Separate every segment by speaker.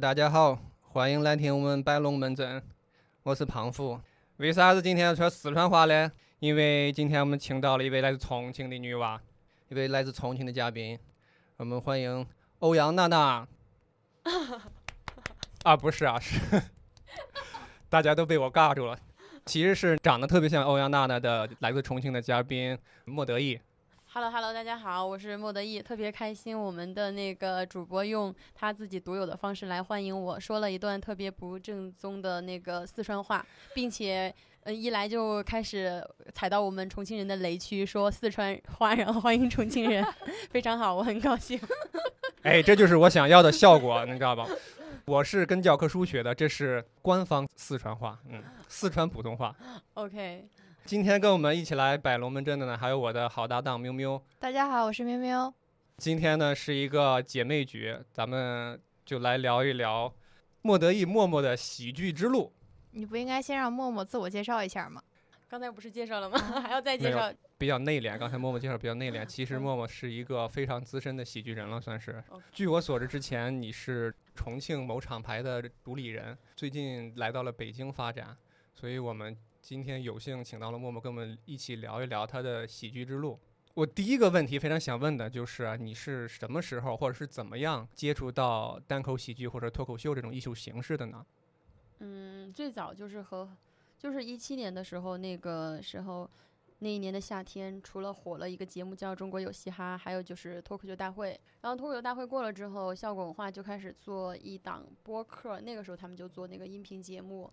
Speaker 1: 大家好，欢迎来听我们摆龙门阵，我是胖虎。为啥子今天要说四川话呢？因为今天我们请到了一位来自重庆的女娃，一位来自重庆的嘉宾，我们欢迎欧阳娜娜。 啊，不是啊，是 大家都被我尬住了。其实是长得特别像欧阳娜娜的来自重庆的嘉宾莫德义。
Speaker 2: Hello Hello，大家好，我是莫德义，特别开心，我们的那个主播用他自己独有的方式来欢迎我，说了一段特别不正宗的那个四川话，并且，呃，一来就开始踩到我们重庆人的雷区，说四川话，然后欢迎重庆人， 非常好，我很高兴。
Speaker 1: 哎，这就是我想要的效果，你知道吧？我是跟教科书学的，这是官方四川话，嗯，四川普通话。
Speaker 2: OK，
Speaker 1: 今天跟我们一起来摆龙门阵的呢，还有我的好搭档喵喵。
Speaker 3: 大家好，我是喵喵。
Speaker 1: 今天呢是一个姐妹局，咱们就来聊一聊莫德义默默的喜剧之路。
Speaker 3: 你不应该先让默默自我介绍一下吗？
Speaker 2: 刚才不是介绍了吗？ 还要再介
Speaker 1: 没有
Speaker 2: 绍
Speaker 1: 比较内敛，刚才默默介绍比较内敛，其实默默是一个非常资深的喜剧人了，算是
Speaker 2: OK。
Speaker 1: 据我所知，之前你是重庆某厂牌的主理人，最近来到了北京发展，所以我们今天有幸请到了默默，跟我们一起聊一聊他的喜剧之路。我第一个问题非常想问的就是，啊你是什么时候或者是怎么样接触到单口喜剧或者脱口秀这种艺术形式的呢？
Speaker 2: 嗯，最早就是和，就是一七年的时候，那个时候，那一年的夏天，除了火了一个节目叫《中国有嘻哈》，还有就是脱口秀大会。然后脱口秀大会过了之后，效果文化就开始做一档播客，那个时候他们就做那个音频节目，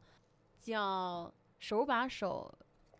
Speaker 2: 叫手把手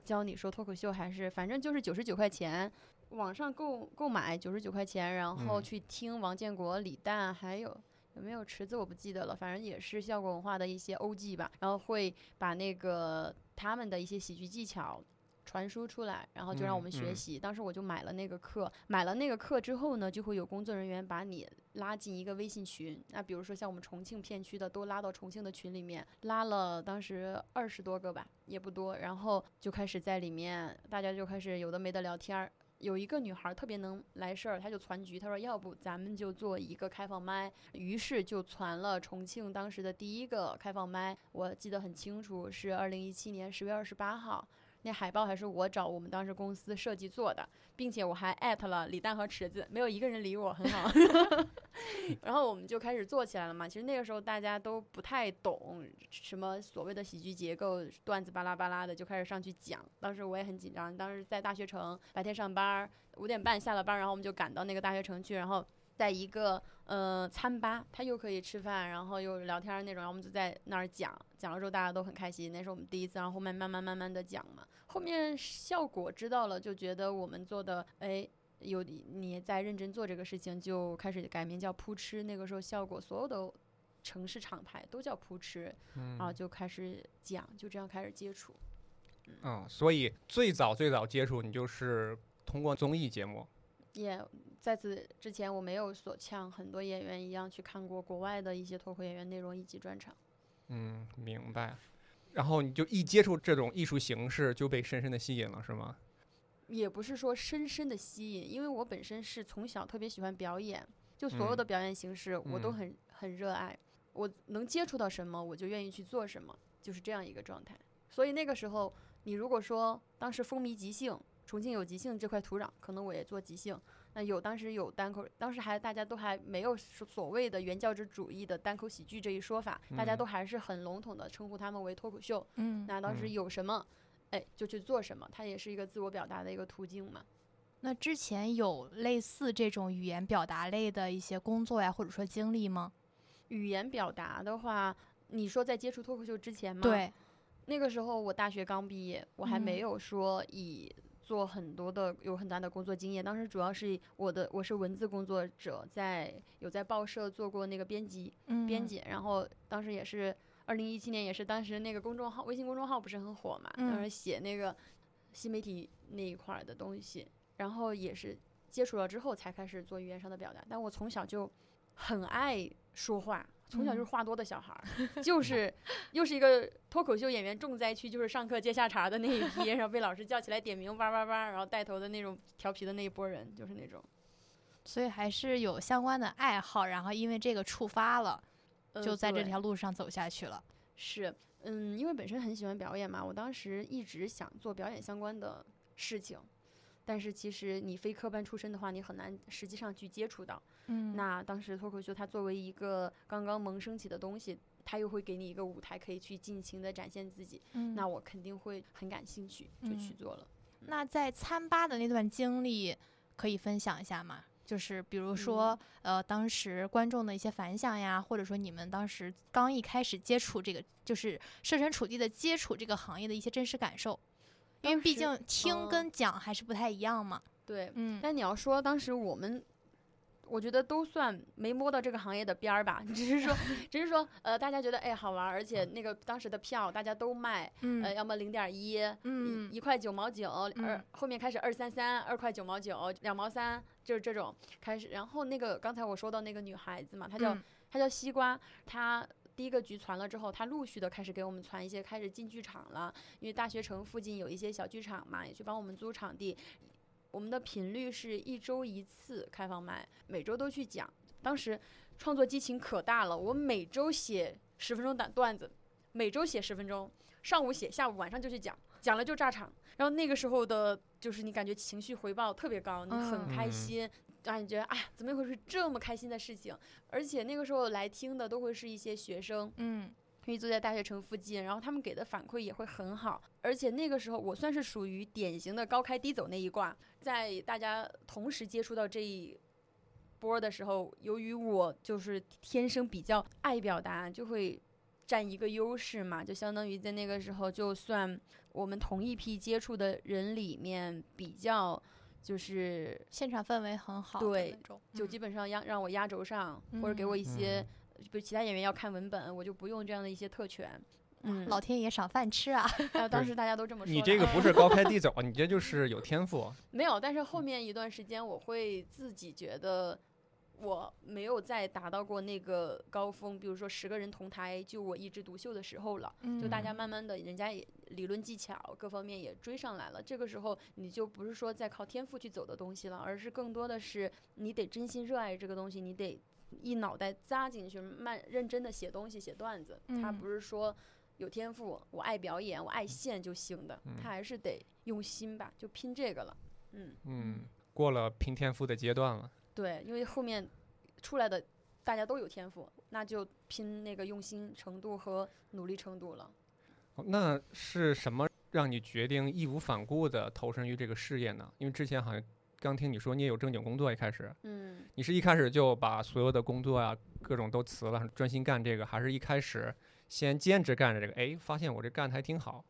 Speaker 2: 教你说脱口秀，还是反正就是九十九块钱。网上购购买九十九块钱，然后
Speaker 1: 嗯
Speaker 2: 去听王建国、李诞，还有有没有池子我不记得了，反正也是效果文化的一些 OG 吧，然后会把那个他们的一些喜剧技巧传输出来，然后就让我
Speaker 1: 嗯
Speaker 2: 们学
Speaker 1: 嗯
Speaker 2: 习。当时我就买了那个课，买了那个课之后呢，就会有工作人员把你拉进一个微信群，那比如说像我们重庆片区的都拉到重庆的群里面，拉了当时二十多个吧，也不多，然后就开始在里面大家就开始有的没的聊天儿。有一个女孩儿特别能来事儿，她就攒局，她说要不咱们就做一个开放麦，于是就传了重庆当时的第一个开放麦，我记得很清楚，是二零一七年十月二十八号。那海报还是我找我们当时公司设计做的，并且我还艾特了李诞和池子，没有一个人理我，很好。然后我们就开始做起来了嘛。其实那个时候大家都不太懂什么所谓的喜剧结构、段子巴拉巴拉的，就开始上去讲。当时我也很紧张，当时在大学城白天上班儿，五点半下了班儿，然后我们就赶到那个大学城去，然后在一个呃餐吧，他又可以吃饭，然后又聊天儿那种，然后我们就在那儿讲，讲了之后大家都很开心，那是我们第一次，然后后面慢慢慢慢的讲嘛，后面效果知道了，就觉得我们做的哎。有你在认真做这个事情，就开始改名叫扑哧。那个时候效果所有的城市厂牌都叫扑哧，
Speaker 1: 嗯
Speaker 2: 然后就开始讲，就这样开始接触。
Speaker 1: 嗯，所以最早最早接触你就是通过综艺节目。
Speaker 2: 也在此之前，我没有所像很多演员一样去看过国外的一些脱口演员内容以及专场。
Speaker 1: 嗯，明白。然后你就一接触这种艺术形式就被深深的吸引了，是吗？
Speaker 2: 也不是说深深的吸引，因为我本身是从小特别喜欢表演，就所有
Speaker 1: 嗯
Speaker 2: 的表演形式我都
Speaker 1: 嗯
Speaker 2: 很、很热爱，我能接触到什么我就愿意去做什么，就是这样一个状态。所以那个时候，你如果说当时风靡即兴，重庆有即兴这块土壤，可能我也做即兴。那有当时有单口，当时还大家都还没有所所谓的原教旨主义的单口喜剧这一说法，大家
Speaker 1: 嗯
Speaker 2: 都还是很笼统的称呼他们为脱口秀。
Speaker 3: 嗯，
Speaker 2: 那当时
Speaker 1: 嗯
Speaker 2: 有什么，哎，就去做什么，它也是一个自我表达的一个途径嘛。
Speaker 3: 那之前有类似这种语言表达类的一些工作呀，或者说经历吗？
Speaker 2: 语言表达的话，你说在接触脱口秀之前吗？，
Speaker 3: 对，
Speaker 2: 那个时候我大学刚毕业，我还没
Speaker 3: 嗯
Speaker 2: 有说以做很多的有很大的工作经验。当时主要是我的我是文字工作者，在有在报社做过那个编辑，
Speaker 3: 嗯
Speaker 2: 编，辑，然后当时也是二零一七年，也是当时那个公众号，微信公众号不是很火嘛，当
Speaker 3: 嗯
Speaker 2: 时写那个新媒体那一块儿的东西，然后也是接触了之后才开始做语言上的表达。但我从小就很爱说话，从小就是
Speaker 3: 嗯
Speaker 2: 话多的小孩儿，就是又是一个脱口秀演员重灾区，就是上课接下茬的那一批，然后被老师叫起来点名，哇哇哇，然后带头的那种调皮的那一波人，就是那种。
Speaker 3: 所以还是有相关的爱好，然后因为这个触发了。
Speaker 2: 呃
Speaker 3: 就在这
Speaker 2: 对
Speaker 3: 条路上走下去了。
Speaker 2: 是，嗯，因为本身很喜欢表演嘛，我当时一直想做表演相关的事情，但是其实你非科班出身的话，你很难实际上去接触到。
Speaker 3: 嗯
Speaker 2: 那当时脱口秀它作为一个刚刚萌生起的东西，它又会给你一个舞台可以去尽情的展现自己，那我肯定会很感兴趣，就去
Speaker 3: 嗯
Speaker 2: 做了。
Speaker 3: 那在参巴的那段经历，可以分享一下吗？就是比如说，
Speaker 2: 嗯
Speaker 3: 呃，当时观众的一些反响呀，或者说你们当时刚一开始接触这个，就是设身处地的接触这个行业的一些真实感受，因为
Speaker 2: 当
Speaker 3: 毕
Speaker 2: 时
Speaker 3: 竟听
Speaker 2: 嗯
Speaker 3: 跟讲还是不太一样嘛。
Speaker 2: 对，
Speaker 3: 嗯
Speaker 2: 但你要说当时我们，我觉得都算没摸到这个行业的边儿吧， 只是说，只是说，呃，大家觉得哎好玩儿，而且那个当时的票大家都卖，呃，
Speaker 3: 嗯
Speaker 2: 要么零点一，
Speaker 3: 嗯
Speaker 2: 一一块九毛九，二
Speaker 3: 嗯
Speaker 2: 后面开始二三三，二块九毛九，两毛三，就是这种开始。然后那个刚才我说到那个女孩子嘛，她叫、
Speaker 3: 嗯
Speaker 2: 她叫西瓜，她。第一个局传了之后，她陆续的开始给我们传一些，开始进剧场了。因为大学城附近有一些小剧场嘛，也去帮我们租场地。我们的频率是一周一次开放麦，每周都去讲。当时创作激情可大了，我每周写十分钟短段子，每周写十分钟，上午写，下午晚上就去讲，讲了就炸场。然后那个时候的，就是你感觉情绪回报特别高，你很
Speaker 3: 嗯
Speaker 2: 开
Speaker 1: 嗯
Speaker 2: 心，啊，你觉得哎呀，怎么会是这么开心的事情？而且那个时候来听的都会是一些学生，
Speaker 3: 嗯
Speaker 2: 因为就在大学城附近，然后他们给的反馈也会很好。而且那个时候我算是属于典型的高开低走那一挂，在大家同时接触到这一波的时候，由于我就是天生比较爱表达，就会占一个优势嘛，就相当于在那个时候，就算我们同一批接触的人里面比较就是
Speaker 3: 现场氛围很好的
Speaker 2: 对
Speaker 3: 那种，
Speaker 2: 就
Speaker 3: 嗯
Speaker 2: 基本上压让我压轴上，或者给我一些
Speaker 1: 嗯，
Speaker 2: 比如其他演员要看文本，我就不用这样的一些特权。嗯，
Speaker 3: 老天爷赏饭吃啊！
Speaker 2: 呃，当
Speaker 1: 是
Speaker 2: 时大家都这么说的。
Speaker 1: 你这个
Speaker 2: 嗯
Speaker 1: 不是高开低走，你这就是有天赋。
Speaker 2: 没有，但是后面一段时间，我会自己觉得我没有再达到过那个高峰，比如说十个人同台就我一枝独秀的时候了。 就
Speaker 3: 嗯
Speaker 2: 大家慢慢的，人家也理论技巧各方面也追上来了。这个时候，你就不是说再靠天赋去走的东西了，而是更多的是你得真心热爱这个东西，你得一脑袋扎进去，慢认真的写东西、写段子。他
Speaker 3: 嗯
Speaker 2: 不是说有天赋，我爱表演，我爱现就行的，
Speaker 1: 嗯
Speaker 2: 他还是得用心吧，就拼这个了。嗯，
Speaker 1: 嗯，过了拼天赋的阶段了。
Speaker 2: 对，因为后面出来的大家都有天赋，那就拼那个用心程度和努力程度了。
Speaker 1: 哦那是什么让你决定义无反顾的投身于这个事业呢？因为之前好像刚听你说你也有正经工作，一开始
Speaker 2: 嗯。
Speaker 1: 你是一开始就把所有的工作啊各种都辞了，专心干这个，还是一开始先兼职干着这个？哎，发现我这干的还挺好。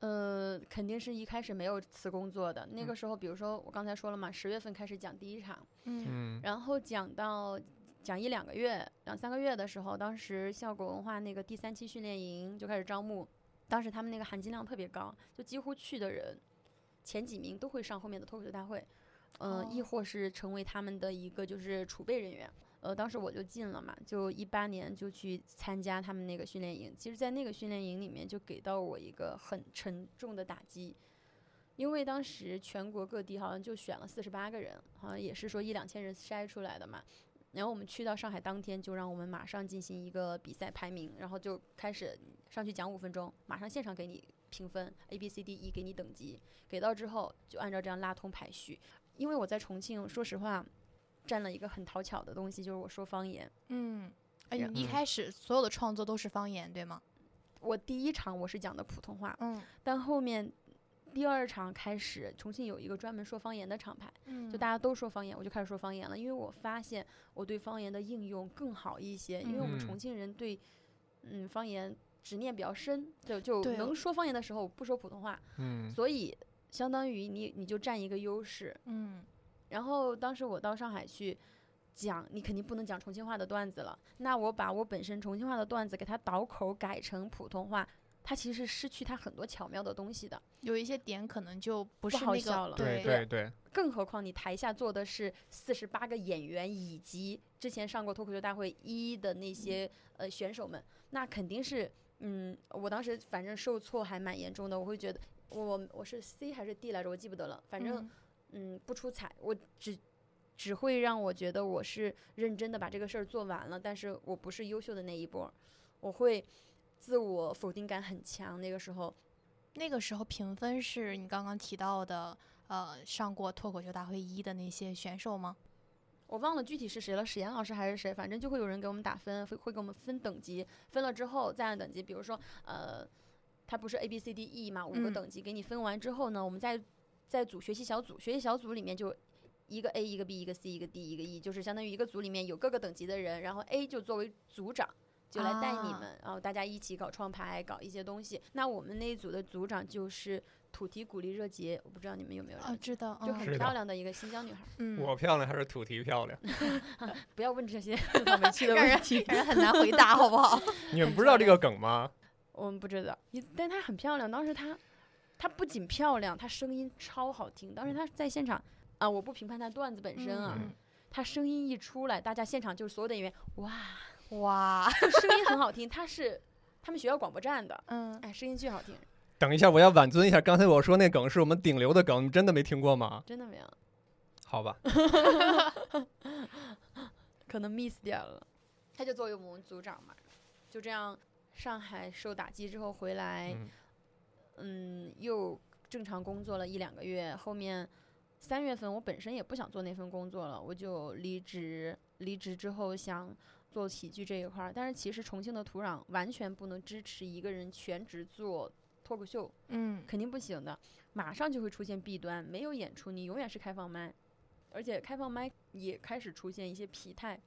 Speaker 2: 呃，肯定是一开始没有辞工作的。那
Speaker 1: 嗯
Speaker 2: 个时候，比如说我刚才说了嘛，十月份开始讲第一场，
Speaker 3: 嗯
Speaker 1: 嗯
Speaker 2: 然后讲到讲一两个月、两三个月的时候，当时效果文化那个第三期训练营就开始招募，当时他们那个含金量特别高，就几乎去的人前几名都会上后面的脱口秀大会，呃，亦
Speaker 3: 哦
Speaker 2: 或是成为他们的一个就是储备人员。呃，当时我就进了嘛，就一八年就去参加他们那个训练营。其实，在那个训练营里面，就给到我一个很沉重的打击，因为当时全国各地好像就选了四十八个人，好像也是说一两千人筛出来的嘛。然后我们去到上海当天，就让我们马上进行一个比赛排名，然后就开始上去讲五分钟，马上现场给你评分 A B C D E 给你等级，给到之后就按照这样拉通排序。因为我在重庆，说实话，占了一个很讨巧的东西，就是我说方言。
Speaker 3: 嗯，哎，
Speaker 2: 然
Speaker 3: 你
Speaker 1: 嗯
Speaker 3: 一开始所有的创作都是方言，对吗？
Speaker 2: 我第一场我是讲的普通话，
Speaker 3: 嗯
Speaker 2: 但后面第二场开始，重庆有一个专门说方言的厂牌，
Speaker 3: 嗯
Speaker 2: 就大家都说方言，我就开始说方言了，因为我发现我对方言的应用更好一些，因为我们
Speaker 1: 嗯
Speaker 2: 重庆人对嗯方言执念比较深，就就
Speaker 3: 对
Speaker 2: 能说方言的时候不说普通话，
Speaker 1: 嗯
Speaker 2: 所以相当于你你就占一个优势。
Speaker 3: 嗯
Speaker 2: 然后当时我到上海去讲，你肯定不能讲重庆话的段子了。那我把我本身重庆话的段子给它倒口改成普通话，它其实失去它很多巧妙的东西的。
Speaker 3: 有一些点可能就不是
Speaker 2: 好
Speaker 3: 那个
Speaker 2: 笑了
Speaker 1: 对
Speaker 3: 对
Speaker 1: 对对，
Speaker 2: 更何况你台下坐的是四十八个演员，以及之前上过脱口秀大会一的那些、呃选手们，那肯定是嗯，我当时反正受挫还蛮严重的，我会觉得我我是 C 还是 D 来着，我记不得了，反正
Speaker 3: 嗯
Speaker 2: 嗯不出彩，我只只会让我觉得我是认真的把这个事儿做完了，但是我不是优秀的那一波儿，我会自我否定感很强。那个时候，
Speaker 3: 那个时候评分是你刚刚提到的，呃，上过脱口秀大会一的那些选手吗？
Speaker 2: 我忘了具体是谁了，史岩老师还是谁，反正就会有人给我们打分，会会给我们分等级，分了之后再按等级，比如说呃，它不是 A B C D E 嘛，五个
Speaker 3: 嗯
Speaker 2: 等级给你分完之后呢，我们再再组学习小组，学习小组里面就。一个 A，一个 B，一个 C，一个 D，一个 E，就是相当于一个组里面有各个等级的人，然后 A 就作为组长，就来带你
Speaker 3: 啊
Speaker 2: 们，然后大家一起搞创牌，搞一些东西。那我们那一组的组长就是土提古丽热杰，我不知道你们有没有了
Speaker 3: 哦，
Speaker 2: 解，
Speaker 3: 知道，
Speaker 2: 就
Speaker 1: 是
Speaker 3: 嗯
Speaker 2: 很
Speaker 1: 的
Speaker 2: 漂亮的一个新疆女孩。
Speaker 3: 嗯，
Speaker 1: 我漂亮还是土提漂亮？
Speaker 2: 不要问这 些委屈的
Speaker 3: 让
Speaker 2: 问
Speaker 3: 人
Speaker 2: 题。
Speaker 3: 让人很难回答，好不 好？
Speaker 1: 你们不知道这个梗吗？
Speaker 2: 我们不知道，你但她很漂亮。当时她，她不仅漂亮，她声音超好听。当时她在现场啊，我不评判她段子本身啊，
Speaker 1: 嗯
Speaker 2: 她声音一出来，大家现场就是所有的演员，哇，
Speaker 3: 哇，
Speaker 2: 就声音很好听。她是他们学校广播站的，
Speaker 3: 嗯，
Speaker 2: 哎，声音巨好听，
Speaker 1: 等一下，我要挽尊一下，刚才我说那梗是我们顶流的梗，你们真的没听过吗？
Speaker 2: 真的没有，
Speaker 1: 好吧，
Speaker 2: 可能 miss 掉了。她就作为我们组长嘛，就这样，上海受打击之后回来，
Speaker 1: 嗯，
Speaker 2: 嗯，又正常工作了一两个月，后面三月份我本身也不想做那份工作了，我就离职。离职之后想做喜剧这一块儿，但是其实重庆的土壤完全不能支持一个人全职做脱口秀，
Speaker 3: 嗯，
Speaker 2: 肯定不行的，马上就会出现弊端。没有演出，你永远是开放麦，而且开放麦也开始出现一些疲态。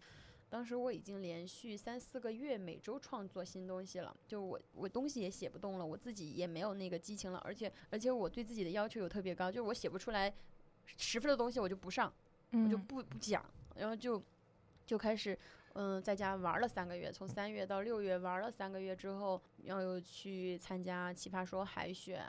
Speaker 2: 当时我已经连续三四个月每周创作新东西了，就我我东西也写不动了，我自己也没有那个激情了，而且而且我对自己的要求又特别高，就是我写不出来十分的东西我就不上，我
Speaker 3: 我
Speaker 2: 就不不讲，然后就就开始嗯、在家玩了三个月，从三月到六月玩了三个月之后，然后又去参加奇葩说海选，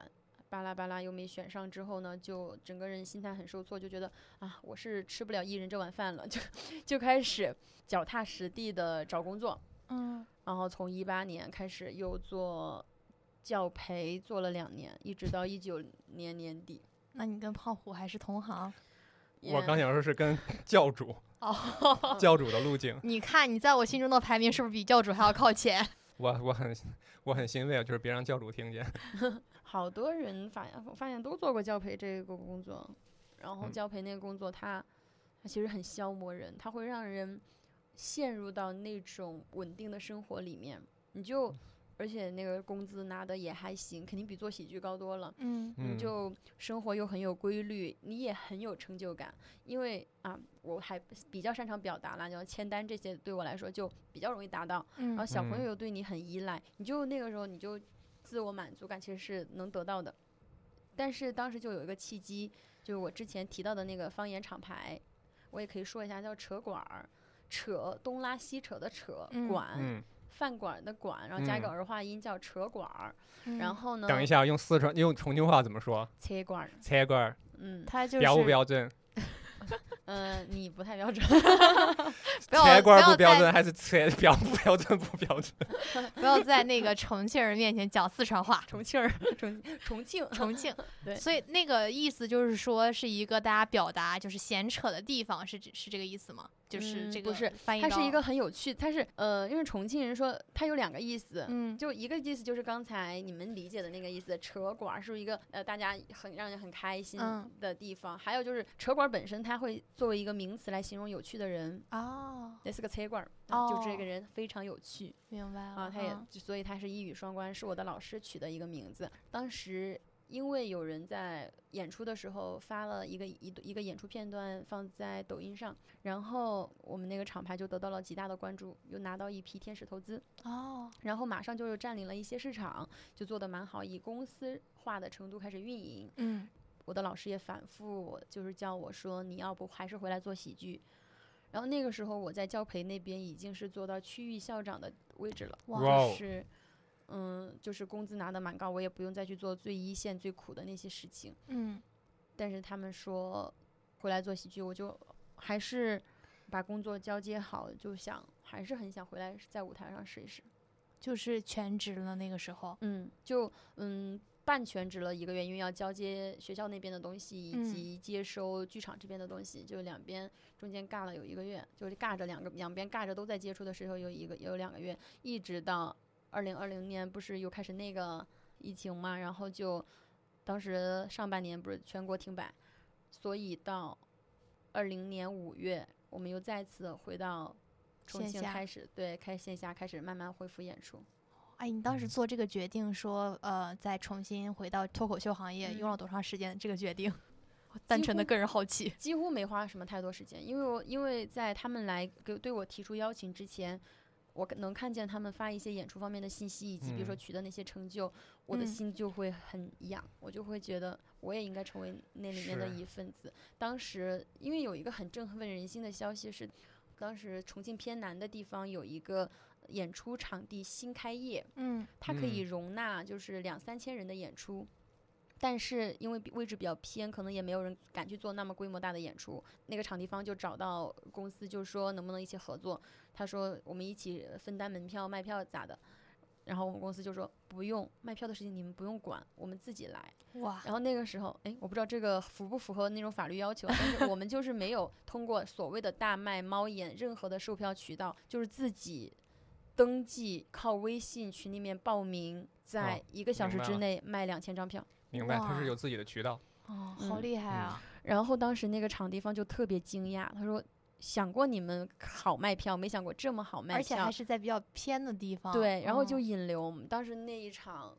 Speaker 2: 巴拉巴拉又没选上之后呢，就整个人心态很受挫，就觉得啊我是吃不了艺人这碗饭了，就就开始脚踏实地的找工作，
Speaker 3: 嗯，
Speaker 2: 然后从一八年开始又做教培，做了两年，一直到一九年年底。
Speaker 3: 那你跟胖虎还是同 行。
Speaker 1: 我刚想说是跟教主，
Speaker 3: 哦，
Speaker 1: 教主的路径，
Speaker 3: 你看你在我心中的排名是不是比教主还要靠前？
Speaker 1: 我我很我很欣慰，啊就是别让教主听见。
Speaker 2: 好多人发现发现都做过教培这个工作，然后
Speaker 1: 嗯
Speaker 2: 教培那个工作它，它其实很消磨人，它会让人陷入到那种稳定的生活里面，你就而且那个工资拿的也还行，肯定比做喜剧高多了。
Speaker 3: 嗯
Speaker 2: 你
Speaker 1: 嗯，
Speaker 2: 就生活又很有规律，你也很有成就感。因为啊，我还比较擅长表达啦，就签单这些对我来说就比较容易达到。然后
Speaker 3: 嗯
Speaker 2: 小朋
Speaker 1: 嗯
Speaker 2: 友又对你很依赖，你就那个时候你就自我满足感其实是能得到的。但是当时就有一个契机，就是我之前提到的那个方言厂牌，我也可以说一下，叫扯馆儿，扯东拉西扯的扯，
Speaker 3: 嗯
Speaker 2: 馆、
Speaker 1: 嗯，
Speaker 2: 饭馆的馆，然后加一个
Speaker 1: 嗯
Speaker 2: 儿化音叫扯馆儿。然
Speaker 3: 嗯
Speaker 2: 后呢，
Speaker 1: 等一下，用四川用重庆话怎么说？
Speaker 2: 切馆儿，
Speaker 1: 菜馆儿
Speaker 2: 嗯
Speaker 3: 他就是
Speaker 1: 标不标准？
Speaker 2: 呃，你不太标 准，。
Speaker 3: 不要
Speaker 1: 菜
Speaker 3: 不
Speaker 1: 馆儿
Speaker 3: 要
Speaker 1: 不标
Speaker 3: 在
Speaker 1: 准，还是菜 标不标准不标准？
Speaker 3: 不要在那个重庆人面前讲四川话
Speaker 2: 重庆儿，重重庆，
Speaker 3: 重 庆，
Speaker 2: 对
Speaker 3: 所以那个意思就是说，是一个大家表达就是闲扯的地方，是指是这个意思吗？就是
Speaker 2: 嗯
Speaker 3: 这
Speaker 2: 不
Speaker 3: 个
Speaker 2: 是
Speaker 3: 翻译
Speaker 2: 它是一
Speaker 3: 到
Speaker 2: 个很有趣，它是呃，因为重庆人说它有两个意思，
Speaker 3: 嗯
Speaker 2: 就一个意思就是刚才你们理解的那个意思，扯馆儿是一个呃大家很让人很开心
Speaker 3: 嗯
Speaker 2: 的地方，还有就是扯馆儿本身，它会作为一个名词来形容有趣的人，
Speaker 3: 哦，
Speaker 2: 那是个扯馆儿，啊就这
Speaker 3: 哦
Speaker 2: 个人非常有趣
Speaker 3: 明白了
Speaker 2: 啊，他也
Speaker 3: 嗯
Speaker 2: 所以他是一语双关，是我的老师取的一个名字。当时因为有人在演出的时候发了一个一一个演出片段放在抖音上，然后我们那个厂牌就得到了极大的关注，又拿到一批天使投资。
Speaker 3: 哦，
Speaker 2: 然后马上就占领了一些市场，就做得蛮好，以公司化的程度开始运营。
Speaker 3: 嗯
Speaker 2: 我的老师也反复我就是叫我说，你要不还是回来做喜剧。然后那个时候我在教培那边已经是做到区域校长的位置了，
Speaker 3: 哇
Speaker 1: 哇哦
Speaker 2: 就是嗯，就是工资拿得蛮高，我也不用再去做最一线最苦的那些事情。
Speaker 3: 嗯
Speaker 2: 但是他们说回来做喜剧，我就还是把工作交接好，就想还是很想回来在舞台上试一试。
Speaker 3: 就是全职了那个时候，
Speaker 2: 嗯，就嗯，半全职了一个月，因为要交接学校那边的东西，以
Speaker 3: 嗯
Speaker 2: 及接收剧场这边的东西，就两边中间尬了有一个月，就是尬着两个两边尬着都在接触的时候有一个有两个月，一直到二零二零年不是又开始那个疫情嘛，然后就当时上半年不是全国停摆，所以到二零年五月，我们又再次回到重
Speaker 3: 线
Speaker 2: 庆
Speaker 3: 下
Speaker 2: 开始对开线下开始慢慢恢复演出。
Speaker 3: 哎，你当时做这个决定说，呃，再重新回到脱口秀行业，用
Speaker 2: 嗯
Speaker 3: 了多长时间？这个决定， 我单
Speaker 2: 几
Speaker 3: 纯的
Speaker 2: 乎
Speaker 3: 个人好奇。
Speaker 2: 几乎没花什么太多时间，因为我因为在他们来给对我提出邀请之前，我能看见他们发一些演出方面的信息，以及比如说
Speaker 1: 嗯
Speaker 2: 取得那些成就，我的
Speaker 3: 嗯
Speaker 2: 心就会很痒，我就会觉得我也应该成为那里面的
Speaker 1: 是
Speaker 2: 一份子。当时因为有一个很振奋人心的消息是，当时重庆偏南的地方有一个演出场地新开业，
Speaker 3: 嗯
Speaker 2: 它可以容纳就是两三千人的演出，但是因为比位置比较偏，可能也没有人敢去做那么规模大的演出。那个场地方就找到公司，就说能不能一起合作？他说我们一起分担门票、卖票咋的？然后我们公司就说不用卖票的事情你们不用管，我们自己来。
Speaker 3: 哇，
Speaker 2: 然后那个时候，哎，我不知道这个符不符合那种法律要求，啊但是我们就是 没有通过所谓的大麦、猫眼任何的售票渠道，就是自己登记，靠微信群里面报名，在一个小时
Speaker 1: 哦明白
Speaker 2: 之
Speaker 1: 了
Speaker 2: 内卖两千张票。
Speaker 1: 明白，他
Speaker 3: 哇
Speaker 1: 是有自己的渠道。
Speaker 3: 哦，好
Speaker 2: 嗯
Speaker 3: 厉害
Speaker 1: 嗯
Speaker 3: 啊！
Speaker 2: 然后当时那个场地方就特别惊讶，他说想过你们好卖票，没想过这么好卖票，
Speaker 3: 而且还是在比较偏的地方。
Speaker 2: 对，然后就
Speaker 3: 嗯
Speaker 2: 引流。我们当时那一场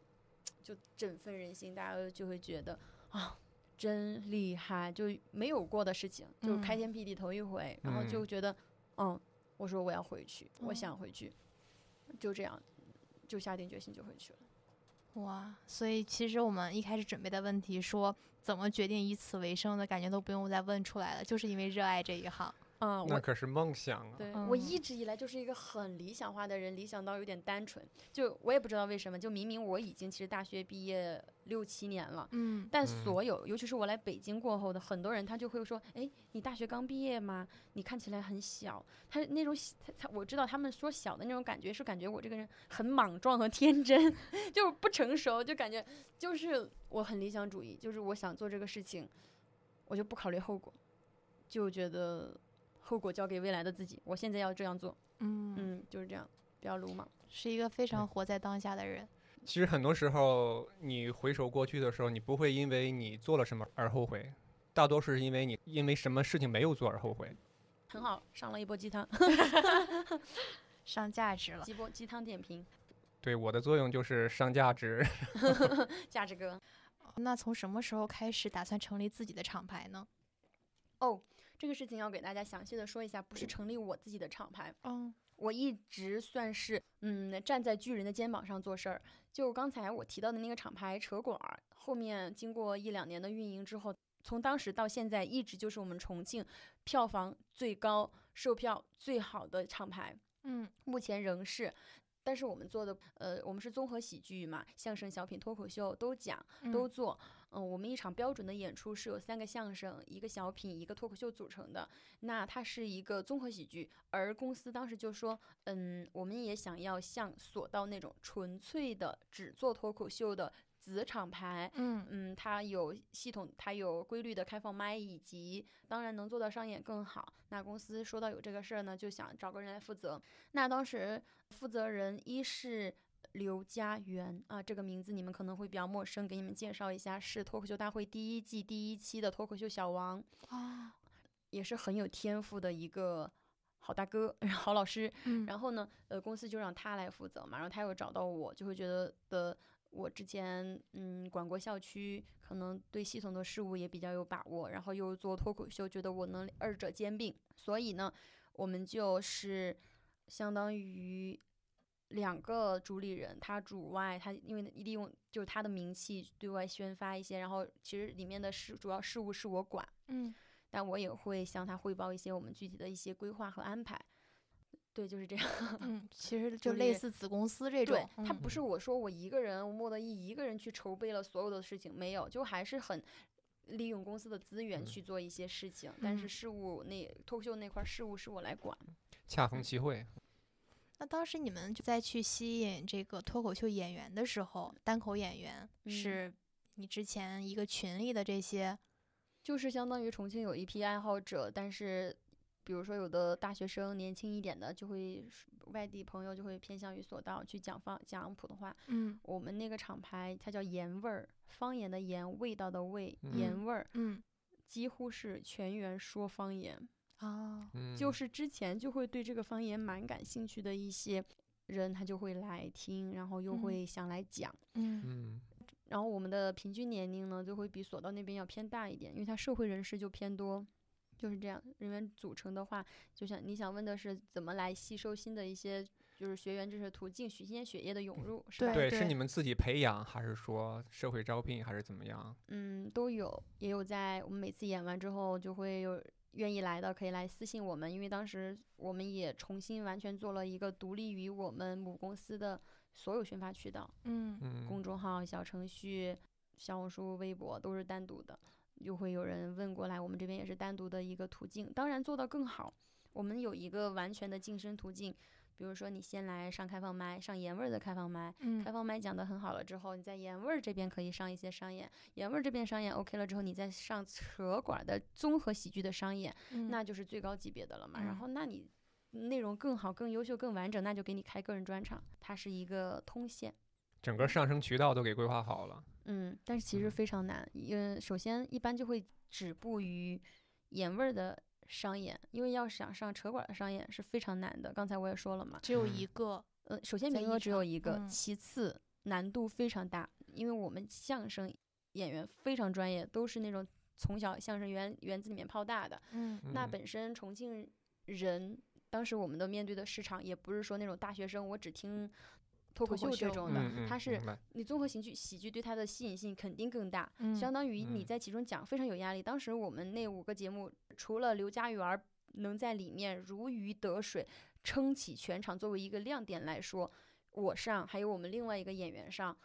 Speaker 2: 就振奋人心，大家就会觉得啊，真厉害，就没有过的事情，就开
Speaker 3: 嗯
Speaker 2: 天辟地头一回，然后
Speaker 1: 嗯
Speaker 2: 就觉得，嗯，我说我要回去，我
Speaker 3: 嗯
Speaker 2: 想回去，就这样，就下定决心就回去了。
Speaker 3: 哇，所以其实我们一开始准备的问题说怎么决定以此为生的感觉都不用再问出来了，就是因为热爱这一行。
Speaker 2: 啊，
Speaker 1: 那
Speaker 2: 我
Speaker 1: 可是梦想啊！
Speaker 2: 对、我一
Speaker 3: 嗯
Speaker 2: 直以来就是一个很理想化的人，理想到有点单纯，就我也不知道为什么，就明明我已经其实大学毕业六七年了。
Speaker 3: 嗯
Speaker 2: 但
Speaker 1: 嗯
Speaker 2: 所有，尤其是我来北京过后的很多人，他就会说：“哎，你大学刚毕业吗？你看起来很小。”他那种小他他，我知道他们说小的那种感觉，是感觉我这个人很莽撞和天真， 就是不成熟，就感觉就是我很理想主义，就是我想做这个事情，我就不考虑后果，就觉得后果交给未来的自己。我现在要这样做，
Speaker 3: 嗯，
Speaker 2: 嗯，就是这样，比较鲁莽。
Speaker 3: 是一个非常活在当下的人。
Speaker 1: 其实很多时候，你回首过去的时候，你不会因为你做了什么而后悔，大多数是因为你因为什么事情没有做而后悔。
Speaker 2: 很好，上了一波鸡汤，
Speaker 3: 上价值了，
Speaker 2: 鸡波鸡汤点评，
Speaker 1: 对我的作用就是上价值。
Speaker 2: 价值哥。
Speaker 3: 那从什么时候开始打算成立自己的厂牌呢？
Speaker 2: 哦，这个事情要给大家详细的说一下，不是成立我自己的厂牌，
Speaker 3: 嗯
Speaker 2: 我一直算是嗯站在巨人的肩膀上做事儿。就刚才我提到的那个厂牌扯馆儿，后面经过一两年的运营之后，从当时到现在一直就是我们重庆票房最高、售票最好的厂牌。
Speaker 3: 嗯
Speaker 2: 目前仍是。但是我们做的，呃，我们是综合喜剧嘛，相声、小品、脱口秀都讲，都做。嗯、我们一场标准的演出是由三个相声、一个小品、一个脱口秀组成的。那它是一个综合喜剧，而公司当时就说，嗯，我们也想要像索道那种纯粹的只做脱口秀的子厂牌，
Speaker 3: 嗯
Speaker 2: 嗯，它有系统，它有规律的开放麦，以及当然能做到商演更好。那公司说到有这个事儿呢，就想找个人来负责。那当时负责人一是刘佳媛啊，这个名字你们可能会比较陌生，给你们介绍一下，是脱口秀大会第一季第一期的脱口秀小王，
Speaker 3: 啊
Speaker 2: 也是很有天赋的一个好大哥、 好老师。
Speaker 3: 嗯
Speaker 2: 然后呢，呃，公司就让他来负责嘛，然后他又找到我，就会觉得的我之前嗯管过校区，可能对系统的事物也比较有把握，然后又做脱口秀，觉得我能二者兼并，所以呢，我们就是相当于。两个主理人，他主外，他因为利用就是他的名气对外宣发一些，然后其实里面的事主要事务是我管，
Speaker 3: 嗯
Speaker 2: 但我也会向他汇报一些我们具体的一些规划和安排。对，就是这样。
Speaker 3: 嗯，其实
Speaker 2: 就
Speaker 3: 就类
Speaker 2: 是
Speaker 3: 似子公司
Speaker 2: 对
Speaker 3: 这种，，
Speaker 2: 他
Speaker 3: 嗯
Speaker 2: 不是我说我一个人，我莫德一一个人去筹备了所有的事情，没有，就还是很利用公司的资源
Speaker 1: 嗯
Speaker 2: 去做一些事情。但是
Speaker 3: 嗯
Speaker 2: 事务那脱口秀那块儿事务是我来管。
Speaker 1: 恰逢其会，
Speaker 3: 那当时你们就在去吸引这个脱口秀演员的时候，单口演员
Speaker 2: 嗯
Speaker 3: 是你之前一个群里的这些，
Speaker 2: 就是相当于重庆有一批爱好者，但是比如说有的大学生年轻一点的，就会外地朋友就会偏向于索道去讲方讲普通话。
Speaker 3: 嗯
Speaker 2: 我们那个厂牌它叫盐味儿，方言的盐，味道的味，
Speaker 3: 嗯
Speaker 2: 盐味儿
Speaker 3: 嗯
Speaker 2: 几乎是全员说方言。
Speaker 3: 哦，
Speaker 1: 嗯，
Speaker 2: 就是之前就会对这个方言蛮感兴趣的一些人，他就会来听，然后又
Speaker 3: 嗯
Speaker 2: 会想来讲。
Speaker 3: 嗯
Speaker 1: 嗯
Speaker 2: 然后我们的平均年龄呢，就会比索道那边要偏大一点，因为它社会人士就偏多，就是这样。人员组成的话，就像你想问的是怎么来吸收新的一些就是学员知识途径，新鲜血液的涌入，是吧？
Speaker 1: 对，
Speaker 3: 对
Speaker 1: 是
Speaker 3: 对
Speaker 1: 你们自己培养，还是说社会招聘，还是怎么样？
Speaker 2: 嗯，都有，也有在我们每次演完之后就会有。愿意来的可以来私信我们，因为当时我们也重新完全做了一个独立于我们母公司的所有宣发渠道，
Speaker 3: 嗯
Speaker 1: 嗯
Speaker 2: 公众号、小程序、小红书、微博都是单独的，就会有人问过来，我们这边也是单独的一个途径。当然做到更好，我们有一个完全的晋升途径，比如说你先来上开放麦，上盐味儿的开放麦，开
Speaker 3: 嗯
Speaker 2: 放麦讲得很好了之后，你在盐味儿这边可以上一些商演，盐味儿这边商演 OK 了之后，你再上扯馆的综合喜剧的商演，
Speaker 3: 嗯，
Speaker 2: 那就是最高级别的了嘛。
Speaker 3: 嗯
Speaker 2: 然后，那你内容更好、更优秀、更完整，那就给你开个人专场，它是一个通线。
Speaker 1: 整个上升渠道都给规划好了。
Speaker 2: 嗯，但是其实
Speaker 1: 嗯
Speaker 2: 非常难，因为首先一般就会止步于盐味儿的商演，因为要想上扯馆的商演是非常难的。刚才我也说了嘛，
Speaker 3: 只有
Speaker 1: 嗯
Speaker 3: 一个，
Speaker 2: 呃，首先
Speaker 3: 在
Speaker 2: 名
Speaker 3: 一
Speaker 2: 额只有
Speaker 3: 场
Speaker 2: 一个，
Speaker 3: 嗯
Speaker 2: 其次难度非常大，因为我们相声演员非常专业，都是那种从小相声园园子里面泡大的，
Speaker 3: 嗯
Speaker 2: 那
Speaker 1: 嗯
Speaker 2: 本身重庆人当时我们的面对的市场也不是说那种大学生，我只听脱口
Speaker 3: 脱口
Speaker 2: 秀这
Speaker 3: 秀
Speaker 2: 种的，
Speaker 1: 嗯嗯，
Speaker 2: 它是
Speaker 1: 明白
Speaker 2: 你综合喜剧喜剧对它的吸引性肯定更大，
Speaker 3: 嗯
Speaker 2: 相当于你
Speaker 1: 嗯
Speaker 2: 在其中讲非常有压力。当时我们那五个节目，除了刘家园儿能在里面如鱼得水，撑起全场作为一个亮点来说，我上还有我们另外一个演员上，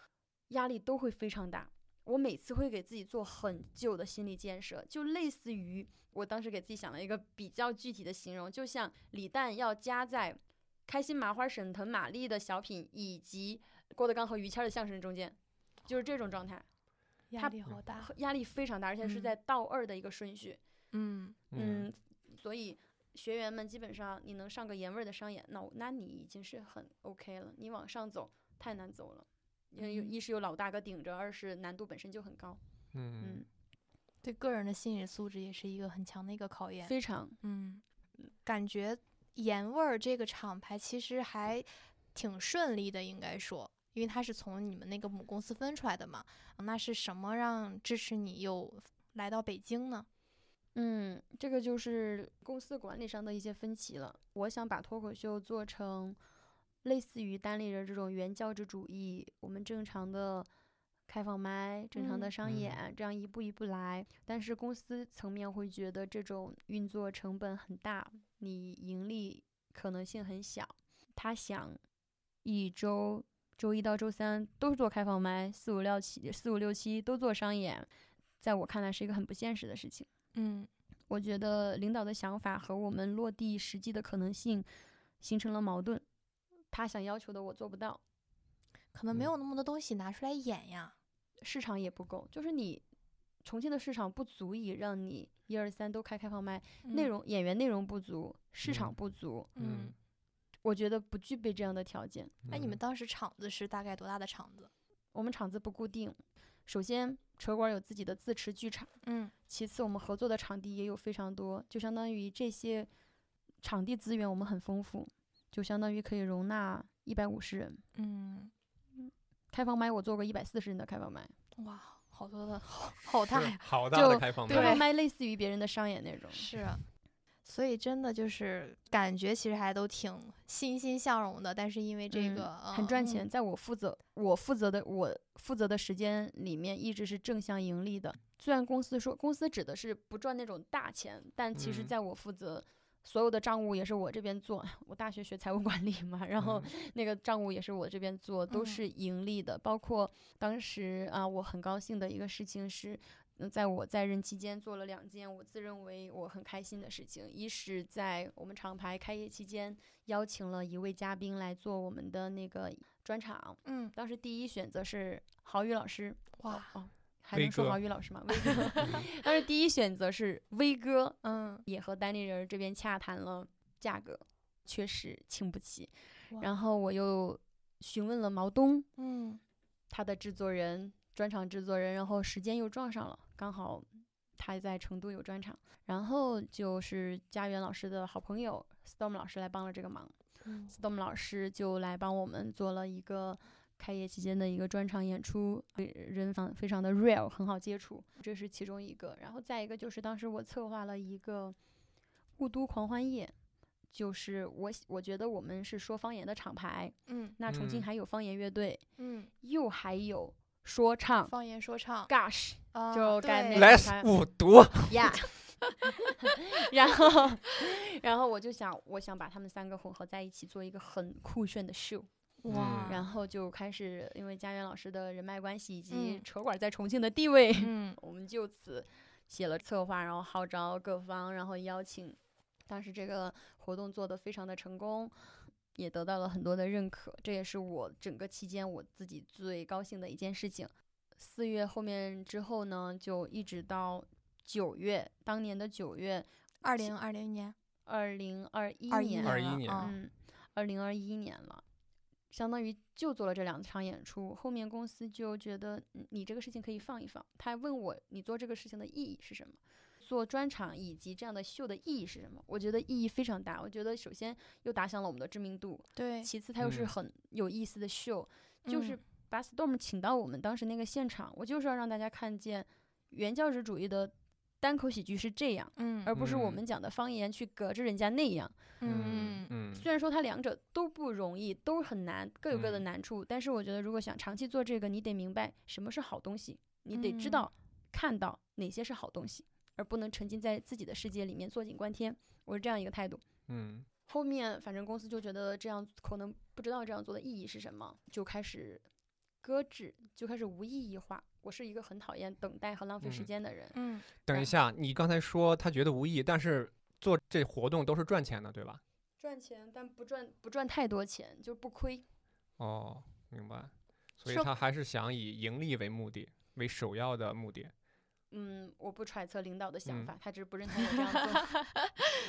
Speaker 2: 压力都会非常大。我每次会给自己做很久的心理建设，就类似于我当时给自己想了一个比较具体的形容，就像李诞要加在开心麻花、沈腾、马丽的小品以及郭德纲和于谦儿的相声中间，就是这种状态。
Speaker 3: 压
Speaker 2: 他
Speaker 3: 力好大，
Speaker 2: 压力非常大，而且是
Speaker 3: 嗯
Speaker 2: 在倒二的一个顺序。
Speaker 3: 嗯
Speaker 1: 嗯
Speaker 2: 嗯，所以学员们基本上你能上个盐味儿的商演，那我那你已经是很 OK 了。你往上走太难走了，因为有
Speaker 3: 嗯
Speaker 2: 一是有老大哥顶着，二是难度本身就很高。
Speaker 1: 嗯
Speaker 2: 嗯，
Speaker 3: 对个人的心理素质也是一个很强的一个考验。
Speaker 2: 非常
Speaker 3: 嗯，感觉盐味儿这个厂牌其实还挺顺利的，应该说，因为它是从你们那个母公司分出来的嘛。那是什么让支持你又来到北京呢？
Speaker 2: 嗯，这个就是公司管理上的一些分歧了。我想把脱口秀做成类似于单立人这种原教旨主义，我们正常的开放麦、正常的
Speaker 3: 嗯
Speaker 2: 商
Speaker 1: 嗯
Speaker 2: 演，这样一步一步来。但是公司层面会觉得这种运作成本很大，你盈利可能性很小。他想一周周一到周三都做开放麦，四五六七四五六七都做商演，在我看来是一个很不现实的事情。
Speaker 3: 嗯
Speaker 2: 我觉得领导的想法和我们落地实际的可能性形成了矛盾。他想要求的我做不到，
Speaker 3: 可能
Speaker 1: 嗯
Speaker 3: 没有那么多东西拿出来演呀。
Speaker 2: 市场也不够，就是你重庆的市场不足以让你一二三都开开放麦，内
Speaker 3: 嗯，
Speaker 2: 容演员内容不足，市场
Speaker 1: 嗯
Speaker 2: 不足，
Speaker 3: 嗯，
Speaker 2: 我觉得不具备这样的条件。
Speaker 3: 那、你
Speaker 1: 嗯
Speaker 3: 们当时场子是大概多大的场子？
Speaker 2: 我们场子不固定，首先车馆有自己的自持剧场。
Speaker 3: 嗯
Speaker 2: 其次，我们合作的场地也有非常多，就相当于这些场地资源我们很丰富，就相当于可以容纳一百五十人。
Speaker 3: 嗯，
Speaker 2: 开放麦我做过一百四十人的开放麦，
Speaker 3: 哇，好多的，好好大
Speaker 1: 是
Speaker 3: 呀。
Speaker 1: 好大的
Speaker 2: 就
Speaker 1: 开放
Speaker 2: 开
Speaker 1: 麦
Speaker 2: 放，麦类似于别人的商演那种。
Speaker 3: 是啊，所以真的就是感觉其实还都挺欣欣向荣的，但是因为这
Speaker 2: 嗯
Speaker 3: 个、
Speaker 2: 很赚
Speaker 3: 嗯
Speaker 2: 钱，，在我负责我负责的我负责的时间里面，一直是正向盈利的。虽然公司说公司指的是不赚那种大钱，但其实
Speaker 1: 嗯
Speaker 2: 在我负责所有的账务也是我这边做。 我大学学财务管理嘛，然
Speaker 1: 嗯
Speaker 2: 后那个账务也是我这边做，都
Speaker 3: 嗯
Speaker 2: 是盈利的。包括当时啊，我很高兴的一个事情是，嗯在我在任期间做了两件我自认为我很开心的事情。一是在我们厂牌开业期间，邀请了一位嘉宾来做我们的那个专场。
Speaker 3: 嗯，
Speaker 2: 当时第一选择是郝宇老师，
Speaker 3: 哇，
Speaker 2: 哦，还
Speaker 1: 威
Speaker 2: 能说
Speaker 1: 哥
Speaker 2: 好语老师吗？威哥， 当时第一选择是威哥，
Speaker 3: 嗯，
Speaker 2: 也和单立人儿这边洽谈了价格，确实请不起
Speaker 3: 哇。
Speaker 2: 然后我又询问了毛东，
Speaker 3: 嗯，
Speaker 2: 他的制作人、专场制作人，然后时间又撞上了，刚好他在成都有专场，然后就是家园老师的好朋友 Storm 老师来帮了这个忙
Speaker 3: 嗯
Speaker 2: ，Storm 老师就来帮我们做了一个。开业期间的一个专场演出，对人非常非常的 real，很好接触，这是其中一个。然后再一个就是当时我策划了一个雾都狂欢夜，就是我喜我觉得我们是说方言的厂牌，
Speaker 3: 嗯
Speaker 2: 那重庆
Speaker 1: 嗯
Speaker 2: 还有方言乐队，
Speaker 3: 嗯，
Speaker 2: 又还有说唱
Speaker 3: 方言说唱
Speaker 2: ，Gosh
Speaker 3: 啊
Speaker 2: 就干
Speaker 3: 对
Speaker 2: 那个
Speaker 1: Let's
Speaker 2: 啥
Speaker 1: 五毒，
Speaker 2: 呀、 然后然后我就想，我想把他们三个混合在一起，做一个很酷炫的 show，、
Speaker 3: 哇，
Speaker 2: 嗯然后就开始因为家园老师的人脉关系以及
Speaker 3: 嗯
Speaker 2: 扯管在重庆的地位，
Speaker 3: 嗯
Speaker 2: 我们就此写了策划，然后号召各方，然后邀请。当时这个活动做得非常的成功，也得到了很多的认可，这也是我整个期间我自己最高兴的一件事情。四月后面之后呢，就一直到九月，当年的九月，
Speaker 3: 二零二零年
Speaker 2: 二零二一
Speaker 3: 21
Speaker 2: 年，
Speaker 1: 二
Speaker 3: 了
Speaker 1: 一年
Speaker 3: 啊
Speaker 2: 嗯，二零二一年了，相当于就做了这两场演出。后面公司就觉得嗯你这个事情可以放一放，他还问我你做这个事情的意义是什么，做专场以及这样的秀的意义是什么？我觉得意义非常大。我觉得首先又打响了我们的知名度，
Speaker 3: 对，
Speaker 2: 其次它又是
Speaker 1: 嗯
Speaker 2: 很有意思的秀，就是
Speaker 3: 嗯
Speaker 2: 把 Storm 请到我们当时那个现场，我就是要让大家看见原教旨主义的单口喜剧是这样。
Speaker 3: 嗯
Speaker 2: 而不是我
Speaker 1: 嗯
Speaker 2: 们讲的方言去隔着人家那样。
Speaker 3: 嗯
Speaker 1: 嗯
Speaker 2: 虽然说它两者都不容易，都很难，各有各的
Speaker 1: 嗯
Speaker 2: 难处，但是我觉得如果想长期做这个，你得明白什么是好东西，你得
Speaker 1: 嗯
Speaker 2: 知道、看到哪些是好东西，而不能沉浸在自己的世界里面坐井观天。我是这样一个态度。
Speaker 1: 嗯
Speaker 2: 后面反正公司就觉得这样可能不知道这样做的意义是什么，就开始搁置，就开始无意义化。我是一个很讨厌等待和浪费时
Speaker 1: 嗯
Speaker 2: 间的人，
Speaker 3: 嗯
Speaker 1: 等一下，你刚才说他觉得无意义，但是做这活动都是赚钱的，对吧？
Speaker 2: 赚钱但不赚不赚太多钱，就是不亏。
Speaker 1: 哦，明白。所以
Speaker 3: 说
Speaker 1: 他还是想以盈利为目的，为首要的目的。
Speaker 2: 嗯，我不揣测领导的想
Speaker 1: 嗯
Speaker 2: 法，他只是不认同 我这样做。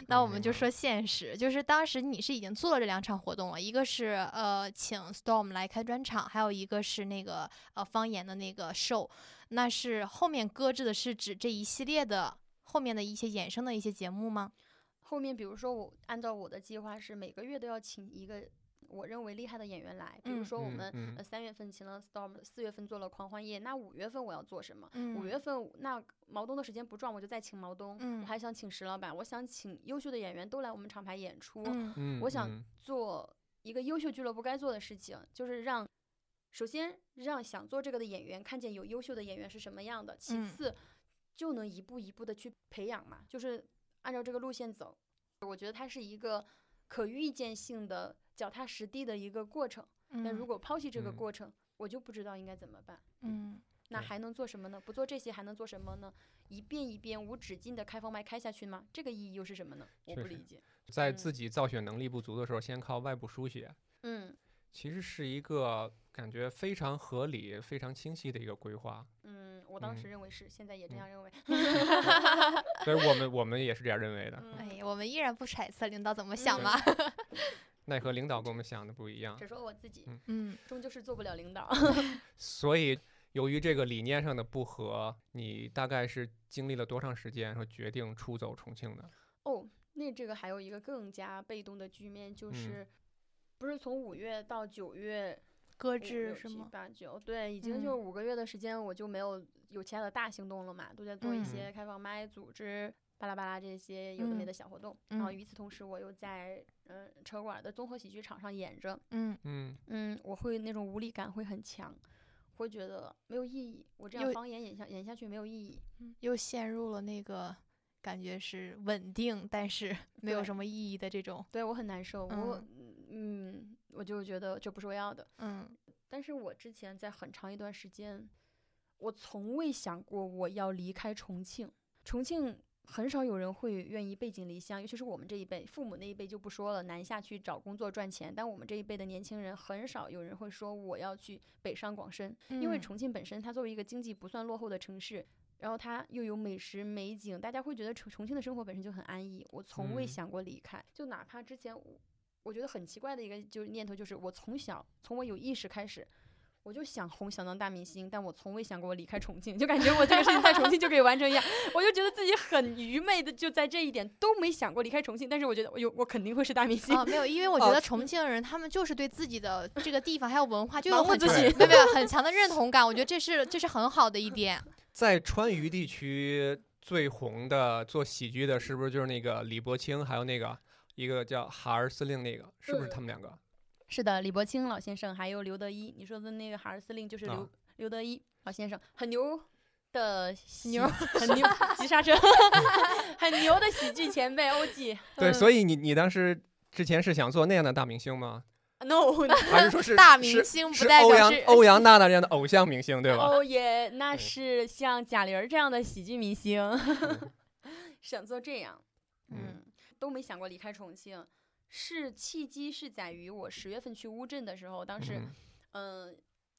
Speaker 3: 那
Speaker 1: 嗯
Speaker 3: 我们
Speaker 1: 明
Speaker 3: 就
Speaker 1: 白
Speaker 3: 说现实，就是当时你是已经做了这两场活动了，一个是呃请 Storm 来开专场，还有一个是那个呃方言的那个 show，那是后面搁置的是指这一系列的后面的一些衍生的一些节目吗？
Speaker 2: 后面比如说我按照我的计划是每个月都要请一个我认为厉害的演员来，比如
Speaker 3: 嗯
Speaker 2: 说我
Speaker 1: 嗯
Speaker 2: 们、
Speaker 1: 嗯
Speaker 2: 呃三月份请了 Storm，四月份做了狂欢夜，那五月份我要做什么？
Speaker 3: 嗯
Speaker 2: 五月份那毛东的时间不撞，我就再请毛东，
Speaker 3: 嗯
Speaker 2: 我还想请石老板，我想请优秀的演员都来我们厂牌演出，
Speaker 3: 嗯
Speaker 1: 嗯，
Speaker 2: 我想
Speaker 1: 嗯
Speaker 2: 做一个优秀俱乐部该做的事情，就是让首先让想做这个的演员看见有优秀的演员是什么样的，其
Speaker 3: 嗯
Speaker 2: 次就能一步一步的去培养嘛，就是按照这个路线走。我觉得它是一个可预见性的、脚踏实地的一个过程。但如
Speaker 3: 嗯
Speaker 2: 果抛弃这个
Speaker 1: 嗯
Speaker 2: 过程，我就不知道应该怎么办。
Speaker 3: 嗯
Speaker 2: 那
Speaker 1: 对
Speaker 2: 还能做什么呢？不做这些还能做什么呢？一遍一遍无止境的开放麦开下去吗？这个意义又是什么呢？我
Speaker 1: 确实
Speaker 2: 不理解。
Speaker 1: 在
Speaker 2: 嗯
Speaker 1: 自己造血能力不足的时候，先靠外部输血，
Speaker 2: 嗯
Speaker 1: 其实是一个感觉非常合理、非常清晰的一个规划。
Speaker 2: 嗯，我当时
Speaker 1: 嗯
Speaker 2: 认为是，现在也这
Speaker 1: 嗯
Speaker 2: 样认为。
Speaker 1: 所以我们我们也是这样认为的，
Speaker 2: 嗯
Speaker 3: 哎呀，我们依然不揣测领导怎么想嘛。
Speaker 1: 那
Speaker 2: 嗯
Speaker 1: 和领导跟我们想的不一样
Speaker 2: 只。说我自己，
Speaker 1: 嗯
Speaker 3: 嗯
Speaker 2: 终究是做不了领导。
Speaker 1: 所以由于这个理念上的不合，你大概是经历了多长时间，说决定出走重庆的？
Speaker 2: 哦，那这个还有一个更加被动的局面，就
Speaker 1: 嗯
Speaker 2: 是、不是从五月到九月，
Speaker 3: 搁
Speaker 2: 五
Speaker 3: 置
Speaker 2: 六
Speaker 3: 是
Speaker 2: 七
Speaker 3: 吗？
Speaker 2: 八九，对，已经就
Speaker 3: 嗯
Speaker 2: 五个月的时间，我就没有有其他的大行动了嘛，都在做一
Speaker 3: 嗯
Speaker 2: 些开放麦、组织巴拉巴拉这些有的没
Speaker 3: 嗯
Speaker 2: 的小活动。然后
Speaker 3: 嗯
Speaker 2: 与此同时，我又在嗯、呃、车馆的综合喜剧场上演着，
Speaker 3: 嗯，
Speaker 1: 嗯，
Speaker 2: 嗯，我会那种无力感会很强，会觉得没有意义，我这样
Speaker 3: 又
Speaker 2: 方言演下演下去没有意义。
Speaker 3: 又陷入了那个感觉是稳定，但是没有
Speaker 2: 对
Speaker 3: 什么意义的这种。
Speaker 2: 对我很难受，我嗯，我就觉得这不是我要的。
Speaker 3: 嗯
Speaker 2: 但是我之前在很长一段时间，我从未想过我要离开重庆。重庆很少有人会愿意背井离乡，尤其是我们这一辈，父母那一辈就不说了，南下去找工作赚钱。但我们这一辈的年轻人，很少有人会说我要去北上广深，因为
Speaker 3: 嗯
Speaker 2: 重庆本身它作为一个经济不算落后的城市，然后它又有美食美景，大家会觉得重重庆的生活本身就很安逸。我从未
Speaker 1: 嗯
Speaker 2: 想过离开，就哪怕之前我我觉得很奇怪的一个就是念头，就是我从小从我有意识开始。我就想红，想当大明星，但我从未想过离开重庆，就感觉我这个事情在重庆就可以完成一样， 我就觉得自己很愚昧的，就在这一点都没想过离开重庆，但是我觉得我有我肯定会是大明星，
Speaker 3: 啊，没有，因为我觉
Speaker 1: 哦
Speaker 3: 得重庆人他们就是对自己的这个地方还有文化就
Speaker 2: 盲
Speaker 3: 有
Speaker 2: 目
Speaker 3: 很
Speaker 2: 自
Speaker 3: 强
Speaker 1: 信
Speaker 3: 没有没有很强的认同感，我觉得这是这是很好的一点。
Speaker 1: 在川渝地区最红的做喜剧的，是不是就是那个李伯清，还有那个一个叫哈尔司令那个，是不是
Speaker 2: 嗯
Speaker 1: 他们两个？
Speaker 2: 是的，李伯清老先生，还有刘德一，你说的那个海尔司令就是
Speaker 1: 啊
Speaker 2: 刘、刘德一老先生，很牛的喜
Speaker 3: 牛
Speaker 2: 很牛 急刹车，很牛的喜剧前辈欧记。
Speaker 1: 对，
Speaker 3: 嗯
Speaker 1: 所以你你当时之前是想做那样的大明星吗？
Speaker 2: No，
Speaker 1: 还是说是
Speaker 3: 大
Speaker 1: 是
Speaker 3: 明星不
Speaker 1: 是
Speaker 3: 代
Speaker 1: 欧
Speaker 3: 表
Speaker 1: 阳哎
Speaker 3: 是
Speaker 1: 欧 阳娜娜这样的偶像明星，对吧？
Speaker 2: 哦耶，那
Speaker 1: 嗯
Speaker 2: 是像贾玲儿这样的喜剧明星，
Speaker 3: 嗯
Speaker 2: 想做这样，
Speaker 1: 嗯
Speaker 2: 嗯，都没想过离开重庆。是契机是在于我十月份去乌镇的时候，当时
Speaker 1: 嗯
Speaker 2: 嗯、呃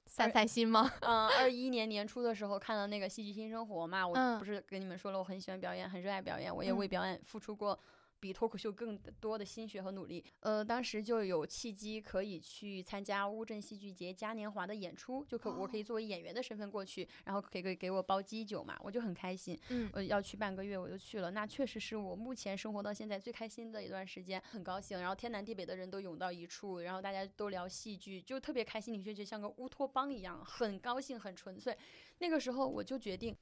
Speaker 3: 散散心吗？
Speaker 2: 嗯，二一年年初的时候看到那个《戏剧新生活》嘛，我
Speaker 3: 嗯
Speaker 2: 不是跟你们说了，我很喜欢表演，很热爱表演，我也
Speaker 3: 嗯
Speaker 2: 为表演付出过比脱口秀更多的心血和努力。呃，当时就有契机可以去参加乌镇戏剧节嘉年华的演出，就可我
Speaker 3: 哦
Speaker 2: 可以作为演员的身份过去，然后给给给我包机酒嘛，我就很开心。
Speaker 3: 嗯
Speaker 2: 呃，要去半个月，我就去了。那确实是我目前生活到现在最开心的一段时间，很高兴。然后天南地北的人都涌到一处，然后大家都聊戏剧，就特别开心。你就觉得像个乌托邦一样，很高兴，很纯粹。那个时候我就决定，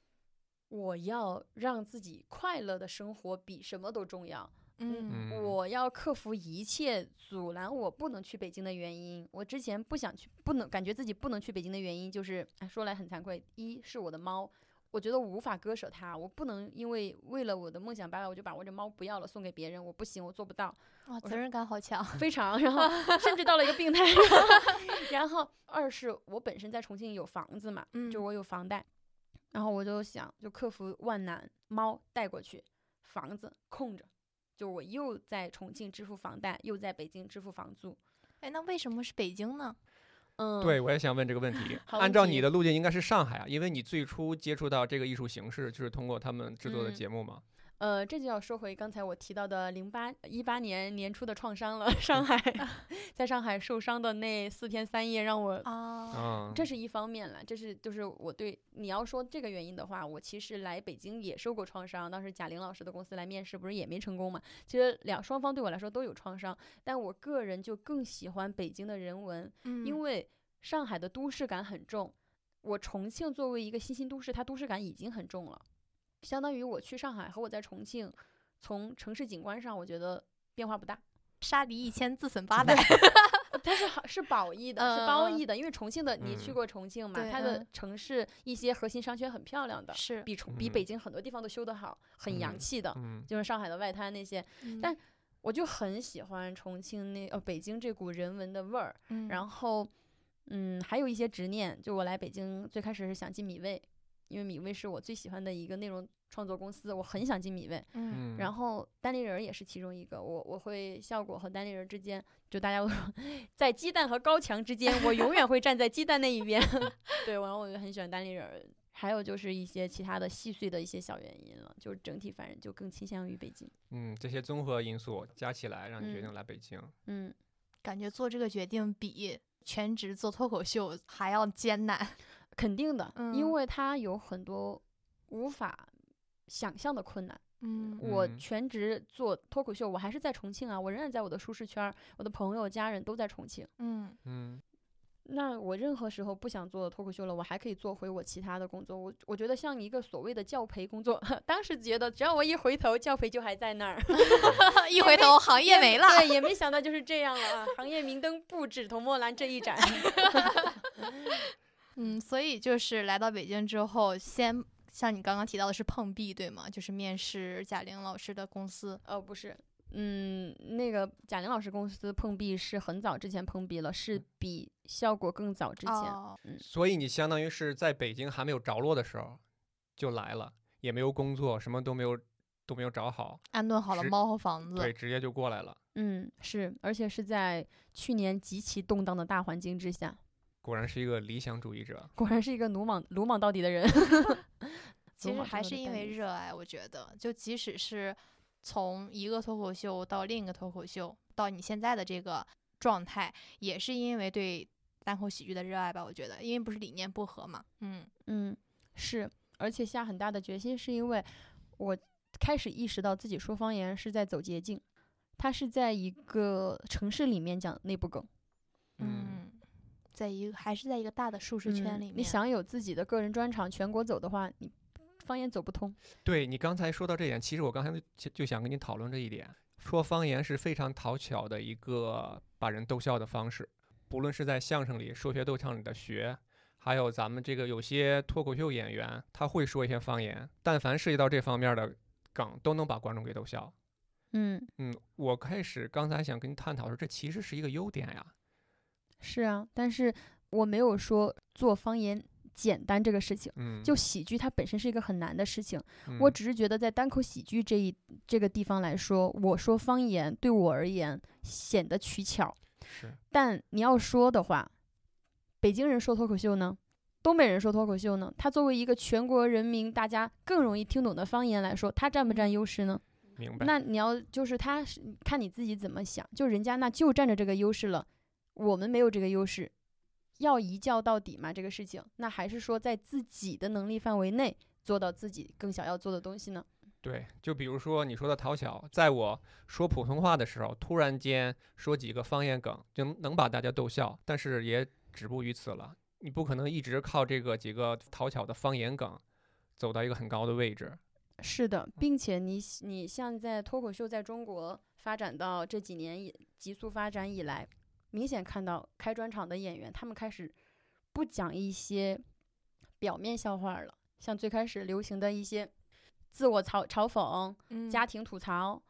Speaker 2: 我要让自己快乐的生活比什么都重要。
Speaker 3: 嗯
Speaker 1: 嗯
Speaker 2: 我要克服一切阻拦我不能去北京的原因。我之前不想去，不能感觉自己不能去北京的原因，就是哎说来很惭愧，一是我的猫，我觉得我无法割舍它，我不能因为为了我的梦想白了，我就把我这猫不要了送给别人，我不行，我做不到。
Speaker 3: 哇，
Speaker 2: 我
Speaker 3: 责任感好强。
Speaker 2: 非常，然后甚至到了一个病态。 然后二是我本身在重庆有房子嘛，
Speaker 3: 嗯
Speaker 2: 就我有房贷，然后我就想就克服万难，猫带过去，房子空着。就我又在重庆支付房贷，又在北京支付房租。
Speaker 3: 哎，那为什么是北京呢？
Speaker 2: 嗯，。
Speaker 1: 对，我也想问这个问题
Speaker 2: 好
Speaker 1: 按
Speaker 2: 问
Speaker 1: 照
Speaker 2: 题
Speaker 1: 你的路径，应该是上海啊，因为你最初接触到这个艺术形式，就是通过他们制作的
Speaker 2: 嗯
Speaker 1: 节目嘛。
Speaker 2: 呃，这就要说回刚才我提到的零八一八年年初的创伤了。上海， 在上海受伤的那四天三夜，让我
Speaker 3: 啊，
Speaker 1: 啊，
Speaker 2: 哦这是一方面了，这是就是我对你要说这个原因的话，我其实来北京也受过创伤。当时贾玲老师的公司来面试，不是也没成功嘛？其实两双方对我来说都有创伤，但我个人就更喜欢北京的人文，因
Speaker 3: 为
Speaker 2: 为上海的都市感很重。我重庆作为一个新兴都市，它都市感已经很重了，相当于我去上海和我在重庆，从城市景观上我觉得变化不大。
Speaker 3: 杀敌一千，自损八百。
Speaker 2: 它是好是褒义的，是褒义的，因为重庆的你去
Speaker 1: 嗯
Speaker 2: 过重庆嘛，
Speaker 3: 嗯对
Speaker 2: 它的
Speaker 3: 嗯
Speaker 2: 城市一些核心商圈很漂亮的，
Speaker 3: 是，
Speaker 2: 比重比
Speaker 1: 嗯
Speaker 2: 北京很多地方都修得好，很洋
Speaker 1: 嗯
Speaker 2: 气的，
Speaker 1: 嗯，
Speaker 2: 就是上海的外滩那些，
Speaker 3: 嗯
Speaker 2: 但我就很喜欢重庆那呃北京这股人文的味儿，
Speaker 3: 嗯
Speaker 2: 然后嗯还有一些执念，就我来北京最开始是想进米未，因为米未是我最喜欢的一个内容创作公司，我很想进米未，
Speaker 3: 嗯
Speaker 1: 嗯，
Speaker 2: 然后单立人儿也是其中一个，我我会效果和单立人儿之间，就大家会 说，在鸡蛋和高墙之间，我永远会站在鸡蛋那一边。 对，然后我就很喜欢单立人儿，还有就是一些其他的细碎的一些小原因了，就是整体反正就更倾向于北京。
Speaker 1: 嗯，这些综合因素加起来，让你决
Speaker 2: 嗯
Speaker 1: 定来北京。
Speaker 2: 嗯，
Speaker 3: 感觉做这个决定比全职做脱口秀还要艰难。
Speaker 2: 肯定的，
Speaker 3: 嗯
Speaker 2: 因为它有很多无法想象的困难。
Speaker 3: 嗯
Speaker 2: 我
Speaker 1: 嗯
Speaker 2: 全职做脱口秀，我还是在重庆啊，我仍然在我的舒适圈儿，我的朋友、家人都在重庆。
Speaker 3: 嗯
Speaker 1: 嗯
Speaker 2: 那我任何时候不想做脱口秀了，我还可以做回我其他的工作。我我觉得像一个所谓的教培工作， 当时觉得只要我一回头，教培就还在那儿，
Speaker 3: 一回头行业没了。
Speaker 2: 对，也没想到就是这样了啊！行业明灯不止铜墨蓝这一盏。
Speaker 3: 嗯，所以就是来到北京之后，先像你刚刚提到的是碰壁，对吗？就是面试贾玲老师的公司。
Speaker 2: 哦，不是，嗯，那个贾玲老师公司碰壁是很早之前碰壁了，是比效果更早之前。
Speaker 3: 哦，
Speaker 1: 所以你相当于是在北京还没有着落的时候就来了，也没有工作，什么都没有，都没有找好，
Speaker 3: 安顿好了
Speaker 1: 是
Speaker 3: 猫和房子
Speaker 1: 对，，直接就过来了。
Speaker 2: 嗯，是，而且是在去年极其动荡的大环境之下，
Speaker 1: 果然是一个理想主义者。
Speaker 2: 果然是一个鲁莽鲁莽到底的人。
Speaker 3: 其
Speaker 2: 鲁
Speaker 3: 实
Speaker 2: 莽
Speaker 3: 还
Speaker 2: 中
Speaker 3: 是
Speaker 2: 的
Speaker 3: 因
Speaker 2: 代
Speaker 3: 为
Speaker 2: 名
Speaker 3: 热爱，我觉得，就即使是从一个脱口秀到另一个脱口秀，到你现在的这个状态，也是因为对单口喜剧的热爱吧。我觉得，因为不是理念不合嘛，嗯，
Speaker 2: 嗯，是，而且下很大的决心，是因为我开始意识到自己说方言是在走捷径，它是在一个城市里面讲内部梗，
Speaker 3: 嗯，在一个还是在一个大的舒适圈
Speaker 2: 嗯
Speaker 3: 里面，
Speaker 2: 你想有自己的个人专场，全国走的话，你方言走不通。
Speaker 1: 对你刚才说到这点，其实我刚才就就想跟你讨论这一点。说方言是非常讨巧的一个把人逗笑的方式，不论是在相声里、说学逗唱里的学，还有咱们这个有些脱口秀演员，他会说一些方言，但凡涉及到这方面的梗，都能把观众给逗笑。
Speaker 2: 嗯，
Speaker 1: 嗯，我开始刚才想跟你探讨说，这其实是一个优点呀。
Speaker 2: 是啊，但是我没有说做方言简单这个事情。
Speaker 1: 嗯，
Speaker 2: 就喜剧，它本身是一个很难的事情。
Speaker 1: 嗯
Speaker 2: 我只是觉得，在单口喜剧这一这个地方来说，我说方言对我而言显得取巧。
Speaker 1: 是
Speaker 2: 但你要说的话，北京人说脱口秀呢，东北人说脱口秀呢，它作为一个全国人民大家更容易听懂的方言来说，它占不占优势呢？
Speaker 1: 嗯明白。
Speaker 2: 那你要就是它是看你自己怎么想，就人家那就占着这个优势了，我们没有这个优势，要一较到底嘛这个事情，那还是说在自己的能力范围内做到自己更想要做的东西呢？
Speaker 1: 对，就比如说你说的讨巧，在我说普通话的时候，突然间说几个方言梗，就能把大家逗笑，但是也止步于此了。你不可能一直靠这个几个讨巧的方言梗走到一个很高的位置。
Speaker 2: 是的，并且你你像在脱口秀在中国发展到这几年以急速发展以来，明显看到开专场的演员，他们开始不讲一些表面笑话了，像最开始流行的一些自我嘲嘲讽、
Speaker 3: 嗯
Speaker 2: 家庭吐槽，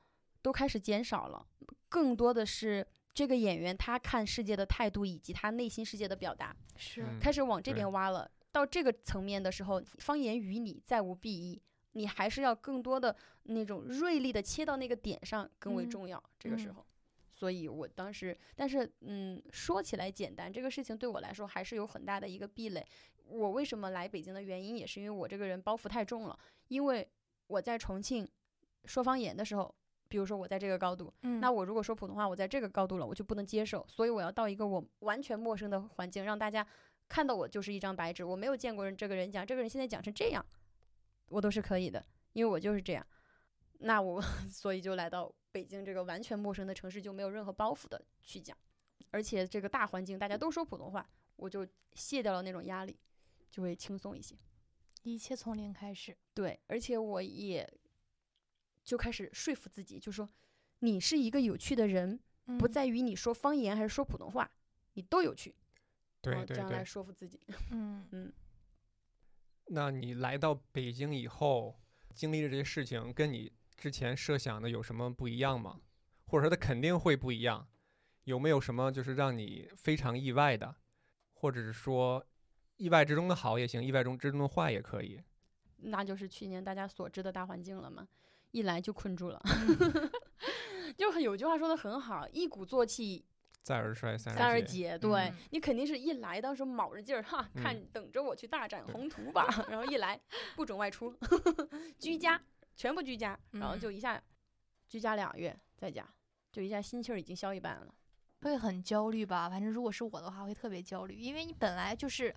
Speaker 2: 都开始减少了，更多的是。这个演员他看世界的态度以及他内心世界的表达，
Speaker 3: 是
Speaker 1: 嗯
Speaker 2: 开始往这
Speaker 1: 对
Speaker 2: 边挖了。到这个层面的时候，方言与你再无裨益，你还是要更多的那种锐利的切到那个点上更为
Speaker 3: 嗯
Speaker 2: 重要。这个时
Speaker 3: 嗯
Speaker 2: 候，所以我当时，但是嗯，说起来简单，这个事情对我来说还是有很大的一个壁垒。我为什么来北京的原因，也是因为我这个人包袱太重了，因为我在重庆说方言的时候。比如说我在这个高度，
Speaker 3: 嗯
Speaker 2: 那我如果说普通话，我在这个高度了，我就不能接受，所以我要到一个我完全陌生的环境，让大家看到我就是一张白纸，我没有见过人这个人讲，这个人现在讲成这样，我都是可以的，因为我就是这样。那我 所以就来到北京这个完全陌生的城市，就没有任何包袱的去讲，而且这个大环境大家都说普通话，我就卸掉了那种压力，就会轻松一些。
Speaker 3: 一切从零开始，
Speaker 2: 对，而且我也就开始说服自己，就说你是一个有趣的人，不
Speaker 3: 嗯
Speaker 2: 在于你说方言还是说普通话，你都有趣。然
Speaker 1: 对
Speaker 2: 后
Speaker 1: 对
Speaker 2: 这样来
Speaker 1: 对。
Speaker 2: 说服自己。
Speaker 3: 嗯
Speaker 1: 那你来到北京以后，经历了这些事情，跟你之前设想的有什么不一样吗？或者说它肯定会不一样，有没有什么就是让你非常意外的，或者是说意外之中的好也行，意外中之中的坏也可以？
Speaker 2: 那就是去年大家所知的大环境了嘛，一来就困住了。
Speaker 1: 嗯
Speaker 2: 就有句话说的很好，一鼓作气
Speaker 1: 再而衰，三
Speaker 2: 三
Speaker 1: 而
Speaker 2: 而
Speaker 1: 竭。
Speaker 2: 竭。对、
Speaker 3: 嗯
Speaker 2: 你肯定是一来当时卯着劲儿哈，
Speaker 1: 嗯
Speaker 2: 看等着我去大展
Speaker 1: 对
Speaker 2: 宏图 吧，然后一来不准外出，居家全部居家，然后
Speaker 3: 嗯
Speaker 2: 就一下居家两月在家，就一下心气儿已经消一半了。
Speaker 3: 会很焦虑吧？反正如果是我的话，会特别焦虑，因为你本来就是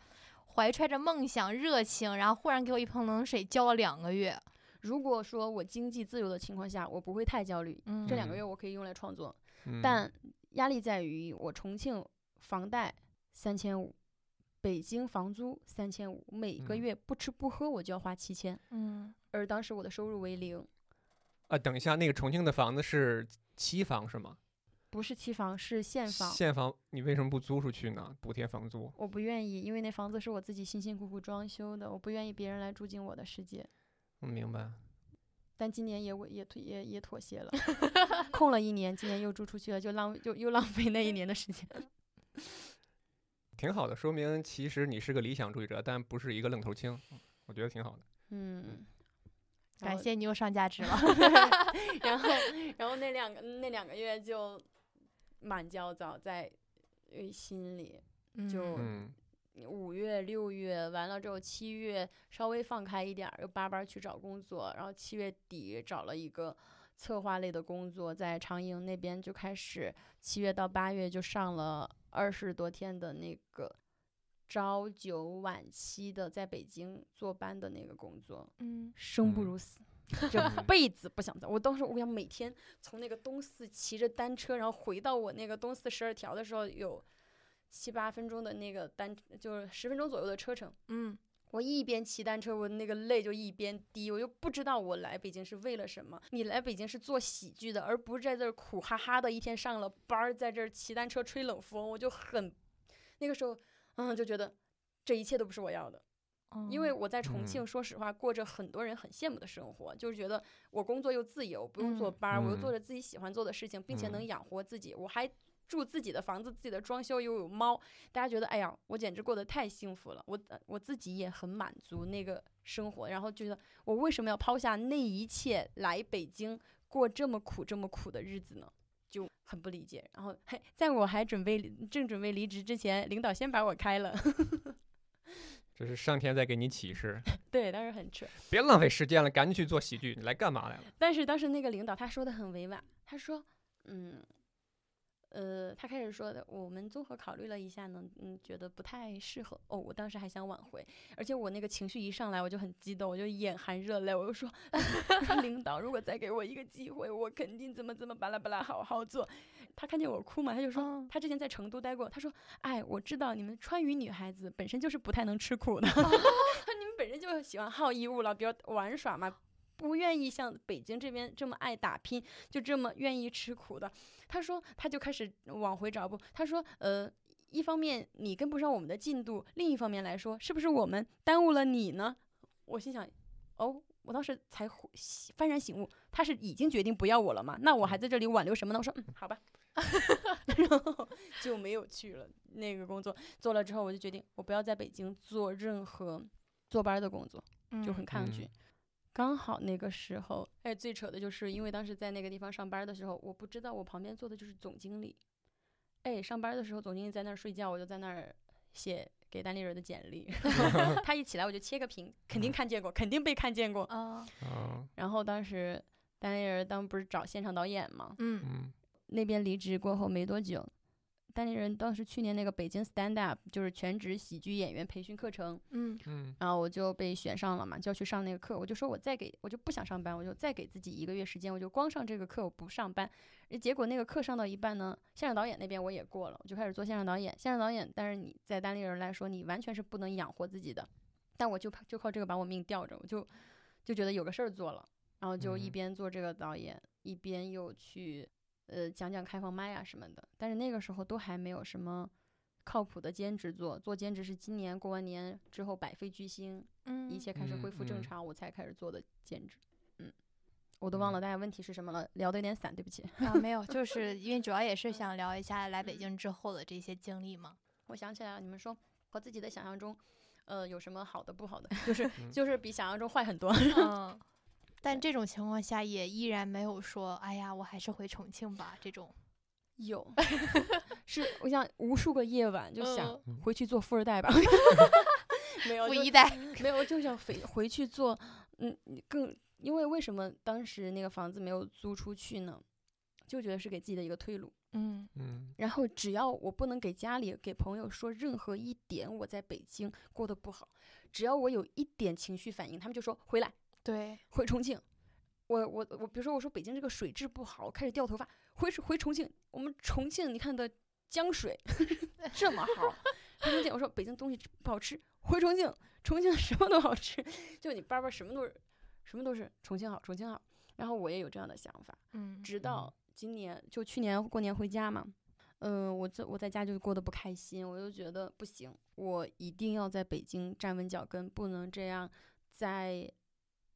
Speaker 3: 怀揣着梦想、热情，然后忽然给我一盆冷水浇了两个月，
Speaker 2: 如果说我经济自由的情况下，我不会太焦虑，
Speaker 3: 嗯，
Speaker 2: 这两
Speaker 1: 嗯
Speaker 2: 个月我可以用来创作，
Speaker 1: 嗯
Speaker 2: 但压力在于我重庆房贷三千五，北京房租三千五，每个
Speaker 1: 嗯
Speaker 2: 月不吃不喝我就要花七千，
Speaker 3: 嗯
Speaker 2: 而当时我的收入为零，
Speaker 1: 啊，等一下，那个重庆的房子是期房是吗？
Speaker 2: 不是期房是现房，
Speaker 1: 现房你为什么不租出去呢？补贴房租？
Speaker 2: 我不愿意，因为那房子是我自己辛辛苦苦装修的，我不愿意别人来住进我的世界。
Speaker 1: 嗯，明白。
Speaker 2: 但今年也我也妥也也 妥协了，空了一年，今年又住出去了，就浪就又浪费那一年的时 间。
Speaker 1: 挺好的，说明嗯其实你是个理想主义者，但不是一个愣头青，我觉得挺好的。
Speaker 2: 嗯，然
Speaker 3: 感
Speaker 2: 后
Speaker 3: 谢你又上价 值了。
Speaker 2: 然后，然后那两个那两个月就满焦躁在呃心里。就
Speaker 3: 嗯
Speaker 1: 嗯，
Speaker 2: 五月、六月完了之后，七月稍微放开一点儿，又巴巴去找工作，然后七月底找了一个策划类的工作，在长营那边就开始，七月到八月就上了二十多天的那个朝九晚七的，在北京坐班的那个工作，
Speaker 3: 嗯
Speaker 2: 生不
Speaker 1: 嗯
Speaker 2: 如死。就
Speaker 1: 嗯
Speaker 2: 辈子不想再。我当时我想每天从那个东四骑着单车，然后回到我那个东四十二条的时候，有七八分钟的那个单，就是十分钟左右的车程。
Speaker 3: 嗯
Speaker 2: 我一边骑单车，我那个泪就一边滴，我就不知道我来北京是为了什么。你来北京是做喜剧的，而不是在这儿苦哈哈的一天上了班儿，在这儿骑单车吹冷风，我就很那个时候，嗯，就觉得这一切都不是我要的。因为我在重庆，
Speaker 1: 嗯
Speaker 2: 说实话，过着很多人很羡慕的生活，就是觉得我工作又自由，不用坐
Speaker 3: 嗯
Speaker 2: 班儿，我又做
Speaker 1: 嗯
Speaker 2: 着自己喜欢做的事情，并且能
Speaker 1: 嗯
Speaker 2: 养活自己，我还住自己的房子，自己的装修又有猫，大家觉得哎呀，我简直过得太幸福了，我呃我自己也很满足那个生活，然后觉得我为什么要抛下那一切来北京过这么苦这么苦的日子呢？就很不理解。然后，嘿，在我还准备正准备离职之前，领导先把我开了。
Speaker 1: 这是上天在给你启示，
Speaker 2: 对，当时很扯。
Speaker 1: 别浪费时间了，赶紧去做喜剧，你来干嘛来了？
Speaker 2: 但是当时那个领导他说的很委婉，他说，嗯，呃，他开始说的，我们综合考虑了一下呢，嗯，觉得不太适合。哦，我当时还想挽回，而且我那个情绪一上来我就很激动，我就眼含热泪，我就说， 我说领导，如果再给我一个机会，我肯定怎么怎么巴拉巴拉好好做。他看见我哭嘛，他就说。
Speaker 3: 嗯
Speaker 2: 他之前在成都待过，他说：“哎，我知道你们川渝女孩子本身就是不太能吃苦的，你们本身就喜欢好逸恶劳，比较玩耍嘛，不愿意像北京这边这么爱打拼，就这么愿意吃苦的。”他说，他就开始往回找补。他说：“呃，一方面你跟不上我们的进度，另一方面来说，是不是我们耽误了你呢？”我心想：“哦。”我当时才忽幡然醒悟，他是已经决定不要我了嘛？那我还在这里挽留什么呢？我说，嗯，好吧， 然后就没有去了那个工作。做了之后，我就决定我不要在北京做任何坐班儿的工作，就很抗拒。
Speaker 1: 嗯
Speaker 2: 刚好那个时候，哎，最扯的就是因为当时在那个地方上班的时候，我不知道我旁边坐的就是总经理。哎，上班的时候总经理在那儿睡觉，我就在那儿写给单立人的简历。他一起来我就切个屏，肯定看见过，肯定被看见过。
Speaker 3: 啊
Speaker 1: 嗯
Speaker 2: 然后当时单立人当不是找现场导演吗？
Speaker 3: 嗯
Speaker 1: 嗯
Speaker 2: 那边离职过后没多久，单立人当时去年那个北京 Stand Up 就是全职喜剧演员培训课程，
Speaker 3: 嗯
Speaker 1: 嗯
Speaker 2: 然后我就被选上了嘛，就要去上那个课。我就说我再给我就不想上班，我就再给自己一个月时间，我就光上这个课，我不上班。诶结果那个课上到一半呢，现场导演那边我也过了，我就开始做现场导演。现场导演，但是你在单立人来说，你完全是不能养活自己的。但我就怕就靠这个把我命吊着，我就就觉得有个事儿做了，然后就一
Speaker 1: 嗯
Speaker 2: 边做这个导演，一边又去呃讲讲开放麦啊什么的。但是那个时候都还没有什么靠谱的兼职做，做兼职是今年过完年之后百废俱兴，
Speaker 3: 嗯，
Speaker 2: 一切开始恢复
Speaker 1: 嗯
Speaker 2: 正
Speaker 1: 嗯
Speaker 2: 常，我才开始做的兼职。嗯，我都忘
Speaker 1: 嗯
Speaker 2: 了大家问题是什么了，聊得有点散，对不起。
Speaker 3: 啊没有，就是因为主要也
Speaker 2: 嗯
Speaker 3: 是想聊一下来北京之后的这些经 历嘛。
Speaker 2: 我想起来了，你们说和自己的想象中，呃，有什么好的不好的？ 就是就是比想象中坏很多。
Speaker 3: 嗯， 但这种情况下也依然没有说，哎呀，我还是回重庆吧这种。
Speaker 2: 有，是我想无数个夜晚就想
Speaker 3: 嗯
Speaker 2: 回去做富二代 吧。没有
Speaker 3: 富
Speaker 2: 就
Speaker 3: 一代，
Speaker 2: 没有，我就想回回去做，嗯，更因为为什么当时那个房子没有租出去呢？就觉得是给自己的一个退路。
Speaker 3: 嗯
Speaker 1: 嗯
Speaker 2: 然后只要我不能给家里、给朋友说任何一点我在北京过得不好，只要我有一点情绪反应，他们就说回来
Speaker 3: 对，
Speaker 2: 回重庆。我我我，比如说我说北京这个水质不好，我开始掉头发，回回重庆，我们重庆你看的江水 这么好，回重庆我说北京东西不好吃，回重庆，重庆什么都好吃，就你叭叭什么都是什么都是重庆好，重庆好。然后我也有这样的想法，
Speaker 3: 嗯
Speaker 2: 直到今年，就去年过年回家嘛，嗯、我在我在家就过得不开心，我就觉得不行，我一定要在北京站稳脚跟，不能这样再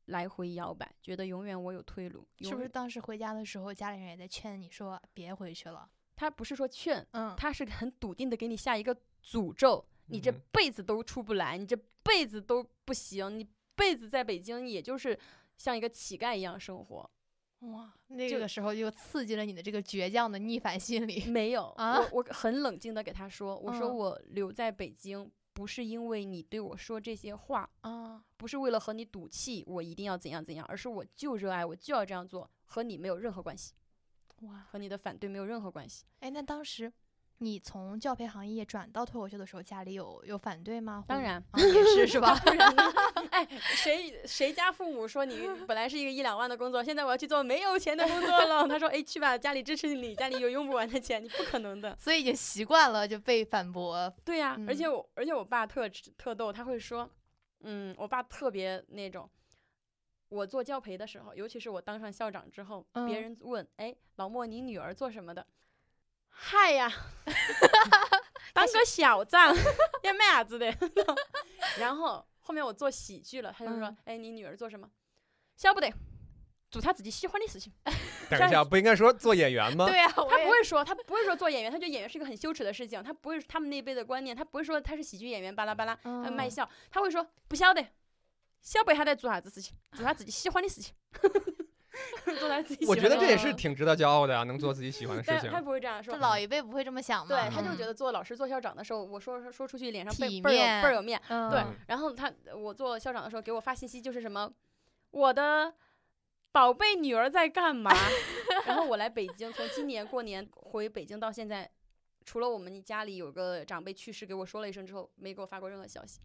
Speaker 2: 来回摇摆，觉得永远我有退路。
Speaker 3: 是
Speaker 2: 永
Speaker 3: 不是
Speaker 2: 远？
Speaker 3: 当时回家的时候，家里人也在劝你说别回去了？
Speaker 2: 他不是说劝，
Speaker 3: 嗯，
Speaker 2: 他是很笃定的给你下一个诅咒，你这
Speaker 1: 嗯
Speaker 2: 辈子都出不来，你这辈子都不行，你辈子在北京，也就是像一个乞丐一样生活。
Speaker 3: 哇，那
Speaker 2: 就
Speaker 3: 个时候就刺激了你的这个倔强的逆反心理。
Speaker 2: 没有，
Speaker 3: 啊
Speaker 2: 我我很冷静的给他说，我说
Speaker 3: 嗯
Speaker 2: 我留在北京不是因为你对我说这些话，
Speaker 3: 啊，
Speaker 2: 不是为了和你赌气，我一定要怎样怎样，而是我就热爱，我就要这样做，和你没有任何关系，
Speaker 3: 哇，
Speaker 2: 和你的反对没有任何关系。
Speaker 3: 哎，那当时你从教培行业转到脱口秀的时候，家里有有反对吗？
Speaker 2: 当
Speaker 3: 或者
Speaker 2: 然，
Speaker 3: 啊、也是是吧？
Speaker 2: 不然呢？ 哎，谁谁家父母说 你本来是一个一两万的工作，现在我要去做没有钱的工作了？ 他说：“哎，去吧，家里支持你，家里有用不完的钱，你不可能的。
Speaker 3: 所以已经习惯了就被反驳”。
Speaker 2: 对呀、而且
Speaker 3: 嗯
Speaker 2: 我而且我爸特特逗，他会说，嗯，我爸特别那种。我做教培的时候，尤其是我当上校长之后，别
Speaker 3: 嗯
Speaker 2: 人问：“哎，老莫，你女儿做什么的？”嗨 呀，当个 小账，要卖啥子的？ 然后后面我做喜剧了，他就说
Speaker 3: 嗯：“
Speaker 2: 哎，你女儿做什么？晓不得，做她自己喜欢的事情。
Speaker 1: 等一下，不应该说做演员吗？
Speaker 3: 对啊，我
Speaker 2: 她
Speaker 3: 也
Speaker 2: 不会说，她不会说做演员，她觉得演员是一个很羞耻的事情，她不会他们那辈的观念，她不会说她是喜剧演员，巴拉巴拉，呃，
Speaker 3: 嗯
Speaker 2: 卖笑，她会说不晓得，晓不得她在做啥子事情，做她自己喜欢的事情， 做她自己喜
Speaker 1: 我
Speaker 2: 欢
Speaker 1: 觉
Speaker 2: 的
Speaker 1: 得
Speaker 2: 事
Speaker 1: 这
Speaker 2: 情。
Speaker 1: 也是挺值得骄傲的啊，能做自己喜欢的事
Speaker 2: 但她
Speaker 1: 情。嗯
Speaker 2: 不会这样说
Speaker 3: 这。老一辈不会这么想嘛？
Speaker 2: 对，他就觉
Speaker 3: 得
Speaker 2: 得做老师、做校长的时候，我说说出去脸上倍
Speaker 3: 体
Speaker 2: 倍儿有
Speaker 3: 面
Speaker 2: 倍儿有面。
Speaker 3: 嗯
Speaker 2: 对
Speaker 1: 嗯，
Speaker 2: 然后他我做校长的时候给我发信息就是什么，我的宝贝女儿在干 嘛？然后我来北京，从今年过年回北京到现在，除了我们家里有个长辈去世给我说了一声之后，没给我发过任何消息，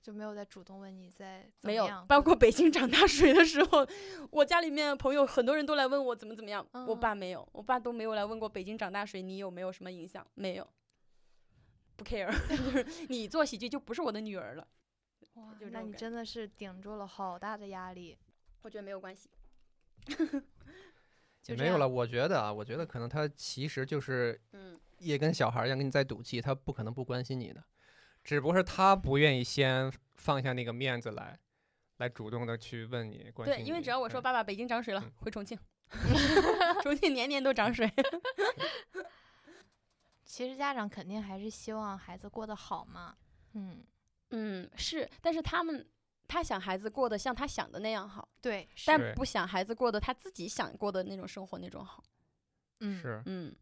Speaker 3: 就没有再主动问你在怎
Speaker 2: 没
Speaker 3: 么
Speaker 2: 有
Speaker 3: 样。
Speaker 2: 包括北京涨大水的时候，我家里面朋友很多人都来问我怎么怎么样，我
Speaker 3: 嗯
Speaker 2: 爸没有，我爸都没有来问过北京涨大水你有没有什么影响，没有。不 care，就是 你做喜剧就不是我的女儿了，
Speaker 3: 哇
Speaker 2: 就这
Speaker 3: 那
Speaker 2: 种
Speaker 3: 你
Speaker 2: 感
Speaker 3: 真的是顶住了好大的压力。
Speaker 2: 我觉得没有关系。
Speaker 3: 就这
Speaker 1: 没有
Speaker 3: 样
Speaker 1: 了，我觉得啊，我觉得可能他其实就是
Speaker 2: 嗯，
Speaker 1: 也跟小孩儿一样，跟你在赌气，他不可能不关心你的，只不过是他不愿意先放下那个面子来，来主动的去问你关心
Speaker 2: 对，
Speaker 1: 你。
Speaker 2: 因为只要我说
Speaker 1: 嗯
Speaker 2: 爸爸北京涨水了
Speaker 1: 嗯，
Speaker 2: 回重 庆，重庆年年都涨水。
Speaker 3: 其实家长肯定还是希望孩子过得好嘛。嗯，
Speaker 2: 嗯，是，但是他们他想孩子过得像他想的那样好，
Speaker 3: 对，
Speaker 1: 对
Speaker 2: 但不想孩子过得他自己想过的那种生活那种好，
Speaker 3: 嗯，
Speaker 1: 是
Speaker 2: 嗯，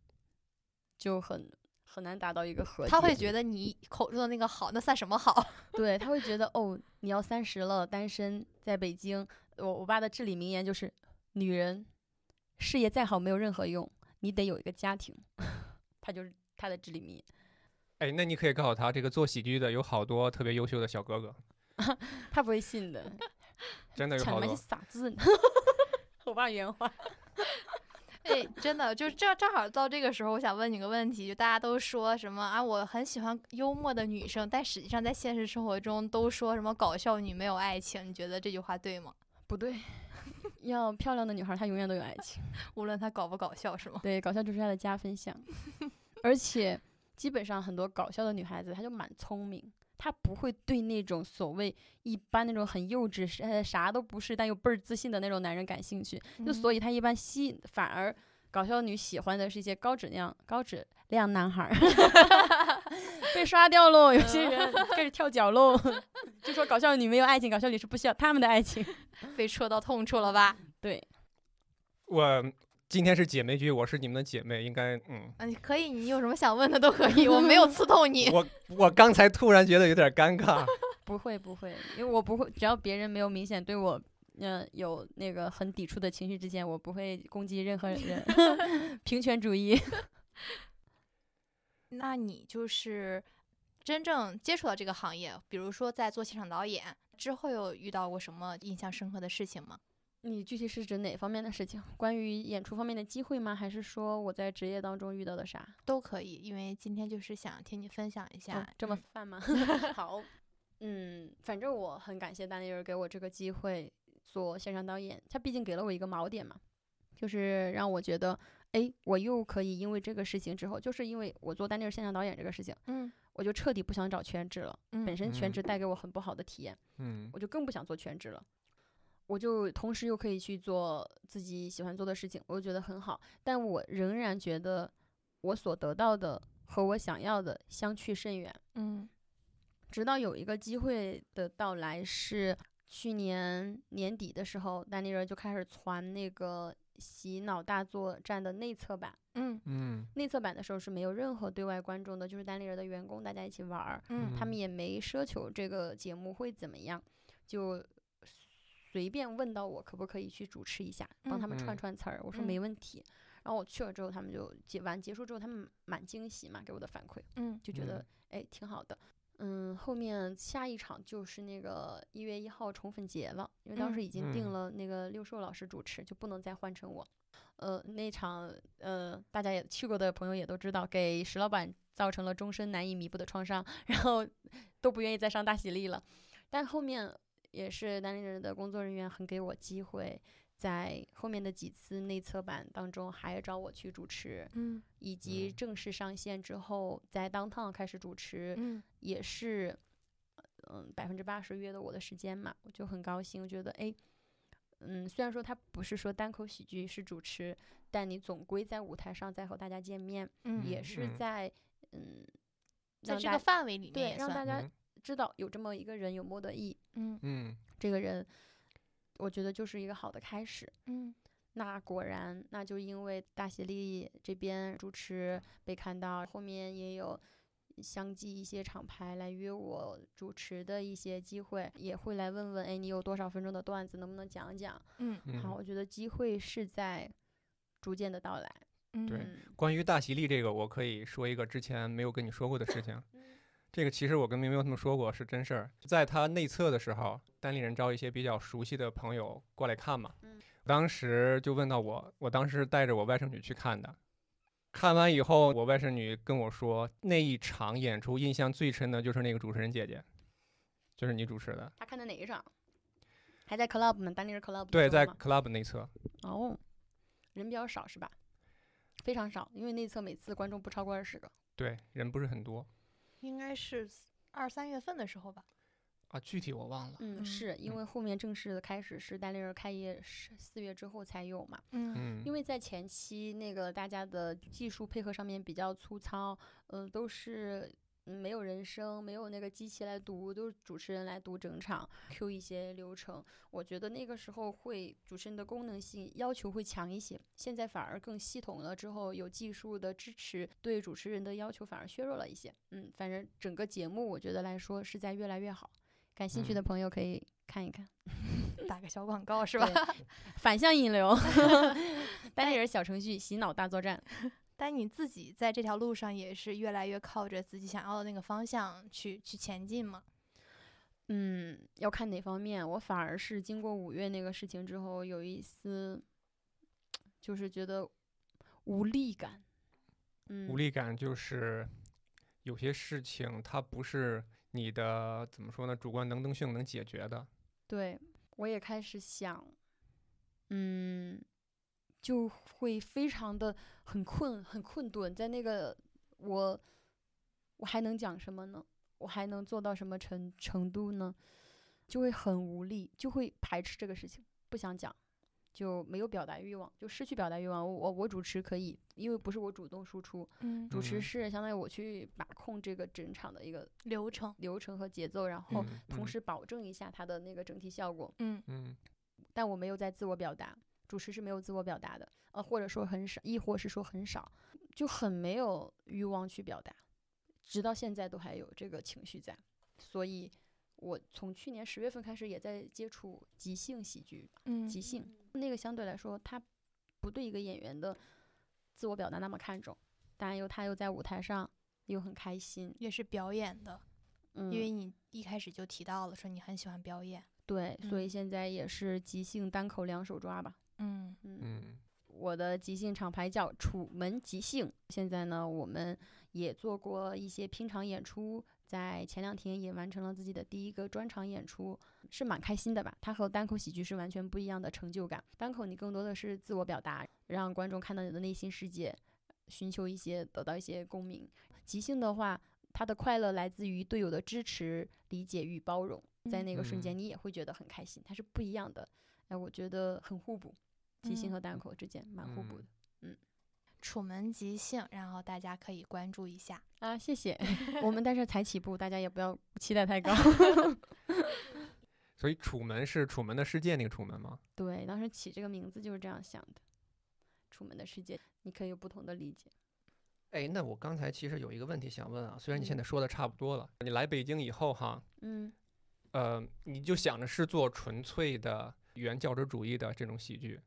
Speaker 2: 就很很难达到一个和解。
Speaker 3: 他 会觉得你口中的那个好，那算什么好？
Speaker 2: 对，他会觉得哦，你要三十了，单身在北京，我我爸的至理名言就是，女人事业再好没有任何用，你得有一个家庭， 他就是他的至理名言。
Speaker 1: 哎，那你可以告诉他，这个做喜剧的有好多特别优秀的小哥哥，
Speaker 2: 他不会信的，
Speaker 1: 真的有
Speaker 2: 抢
Speaker 1: 好
Speaker 2: 他妈是
Speaker 1: 多。
Speaker 2: 傻子！ 我爸原话，
Speaker 3: 哎，真的，就正正好到这个时候，我想问你个问题，就大家都说什么啊？我很喜欢幽默的女生，但实际上在现实生活中都说什么搞笑女没有爱情？你觉得这句话对吗？
Speaker 2: 不对，要漂亮的女孩，她永远都有爱情。
Speaker 3: 无论她搞不搞笑，是吗？
Speaker 2: 对，搞笑就是她的加分项， 而且基本上很多搞笑的女孩子，她就蛮聪明。她不会对那种所谓一般那种很幼稚、啥啥都不是但又倍儿自信的那种男人感兴趣，就所
Speaker 3: 以
Speaker 2: 以她一般吸引反而搞笑女喜欢的是一些高质量、高质量男孩儿， 被刷掉喽，有些人开始跳脚喽， 就说搞笑女没有爱情，搞笑女是不需要他们的爱情。
Speaker 3: 被戳到痛处了吧？。
Speaker 2: 对，
Speaker 1: 我今天是姐妹局，我是你们的姐妹，应该嗯
Speaker 3: 嗯，可以，你有什么想问的都可以，我没有刺痛 你。
Speaker 1: 我我刚才突然觉得有点尴尬，
Speaker 2: 不会不会，因为我不会，只要别人没有明显对我。嗯、有那个很抵触的情绪之前，我不会攻击任何 人。平权主义，
Speaker 3: 那你就是真正接触到这个行业，比如说在做现场导演之后，有遇到过什么印象深刻的事情吗？
Speaker 2: 你具体是指哪方面的事情？关于演出方面的机会吗？还是说我在职业当中遇到的啥？
Speaker 3: 都可以，因为今天就是想听你分享一下、
Speaker 2: 哦这么
Speaker 3: 嗯
Speaker 2: 泛吗？ 好，嗯，反正我很感谢丹尼尔给我这个机会做线上导演，他毕竟给了我一个锚点嘛，就是让我觉得，哎，我又可以因为这个事情之后，就是因为我做丹尼尔线上导演这个事情，
Speaker 3: 嗯
Speaker 2: 我就彻底不想找全职了，
Speaker 3: 嗯
Speaker 2: 本身全
Speaker 1: 嗯
Speaker 2: 职带给我很不好的体验，
Speaker 1: 嗯，
Speaker 2: 我就更不想做全职了。我就同时又可以去做自己喜欢做的事情，我就觉得很好。但我仍然觉得我所得到的和我想要的相去甚远。
Speaker 3: 嗯
Speaker 2: 直到有一个机会的到来是。去年年底的时候，当地人就开始传那个洗脑大作战的内测版。
Speaker 3: 嗯
Speaker 1: 嗯
Speaker 2: 内测版的时候是没有任何对外观众的，就是单立人的员工大家一起玩儿，
Speaker 3: 嗯
Speaker 2: 他们也没奢求这个节目会怎么样，就随便问到我可不可以去主持一下，帮他们
Speaker 1: 嗯
Speaker 2: 串串词儿，我说
Speaker 3: 嗯
Speaker 2: 没问题。然后我去了之后，他们就结完结束之后，他们蛮惊喜嘛，给我的反馈
Speaker 3: 嗯
Speaker 2: 就觉得
Speaker 1: 嗯
Speaker 2: 哎挺好的。嗯，后面下一场就是那个一月一号宠粉节了，因为当
Speaker 3: 嗯
Speaker 2: 时已经
Speaker 1: 嗯
Speaker 2: 定了那个六兽老师主持，就不能再换成我。呃，那场呃，大家也去过的朋友也都知道，给石老板造成了终身难以弥补的创伤，然后都不愿意再上大喜力了。但后面也是单立人的工作人员很给我机会，在后面的几次内测版当中还找我去主持，
Speaker 3: 嗯
Speaker 2: 以及
Speaker 1: 嗯
Speaker 2: 正式上线之后，在当趟开始主持，
Speaker 3: 嗯
Speaker 2: 也是，嗯，百分之八十约的我的时间嘛，我就很高兴，我觉得诶，嗯，虽然说它不是说单口喜剧是主持，但你总归在舞台上再和大家见面，
Speaker 3: 嗯，
Speaker 2: 也是
Speaker 1: 嗯
Speaker 2: 在嗯，
Speaker 3: 在
Speaker 2: 让
Speaker 3: 这
Speaker 2: 大
Speaker 3: 个范围里面
Speaker 2: 对
Speaker 3: 也
Speaker 2: 让大
Speaker 3: 算
Speaker 2: 家
Speaker 1: 嗯
Speaker 2: 知道有这么一个人有莫德义
Speaker 3: 嗯
Speaker 1: 嗯
Speaker 2: 这个人，我觉得就是一个好的开始。
Speaker 3: 嗯
Speaker 2: 那果然，那就因为大协力这边主持被看到，后面也有相继一些厂牌来约我主持的一些机会，也会来问问，哎，你有多少分钟的段子，能不能讲讲？
Speaker 3: 嗯
Speaker 1: 嗯
Speaker 2: 好，我觉得机会是在逐渐的到来。
Speaker 3: 嗯
Speaker 1: 对
Speaker 2: 嗯
Speaker 1: 关于大喜力这个，我可以说一个之前没有跟你说过的事情。
Speaker 2: 嗯
Speaker 1: 这个其实我跟明明他们说过是真事儿，在他内测的时候，单立人招一些比较熟悉的朋友过来看嘛。
Speaker 2: 嗯
Speaker 1: 当时就问到我，我当时带着我外甥女去看的。看完以后，我外甥女跟我说，那一场演出印象最深的就是那个主持人姐姐，就是你主持的，
Speaker 2: 他看的哪一场？还在 club 呢，当地是 club 的
Speaker 1: 对，
Speaker 2: 时候
Speaker 1: 在
Speaker 2: 吗
Speaker 1: club 内测，
Speaker 2: 哦，人比较少是吧？非常少，因为内测每次观众不超过二十个。
Speaker 1: 对，人不是很多
Speaker 3: 应该是二三月份的时候吧。
Speaker 1: 啊，具体我忘了。
Speaker 2: 嗯，
Speaker 3: 嗯
Speaker 2: 是因
Speaker 1: 嗯
Speaker 2: 为后面正式的开始是单立人开业是四月之后才有嘛，
Speaker 3: 嗯
Speaker 1: 嗯，
Speaker 2: 因为在前期那个大家的技术配合上面比较粗糙，嗯、都是嗯没有人声，没有那个机器来读，都是主持人来读整场，Q 一些流程。我觉得那个时候会主持人的功能性要求会强一些，现在反而更系统了，之后有技术的支持，对主持人的要求反而削弱了一些。嗯，反正整个节目我觉得来说是在越来越好，感兴
Speaker 1: 嗯
Speaker 2: 趣的朋友可以看一看。
Speaker 3: 打个小广告是吧
Speaker 2: 对？反向引流， 单立人小程序洗脑大作战。
Speaker 3: 但你自己在这条路上也是越来越靠着自己想要的那个方向去去前进嘛。
Speaker 2: 嗯，要看哪方面。我反而是经过五月那个事情之后，有一丝就是觉得无力感。嗯，
Speaker 1: 无力感就是有些事情它不是你的怎么说呢，主观能动性能解决的。
Speaker 2: 对，我也开始想，嗯，就会非常的很困，很困顿，在那个我我还能讲什么呢？我还能做到什么程程度呢？就会很无力，就会排斥这个事情，不想讲，就没有表达欲望，就失去表达欲望。我我我主持可以，因为不是我主动输出，
Speaker 3: 嗯，
Speaker 2: 主
Speaker 1: 嗯
Speaker 2: 持是相当于我去把控这个整场的一个
Speaker 3: 流程。
Speaker 2: 流程和节奏，然后
Speaker 1: 嗯
Speaker 2: 哦同
Speaker 1: 嗯
Speaker 2: 时保证一下它的那个整体效果。
Speaker 3: 嗯
Speaker 1: 嗯
Speaker 2: 但我没有在自我表达，主持是没有自我表达的，呃，或者说很少，亦或是说很少，就很没有欲望去表达，直到现在都还有这个情绪在，所以我从去年十月份开始也在接触即兴喜剧，
Speaker 3: 嗯
Speaker 2: 即兴那个相对来说，他不对一个演员的自我表达那么看重，当然又他又在舞台上又很开心，
Speaker 3: 也是表演的，
Speaker 2: 嗯，
Speaker 3: 因为你一开始就提到了说你很喜欢表演。
Speaker 2: 对，所以
Speaker 3: 嗯
Speaker 2: 现在也是即兴单口两手抓吧，
Speaker 3: 嗯
Speaker 1: 嗯
Speaker 2: 我的即兴厂牌叫楚门即兴。现在呢，我们也做过一些拼场演出，在前两天也完成了自己的第一个专场演出，是蛮开心的吧？它和单口喜剧是完全不一样的成就感。单口你更多的是自我表达，让观众看到你的内心世界，寻求一些得到一些共鸣。即兴的话，它的快乐来自于队友的支持、理解与包容，在
Speaker 3: 嗯
Speaker 2: 那个瞬间
Speaker 1: 嗯
Speaker 2: 你也会觉得很开心，它是不一样的。哎，我觉得很互补。即兴
Speaker 3: 嗯
Speaker 2: 和单口之间蛮互补
Speaker 1: 嗯
Speaker 2: 的、
Speaker 3: 楚门即兴，然后大家可以关注一下。
Speaker 2: 啊，谢谢。我们但是才起步，大家也不要期待太高。
Speaker 1: 所以楚门是楚门的世界那个楚门吗？
Speaker 2: 对，当时起这个名字就是这样想的，《楚门的世界》，你可以有不同的理解。
Speaker 1: 哎，那我刚才其实有一个问题想问啊，虽然你现
Speaker 2: 嗯
Speaker 1: 在说的差不多了，你来北京以后哈，
Speaker 2: 嗯
Speaker 1: 呃，你就想着是做纯粹的原教旨主义的这种喜剧，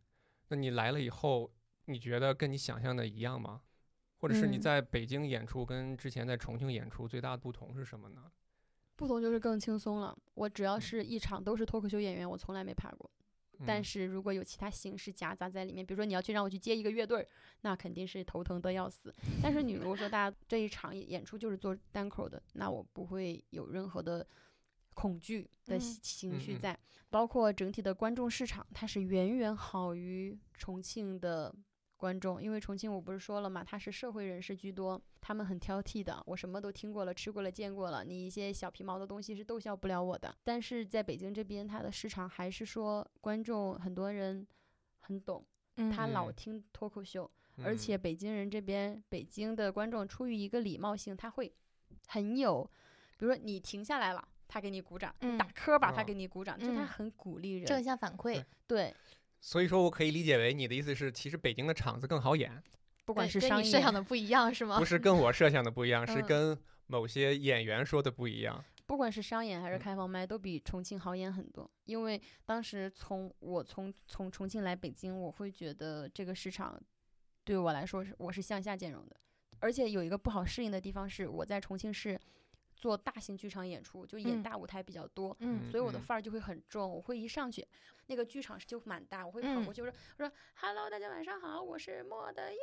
Speaker 1: 那你来了以后，你觉得跟你想象的一样吗？或者是你
Speaker 2: 嗯
Speaker 1: 在北京演出跟之前在重庆演出最大的不同是什么呢？
Speaker 2: 不同就是更轻松了。我只要是一场都是脱口秀演员，我从来没怕过。但
Speaker 1: 嗯
Speaker 2: 是如果有其他形式夹杂在里面，比如说你要去让我去接一个乐队儿，那肯定是头疼的要死。但是你如果说大家这一场演出就是做单口的，那我不会有任何的恐惧的
Speaker 3: 嗯
Speaker 2: 喜情绪
Speaker 1: 嗯嗯
Speaker 2: 在，包括整体的观众市场，它是远远好于重庆的。观众，因为重庆我不是说了嘛，它是社会人士居多，他们很挑剔的。我什么都听过了，吃过了，见过了，你一些小皮毛的东西是逗笑不了我的。但是在北京这边，它的市场还是说观众很多人很懂，
Speaker 3: 嗯
Speaker 2: 他老
Speaker 1: 嗯
Speaker 2: 听脱口秀，
Speaker 1: 嗯
Speaker 2: 而且北京人这边，北京的观众出于一个礼貌性，他会很有，比如说你停下来了，他给你鼓掌，
Speaker 3: 嗯
Speaker 2: 打磕吧，他
Speaker 1: 嗯
Speaker 2: 给你鼓掌，就他
Speaker 3: 嗯
Speaker 2: 很鼓励人。
Speaker 3: 正向反馈
Speaker 1: 对，
Speaker 2: 对，
Speaker 1: 所以说我可以理解为你的意思是，其实北京的场子更好演，
Speaker 2: 不管
Speaker 3: 对
Speaker 2: 是
Speaker 3: 跟
Speaker 2: 商
Speaker 3: 你 设
Speaker 2: 业
Speaker 3: 想的不一样是
Speaker 2: 哦
Speaker 3: 吗
Speaker 1: 不？是跟我设想的不一 样，是
Speaker 3: 嗯
Speaker 1: 跟某些演员说的不一样。
Speaker 2: 不管是商演还是
Speaker 1: 嗯
Speaker 2: 开放麦，都比重庆好演很多。因为当时从我从从重庆来北京，我会觉得这个市场对我来说是我是向下兼容的，而且有一个不好适应的地方是，我在重庆市做大型剧场演出，就演
Speaker 3: 嗯
Speaker 2: 大舞台比较多，
Speaker 3: 嗯
Speaker 2: 所以我的
Speaker 1: 嗯
Speaker 2: 范儿就会很重，我会一上去，那个剧场就蛮大，我会跑过
Speaker 3: 嗯
Speaker 2: 去，我说我说 “hello，大家晚上好，我是莫德耶”，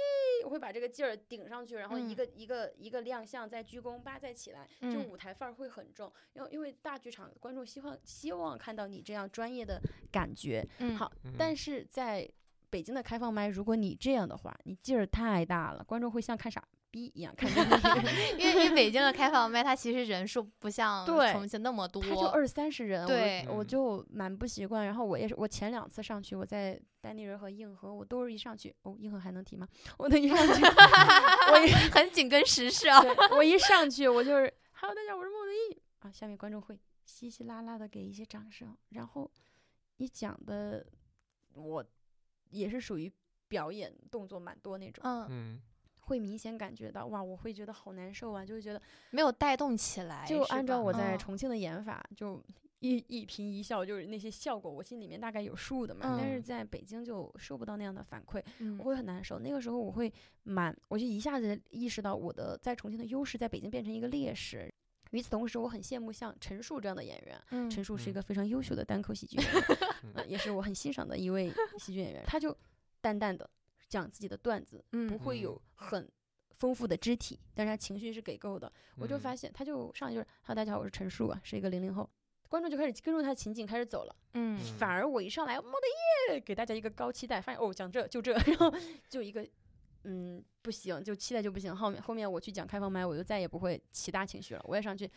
Speaker 2: 我会把这个劲儿顶上去，然后一
Speaker 3: 嗯
Speaker 2: 个、一个一个亮相，再鞠躬，吧，再起来，就
Speaker 3: 嗯
Speaker 2: 舞台范儿会很重，因为因为大剧场观众希望希望看到你这样专业的感觉，
Speaker 3: 嗯
Speaker 2: 好
Speaker 1: 嗯
Speaker 2: 但是在北京的开放麦，如果你这样的话，你劲儿太大了，观众会像看傻逼一样看着你，
Speaker 3: 因为因为北京的开放麦，它其实人数不像
Speaker 2: 对
Speaker 3: 重庆那么多，
Speaker 2: 他就二三十人，
Speaker 3: 对
Speaker 2: 我我
Speaker 1: 嗯
Speaker 2: 就蛮不习惯。然后我也是，我前两次上去，我在丹尼人和硬核，我都是一上去，哦，硬核还能提吗？ 我那一上 去，我一
Speaker 3: 很紧跟时事啊。
Speaker 2: 对我一上去，我就是，Hello，大家好，我是莫文一啊。下面观众会稀稀拉拉的给一些掌声，然后你讲的我也是属于表演动作蛮多那种，
Speaker 3: 嗯，
Speaker 1: 嗯，
Speaker 2: 会明显感觉到哇，我会觉得好难受啊，就会觉得
Speaker 3: 没有带动起来，
Speaker 2: 就是按照
Speaker 3: 吧
Speaker 2: 我在
Speaker 3: 嗯
Speaker 2: 重庆的演法，就一一颦一笑，就是那些效果，我心里面大概有数的嘛。但是
Speaker 1: 嗯
Speaker 2: 在北京就收不到那样的反馈，
Speaker 3: 嗯
Speaker 2: 我会很难受。那个时候我会蛮，我就一下子意识到我的在重庆的优势在北京变成一个劣势。与此同时，我很羡慕像陈数这样的演员。
Speaker 3: 嗯
Speaker 2: 陈数是一
Speaker 1: 嗯
Speaker 2: 个非常优秀的单口喜剧 演员
Speaker 1: 嗯，
Speaker 2: 呃也是我很欣赏的一位喜剧演员。他就淡淡的讲自己的段子，不
Speaker 3: 嗯
Speaker 2: 会有很丰富的肢体，但是他情绪是给够的。我就发
Speaker 1: 现，
Speaker 2: 现，他就上来就是“Hello，大家好，我是陈述啊，是一个零零后。”观众就开始跟着他的情景开始走了。
Speaker 3: 嗯
Speaker 2: 反而我一上来，我的耶，给大家一个高期待，发现哦，讲这就这，然后就一个嗯不行，就期待就不行。后面后面我去讲开放麦，我就再也不会起大情绪了。我也上去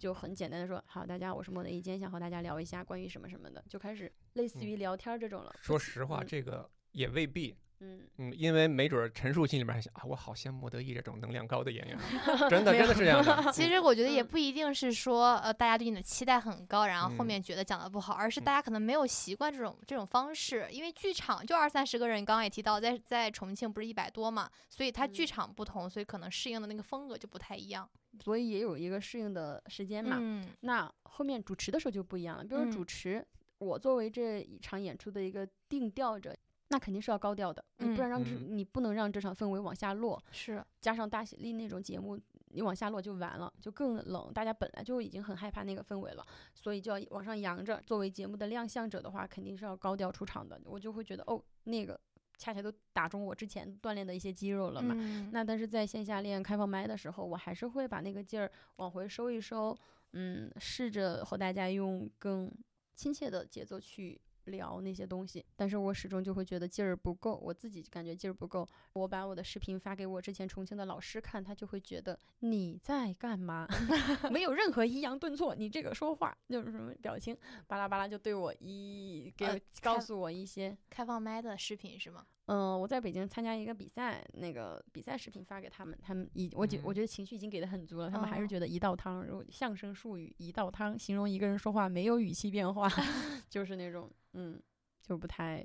Speaker 2: 就很简单的说：“好，大家，我是莫德一，今天想和大家聊一下关于什么什么的。”就开始类似于聊天这种了。不
Speaker 1: 说
Speaker 2: 起
Speaker 1: 实话，
Speaker 2: 嗯
Speaker 1: 这个也未必，
Speaker 2: 嗯，
Speaker 1: 嗯，因为没准儿陈述心里边还想啊，我好羡慕德意这种能量高的演员， 真的真的是这样的。
Speaker 3: 其实我觉得也
Speaker 2: 嗯
Speaker 3: 不一定是说，呃，大家对你的期待很高，然后后
Speaker 1: 嗯
Speaker 3: 面觉得讲的不好，而是
Speaker 1: 嗯
Speaker 3: 大家可能没有习惯这种这种方式，因为剧场就二三十个人，刚刚也提到，在在重庆不是一百多嘛，所以它剧
Speaker 2: 嗯
Speaker 3: 场不同，所以可能适应的那个风格就不太一样。
Speaker 2: 所以也有一个适应的时间嘛。
Speaker 3: 嗯
Speaker 2: 那后面主持的时候就不一样了，比如
Speaker 3: 嗯
Speaker 2: 说主持，我作为这一场演出的一个定调者，那肯定是要高调的，你不然让这、
Speaker 1: 嗯
Speaker 2: 你不能让这场氛围往下落，
Speaker 3: 是，
Speaker 2: 加上大喜力那种节目，你往下落就完了，就更冷，大家本来就已经很害怕那个氛围了，所以就要往上扬着。作为节目的亮相者的话，肯定是要高调出场的，我就会觉得哦，那个恰恰都打中我之前锻炼的一些肌肉了嘛。
Speaker 3: 嗯，
Speaker 2: 那但是在线下练开放麦的时候，我还是会把那个劲儿往回收一收，嗯，试着和大家用更亲切的节奏去聊那些东西，但是我始终就会觉得劲儿不够，我自己感觉劲儿不够。我把我的视频发给我之前重庆的老师看，他就会觉得你在干嘛， 没有任何抑扬顿挫，你这个说话就是什么表情，巴拉巴拉就对我一给
Speaker 3: 呃
Speaker 2: 我告
Speaker 3: 看
Speaker 2: 诉我一些。
Speaker 3: 开放麦的视频是吗？
Speaker 2: 嗯、我在北京参加一个比赛，那个比赛视频发给他们，他们已我觉、我
Speaker 1: 嗯
Speaker 2: 觉得情绪已经给的很足了，他们还是
Speaker 3: 哦
Speaker 2: 觉得一道汤，然后相声术语一道汤形容一个人说话没有语气变化， 就是那种嗯，就不太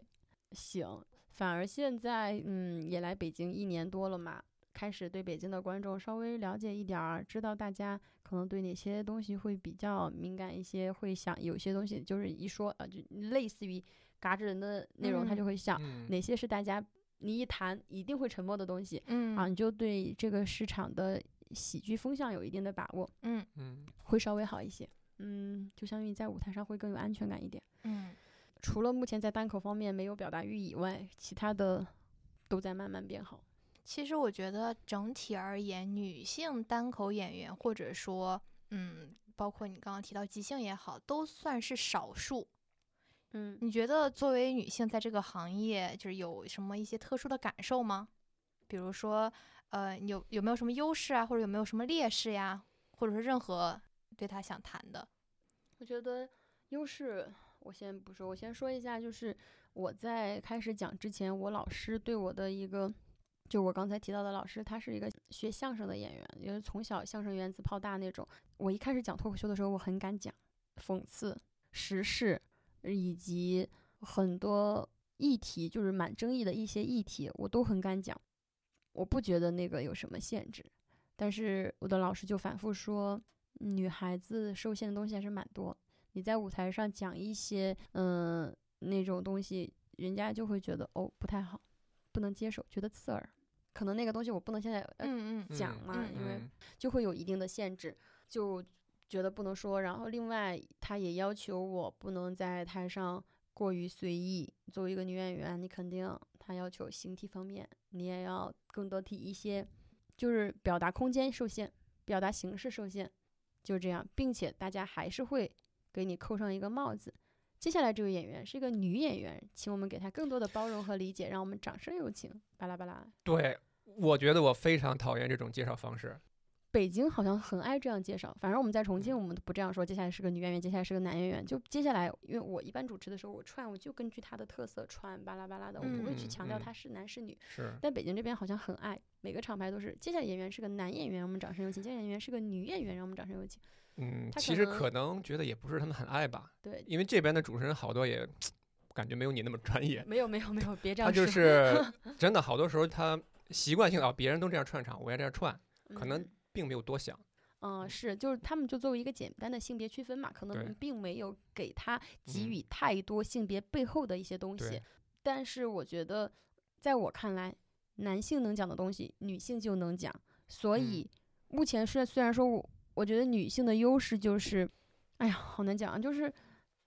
Speaker 2: 行。反而现在嗯，也来北京一年多了嘛，开始对北京的观众稍微了解一点儿，知道大家可能对哪些东西会比较敏感一些，会想有些东西就是一说啊，就类似于嘎吱人的内容，他就
Speaker 3: 嗯
Speaker 2: 会想。
Speaker 1: 嗯，
Speaker 2: 哪些是大家你一谈一定会沉默的东西
Speaker 3: 嗯
Speaker 2: 啊，你就对这个市场的喜剧风向有一定的把握，
Speaker 3: 嗯
Speaker 1: 嗯
Speaker 2: 会稍微好一些。嗯，就相当于在舞台上会更有安全感一点。
Speaker 3: 嗯
Speaker 2: 除了目前在单口方面没有表达欲以外，其他的都在慢慢变好。
Speaker 3: 其实我觉得整体而言，女性单口演员或者说，嗯，包括你刚刚提到即兴也好，都算是少数。
Speaker 2: 嗯，
Speaker 3: 你觉得作为女性在这个行业，就是有什么一些特殊的感受吗？比如说，呃，有有没有什么优势啊，或者有没有什么劣势呀，或者说任何对她想谈的？
Speaker 2: 我觉得优势我先不说，我先说一下，就是我在开始讲之前，我老师对我的一个，就我刚才提到的老师，他是一个学相声的演员，也是从小相声原子炮大那种。我一开始讲脱口秀的时候，我很敢讲讽刺、时事以及很多议题，就是蛮争议的一些议题，我都很敢讲，我不觉得那个有什么限制。但是我的老师就反复说，女孩子受限的东西还是蛮多。你在舞台上讲一些嗯、那种东西，人家就会觉得哦不太好，不能接受，觉得刺耳。可能那个东西我不能现在呃
Speaker 3: 嗯嗯
Speaker 2: 讲
Speaker 1: 嗯
Speaker 2: 嘛，因为
Speaker 1: 嗯
Speaker 2: 就会有一定的限制，就觉得不能说。然后另外，他也要求我不能在台上过于随意。作为一个女演员，你肯定他要求形体方面，你也要更多提一些，就是表达空间受限，表达形式受限，就这样，并且大家还是会给你扣上一个帽子。接下来这位演员是一个女演员，请我们给她更多的包容和理解，让我们掌声有请。巴拉巴拉，
Speaker 1: 对，我觉得我非常讨厌这种介绍方式。
Speaker 2: 北京好像很爱这样介绍，反正我们在重庆，我们都不这样说。接下来是个女演员，接下来是个男演员，就接下来，因为我一般主持的时候，我串我就根据他的特色串巴拉巴拉的，我不会去
Speaker 1: 嗯
Speaker 2: 强调
Speaker 1: 嗯
Speaker 2: 他是男是女。
Speaker 1: 是，
Speaker 2: 但北京这边好像很爱，每个厂牌都是，接下来演员是个男演员，让我们掌声有请；接下来演员是个女演员，让我们掌声有请。
Speaker 1: 嗯，
Speaker 2: 他
Speaker 1: 其
Speaker 2: 可
Speaker 1: 实
Speaker 2: 能
Speaker 1: 可能觉得也不是他们很爱吧，
Speaker 2: 对，
Speaker 1: 因为这边的主持人好多也感觉没有你那么专业。
Speaker 2: 没有没有没有，别 这样
Speaker 1: 他
Speaker 2: 说。
Speaker 1: 就是 真的，好多时候他习惯性的啊，别人都这样串场，我也这样串，可能
Speaker 2: 嗯
Speaker 1: 并没有多想。
Speaker 2: 嗯，是，就是他们就作为一个简单的性别区分嘛，可
Speaker 1: 对
Speaker 2: 能并没有给他给
Speaker 1: 嗯
Speaker 2: 予太多性别背后的一些东西
Speaker 1: 对。
Speaker 2: 但是我觉得，在我看来，男性能讲的东西，女性就能讲。所
Speaker 1: 嗯
Speaker 2: 以目前是虽然说我我觉得女性的优势就是，哎呀，好难讲啊，就是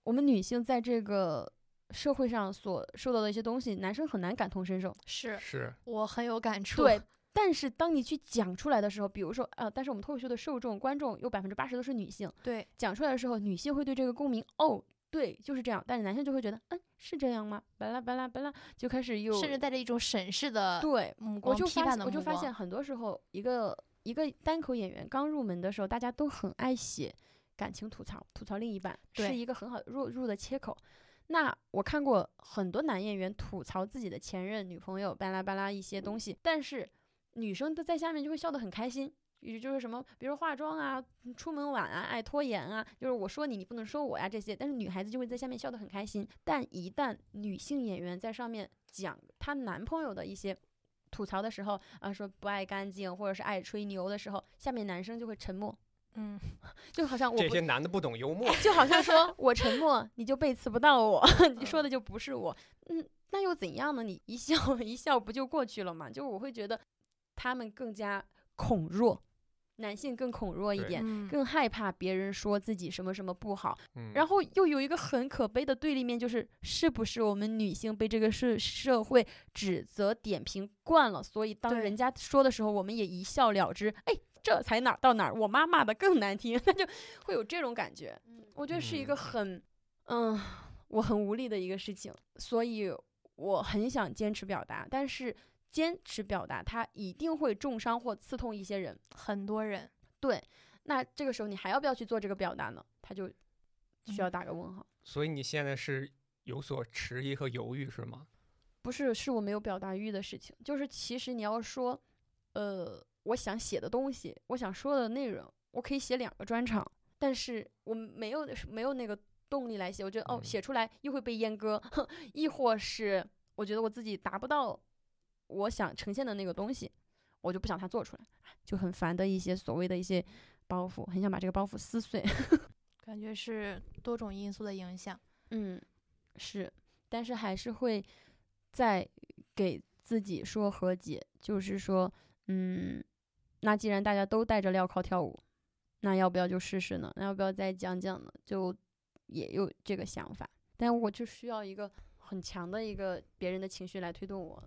Speaker 2: 我们女性在这个社会上所受到的一些东西，男生很难感同身受。
Speaker 3: 是
Speaker 1: 是，
Speaker 3: 我很有感触。
Speaker 2: 对，但是当你去讲出来的时候，比如说，呃，但是我们脱口秀的受众观众有百分之八十都是女性，
Speaker 3: 对，
Speaker 2: 讲出来的时候，女性会对这个共鸣，哦，对，就是这样，但是男性就会觉得，嗯，是这样吗？巴拉巴拉巴拉，就开始又
Speaker 3: 甚至带着一种审视的
Speaker 2: 对，
Speaker 3: 目
Speaker 2: 我
Speaker 3: 呃光、
Speaker 2: 就
Speaker 3: 批
Speaker 2: 发
Speaker 3: 判
Speaker 2: 现
Speaker 3: 的
Speaker 2: 我就
Speaker 3: 目
Speaker 2: 发
Speaker 3: 光
Speaker 2: 现，很多时候一个一个单口演员刚入门的时候，大家都很爱写感情吐槽，吐槽另一半是
Speaker 3: 对
Speaker 2: 一个很好入入的切口。那我看过很多男演员吐槽自己的前任、女朋友，巴拉巴拉一些东西，但是女生都在下面就会笑得很开心。也就是什么，比如化妆啊、出门晚啊、爱拖延啊，就是我说你，你不能说我呀、这些。但是女孩子就会在下面笑得很开心。但一旦女性演员在上面讲她男朋友的一些吐槽的时候啊，说不爱干净或者是爱吹牛的时候，下面男生就会沉默，
Speaker 3: 嗯，
Speaker 2: 就好像我
Speaker 1: 这
Speaker 2: 不，
Speaker 1: 些男的不懂幽默
Speaker 2: 就好像说我沉默，你就背刺不到我，
Speaker 1: 嗯
Speaker 2: 你说的就不是我，嗯，那又怎样呢？你一笑 一笑不就过去了嘛？就我会觉得他们更加恐弱，男性更恐弱一
Speaker 1: 对
Speaker 2: 点。
Speaker 3: 嗯
Speaker 2: 更害怕别人说自己什么什么不好，
Speaker 1: 嗯，
Speaker 2: 然后又有一个很可悲的对立面，就是是不是我们女性被这个社社会指责点评惯了，所以当
Speaker 3: 对
Speaker 2: 人家说的时候，我们也一笑了之。哎，这才哪儿到哪儿，我妈 骂的更难听，那就会有这种感觉。我觉得是一
Speaker 1: 嗯
Speaker 2: 个很，嗯，我很无力的一个事情，所以我很想坚持表达，但是坚持表达它一定会重伤或刺痛一些人。
Speaker 3: 很多人，
Speaker 2: 对，那这个时候你还要不要去做这个表达呢？他就需要
Speaker 3: 嗯
Speaker 2: 打个问号。
Speaker 1: 所以你现在是有所迟疑和犹豫是吗？
Speaker 2: 不是，是我没有表达欲的事情。就是其实你要说，呃，我想写的东西，我想说的内容，我可以写两个专场，但是我没有没有那个动力来写。我觉得哦，
Speaker 1: 嗯
Speaker 2: 写出来又会被阉割， 哼，亦或是我觉得我自己达不到我想呈现的那个东西，我就不想它做出来，哎就很烦的一些所谓的一些包袱，很想把这个包袱撕碎。
Speaker 3: 感觉是多种因素的影响。
Speaker 2: 嗯，是，但是还是会再给自己说和解，就是说，嗯，那既然大家都戴着镣铐跳舞，那要不要就试试呢？那要不要再讲讲呢？就也有这个想法，但我就需要一个很强的一个别人的情绪来推动我，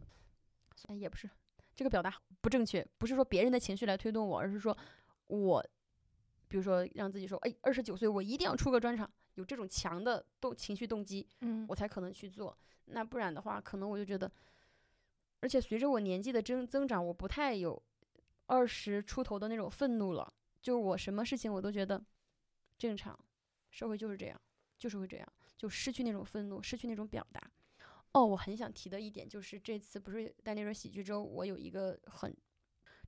Speaker 2: 哎，也不是这个表达不正确，不是说别人的情绪来推动我，而是说我，比如说让自己说，哎，二十九岁我一定要出个专场，有这种强的动情绪动机，
Speaker 3: 嗯
Speaker 2: 我才可能去做。那不然的话，可能我就觉得，而且随着我年纪的增增长，我不太有二十出头的那种愤怒了。就我什么事情我都觉得正常，社会就是这样，就是会这样，就失去那种愤怒，失去那种表达。哦，我很想提的一点就是，这次不是在那轮喜剧周，我有一个很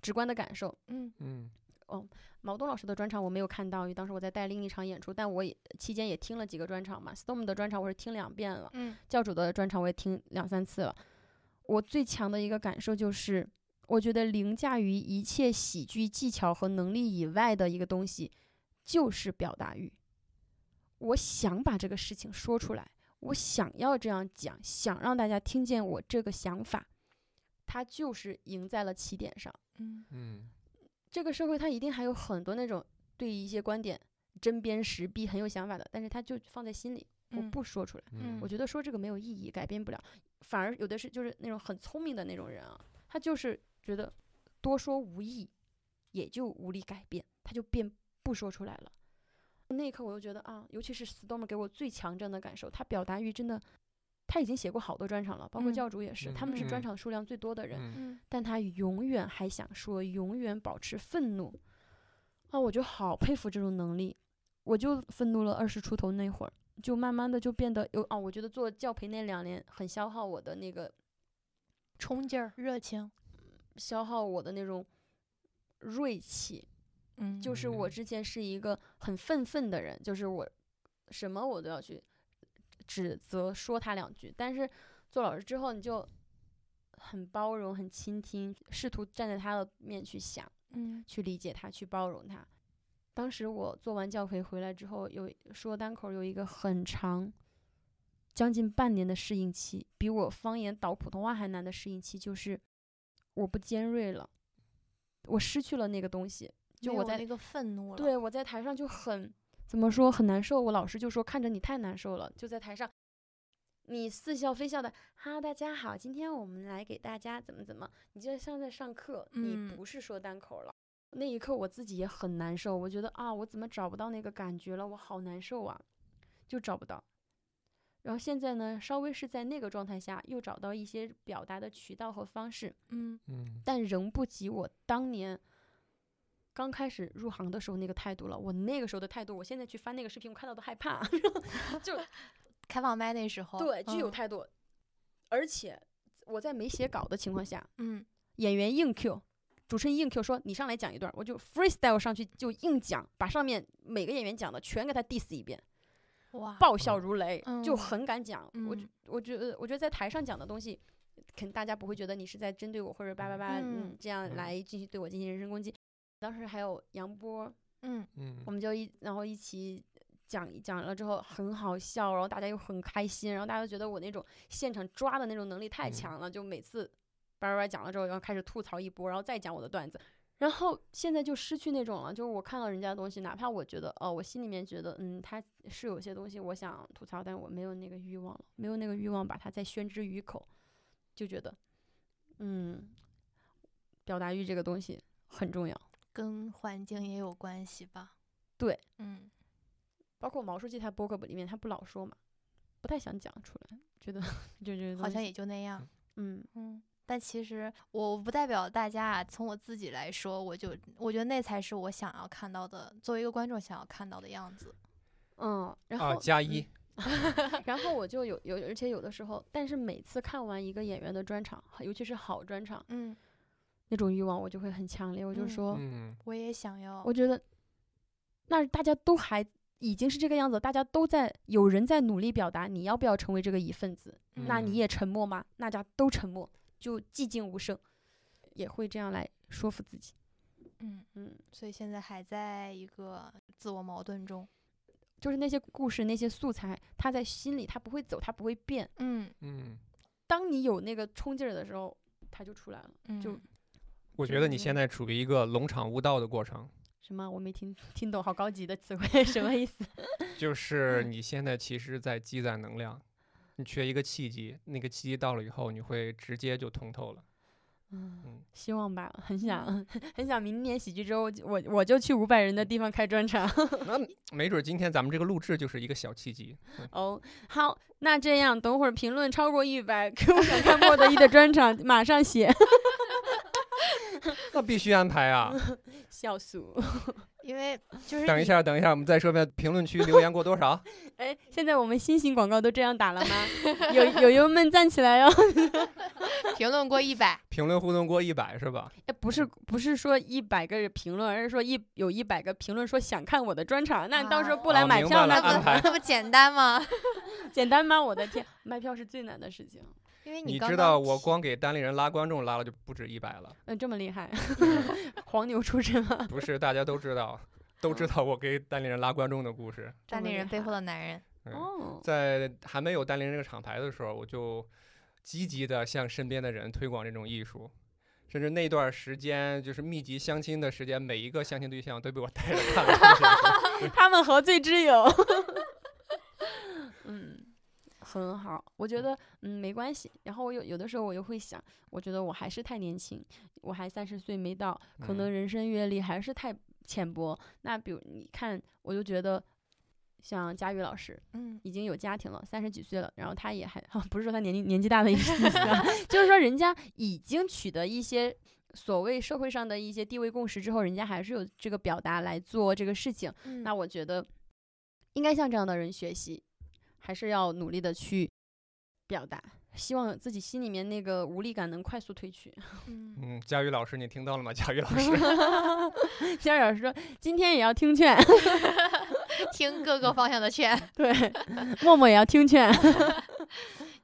Speaker 2: 直观的感受，
Speaker 3: 嗯
Speaker 1: 嗯，
Speaker 2: 毛东老师的专场我没有看到，因为当时我在带另一场演出，但我也期间也听了几个专场嘛。Storm 的专场我是听两遍了，
Speaker 3: 嗯
Speaker 2: 教主的专场我也听两三次了。我最强的一个感受就是，我觉得凌驾于一切喜剧技巧和能力以外的一个东西，就是表达欲。我想把这个事情说出来，我想要这样讲，想让大家听见我这个想法，它就是赢在了起点上。
Speaker 3: 嗯
Speaker 1: 嗯，
Speaker 2: 这个社会它一定还有很多那种对一些观点针砭时弊、很有想法的，但是他就放在心里，我
Speaker 3: 嗯
Speaker 2: 不说出来。
Speaker 1: 嗯
Speaker 2: 我觉得说这个没有意义，改变不了。反而有的是就是那种很聪明的那种人啊，他就是觉得多说无益，也就无力改变，他就变不说出来了。那一刻我就觉得啊，尤其是 Storm 给我最强震的感受，他表达欲真的，他已经写过好多专场了，包括
Speaker 3: 嗯
Speaker 2: 教主也是，
Speaker 1: 嗯
Speaker 2: 他们是专
Speaker 1: 嗯
Speaker 2: 场数量最多的人。
Speaker 1: 嗯
Speaker 3: 嗯
Speaker 2: 但他永远还想说，永远保持愤怒。啊，我就好佩服这种能力。我就愤怒了二十出头那会儿，就慢慢的就变得有啊，我觉得做教培那两年很消耗我的那个，
Speaker 3: 冲劲儿、热情，
Speaker 2: 消耗我的那种锐气。
Speaker 3: 嗯
Speaker 2: 就是我
Speaker 1: 嗯
Speaker 2: 之前是一个很愤愤的人，就是我什么我都要去指责说他两句，但是做老师之后，你就很包容、很倾听，试图站在他的面去想。
Speaker 3: 嗯
Speaker 2: 去理解他，去包容他。当时我做完教培回来之后，有说单口有一个很长，将近半年的适应期，比我方言导普通话还难的适应期，就是我不尖锐了，我失去了那个东西。就
Speaker 3: 没
Speaker 2: 我
Speaker 3: 有
Speaker 2: 在
Speaker 3: 那个愤怒了，
Speaker 2: 对我在台上就很怎么说很难受，我老师就说看着你太难受了，就在台上。你似笑非笑的，哈，大家好，今天我们来给大家怎么怎么，你就像在上课，你
Speaker 3: 嗯
Speaker 2: 不是说单口了。那一刻我自己也很难受，我觉得啊，我怎么找不到那个感觉了，我好难受啊，就找不到。然后现在呢，稍微是在那个状态下，又找到一些表达的渠道和方式，
Speaker 3: 嗯
Speaker 1: 嗯
Speaker 2: 但仍不及我当年刚开始入行的时候那个态度了。我那个时候的态度，我现在去翻那个视频，我看到都害怕。
Speaker 3: 开放麦那时候，
Speaker 2: 对，具有
Speaker 3: 嗯
Speaker 2: 态度，而且我在没写稿的情况下，
Speaker 3: 嗯
Speaker 2: 演员硬 Q，主持人硬 Q 说你上来讲一段，我就 freestyle 上去就硬讲，把上面每个演员讲的全给他 diss 一遍，
Speaker 3: 哇，
Speaker 2: 爆笑如雷，就
Speaker 3: 嗯
Speaker 2: 很敢讲。我觉
Speaker 3: 嗯
Speaker 2: 我觉得我觉得在台上讲的东西。肯大家不会觉得你是在针对我，或者叭叭叭，
Speaker 3: 嗯
Speaker 2: 嗯，这样
Speaker 1: 嗯
Speaker 2: 来进行对我进行人身攻击。当时还有杨波，
Speaker 3: 嗯
Speaker 1: 嗯
Speaker 2: 我们就一然后一起讲讲了之后很好笑，然后大家又很开心，然后大家都觉得我那种现场抓的那种能力太
Speaker 1: 嗯
Speaker 2: 强了，就每次叭叭叭讲了之后，然后开始吐槽一波，然后再讲我的段子。然后现在就失去那种了，就是我看到人家的东西，哪怕我觉得哦，我心里面觉得嗯，他是有些东西我想吐槽，但我没有那个欲望了，没有那个欲望把它再宣之于口，就觉得嗯，表达欲这个东西很重要。
Speaker 3: 跟环境也有关系吧？
Speaker 2: 对，
Speaker 3: 嗯
Speaker 2: 包括毛书记他播客里面，他不老说嘛，不太想讲出来，觉得就觉得
Speaker 3: 好像也就那样。
Speaker 2: 嗯
Speaker 3: 嗯，但其实我不代表大家啊。从我自己来说，我就我觉得那才是我想要看到的，作为一个观众想要看到的样子。
Speaker 2: 嗯，然后、
Speaker 1: 啊，加一，
Speaker 2: 然后我就有有，而且有的时候，但是每次看完一个演员的专场，尤其是好专场，
Speaker 3: 嗯，
Speaker 2: 那种欲望我就会很强烈，我就
Speaker 3: 嗯
Speaker 2: 说，
Speaker 1: 嗯，
Speaker 3: 我也想要。
Speaker 2: 我觉得那大家都还已经是这个样子，大家都在有人在努力表达，你要不要成为这个一份子？那你
Speaker 1: 嗯
Speaker 2: 也沉默吗？大家都沉默，就寂静无声，也会这样来说服自己。
Speaker 3: 嗯，
Speaker 2: 嗯，
Speaker 3: 所以现在还在一个自我矛盾中。
Speaker 2: 就是那些故事、那些素材，它在心里，它不会走，它不会变。
Speaker 3: 嗯
Speaker 1: 嗯，
Speaker 2: 当你有那个冲劲儿的时候，它就出来了。
Speaker 3: 嗯，
Speaker 2: 就
Speaker 1: 我觉得你现在处于一个龙场悟道的过程，
Speaker 2: 什么？我没听听懂，好高级的词汇， 什么意思？嗯
Speaker 1: 就是你现在其实在积攒能量，你缺一个契机，那个契机到了以后，你会直接就通透 了。
Speaker 2: 嗯
Speaker 1: 嗯，
Speaker 2: 希望吧，很想很想明年喜剧周，我我就去五百人的地方开专场。
Speaker 1: 那没准今天咱们这个录制就是一个小契 机。嗯
Speaker 2: 哦，好，那这样，等会儿评论超过一百，给我想看莫德一的专场，马上写
Speaker 1: 那必须安排啊！
Speaker 2: 笑死。
Speaker 3: 因为就是
Speaker 1: 等一
Speaker 3: 你，
Speaker 1: 下，等一下，我们再说一遍，评论区留言过多 少？
Speaker 2: 哎，现在我们新型广告都这样打了 吗？友友友们站起来哟！哦
Speaker 3: 评论过一百，
Speaker 1: 评论互动过一百是吧？
Speaker 2: 哎，不是不是说一百个评论，而是说一有一百个评论说想看我的专场，那你到时候
Speaker 3: 啊
Speaker 2: 不来
Speaker 1: 啊
Speaker 2: 买
Speaker 1: 明白
Speaker 2: 票，
Speaker 1: 了啊
Speaker 2: 那
Speaker 3: 那
Speaker 1: 安
Speaker 2: 怎
Speaker 3: 不
Speaker 2: 么
Speaker 1: 排
Speaker 3: 那不简单吗？
Speaker 2: 简单吗？我的天，卖票是最难的事情。
Speaker 3: 因为
Speaker 1: 你
Speaker 3: 刚
Speaker 1: 知
Speaker 3: 刚
Speaker 1: 道我
Speaker 3: 提
Speaker 1: 光给单立人拉观众拉了就不止一百 了，嗯
Speaker 2: 嗯，这么厉害，黄牛出身啊！
Speaker 1: 不是大家都知道，都知道我给单立人拉观众的故事。
Speaker 3: 单立人背后的男人，
Speaker 1: 嗯
Speaker 2: 哦，
Speaker 1: 在还没有单立人这个厂牌的时候，我就积极的向身边的人推广这种艺术，甚至那段时间就是密集相亲的时间，每一个相亲对象都被我带着看了东西。
Speaker 2: 他们何罪之有？嗯，很好，我觉得嗯没关系。然后我有有的时候我又会想，我觉得我还是太年轻，我还三十岁没到，可能人生阅历还是太浅薄。那比如你看，我就觉得。像佳宇老师
Speaker 3: 嗯，
Speaker 2: 已经有家庭了，三十几岁了，然后他也还、 不是说他年龄年纪大的意思啊，就是说人家已经取得一些所谓社会上的一些地位共识之后，人家还是有这个表达来做这个事情。那
Speaker 3: 嗯
Speaker 2: 我觉得应该向这样的人学习，还是要努力的去表达，希望自己心里面那个无力感能快速褪去。
Speaker 3: 嗯
Speaker 1: 嗯，佳宇老师，你听到了吗？佳宇老师，
Speaker 2: 夏老师说：“今天也要听劝，
Speaker 3: 听各个方向的劝。
Speaker 2: 对，默默也要听劝。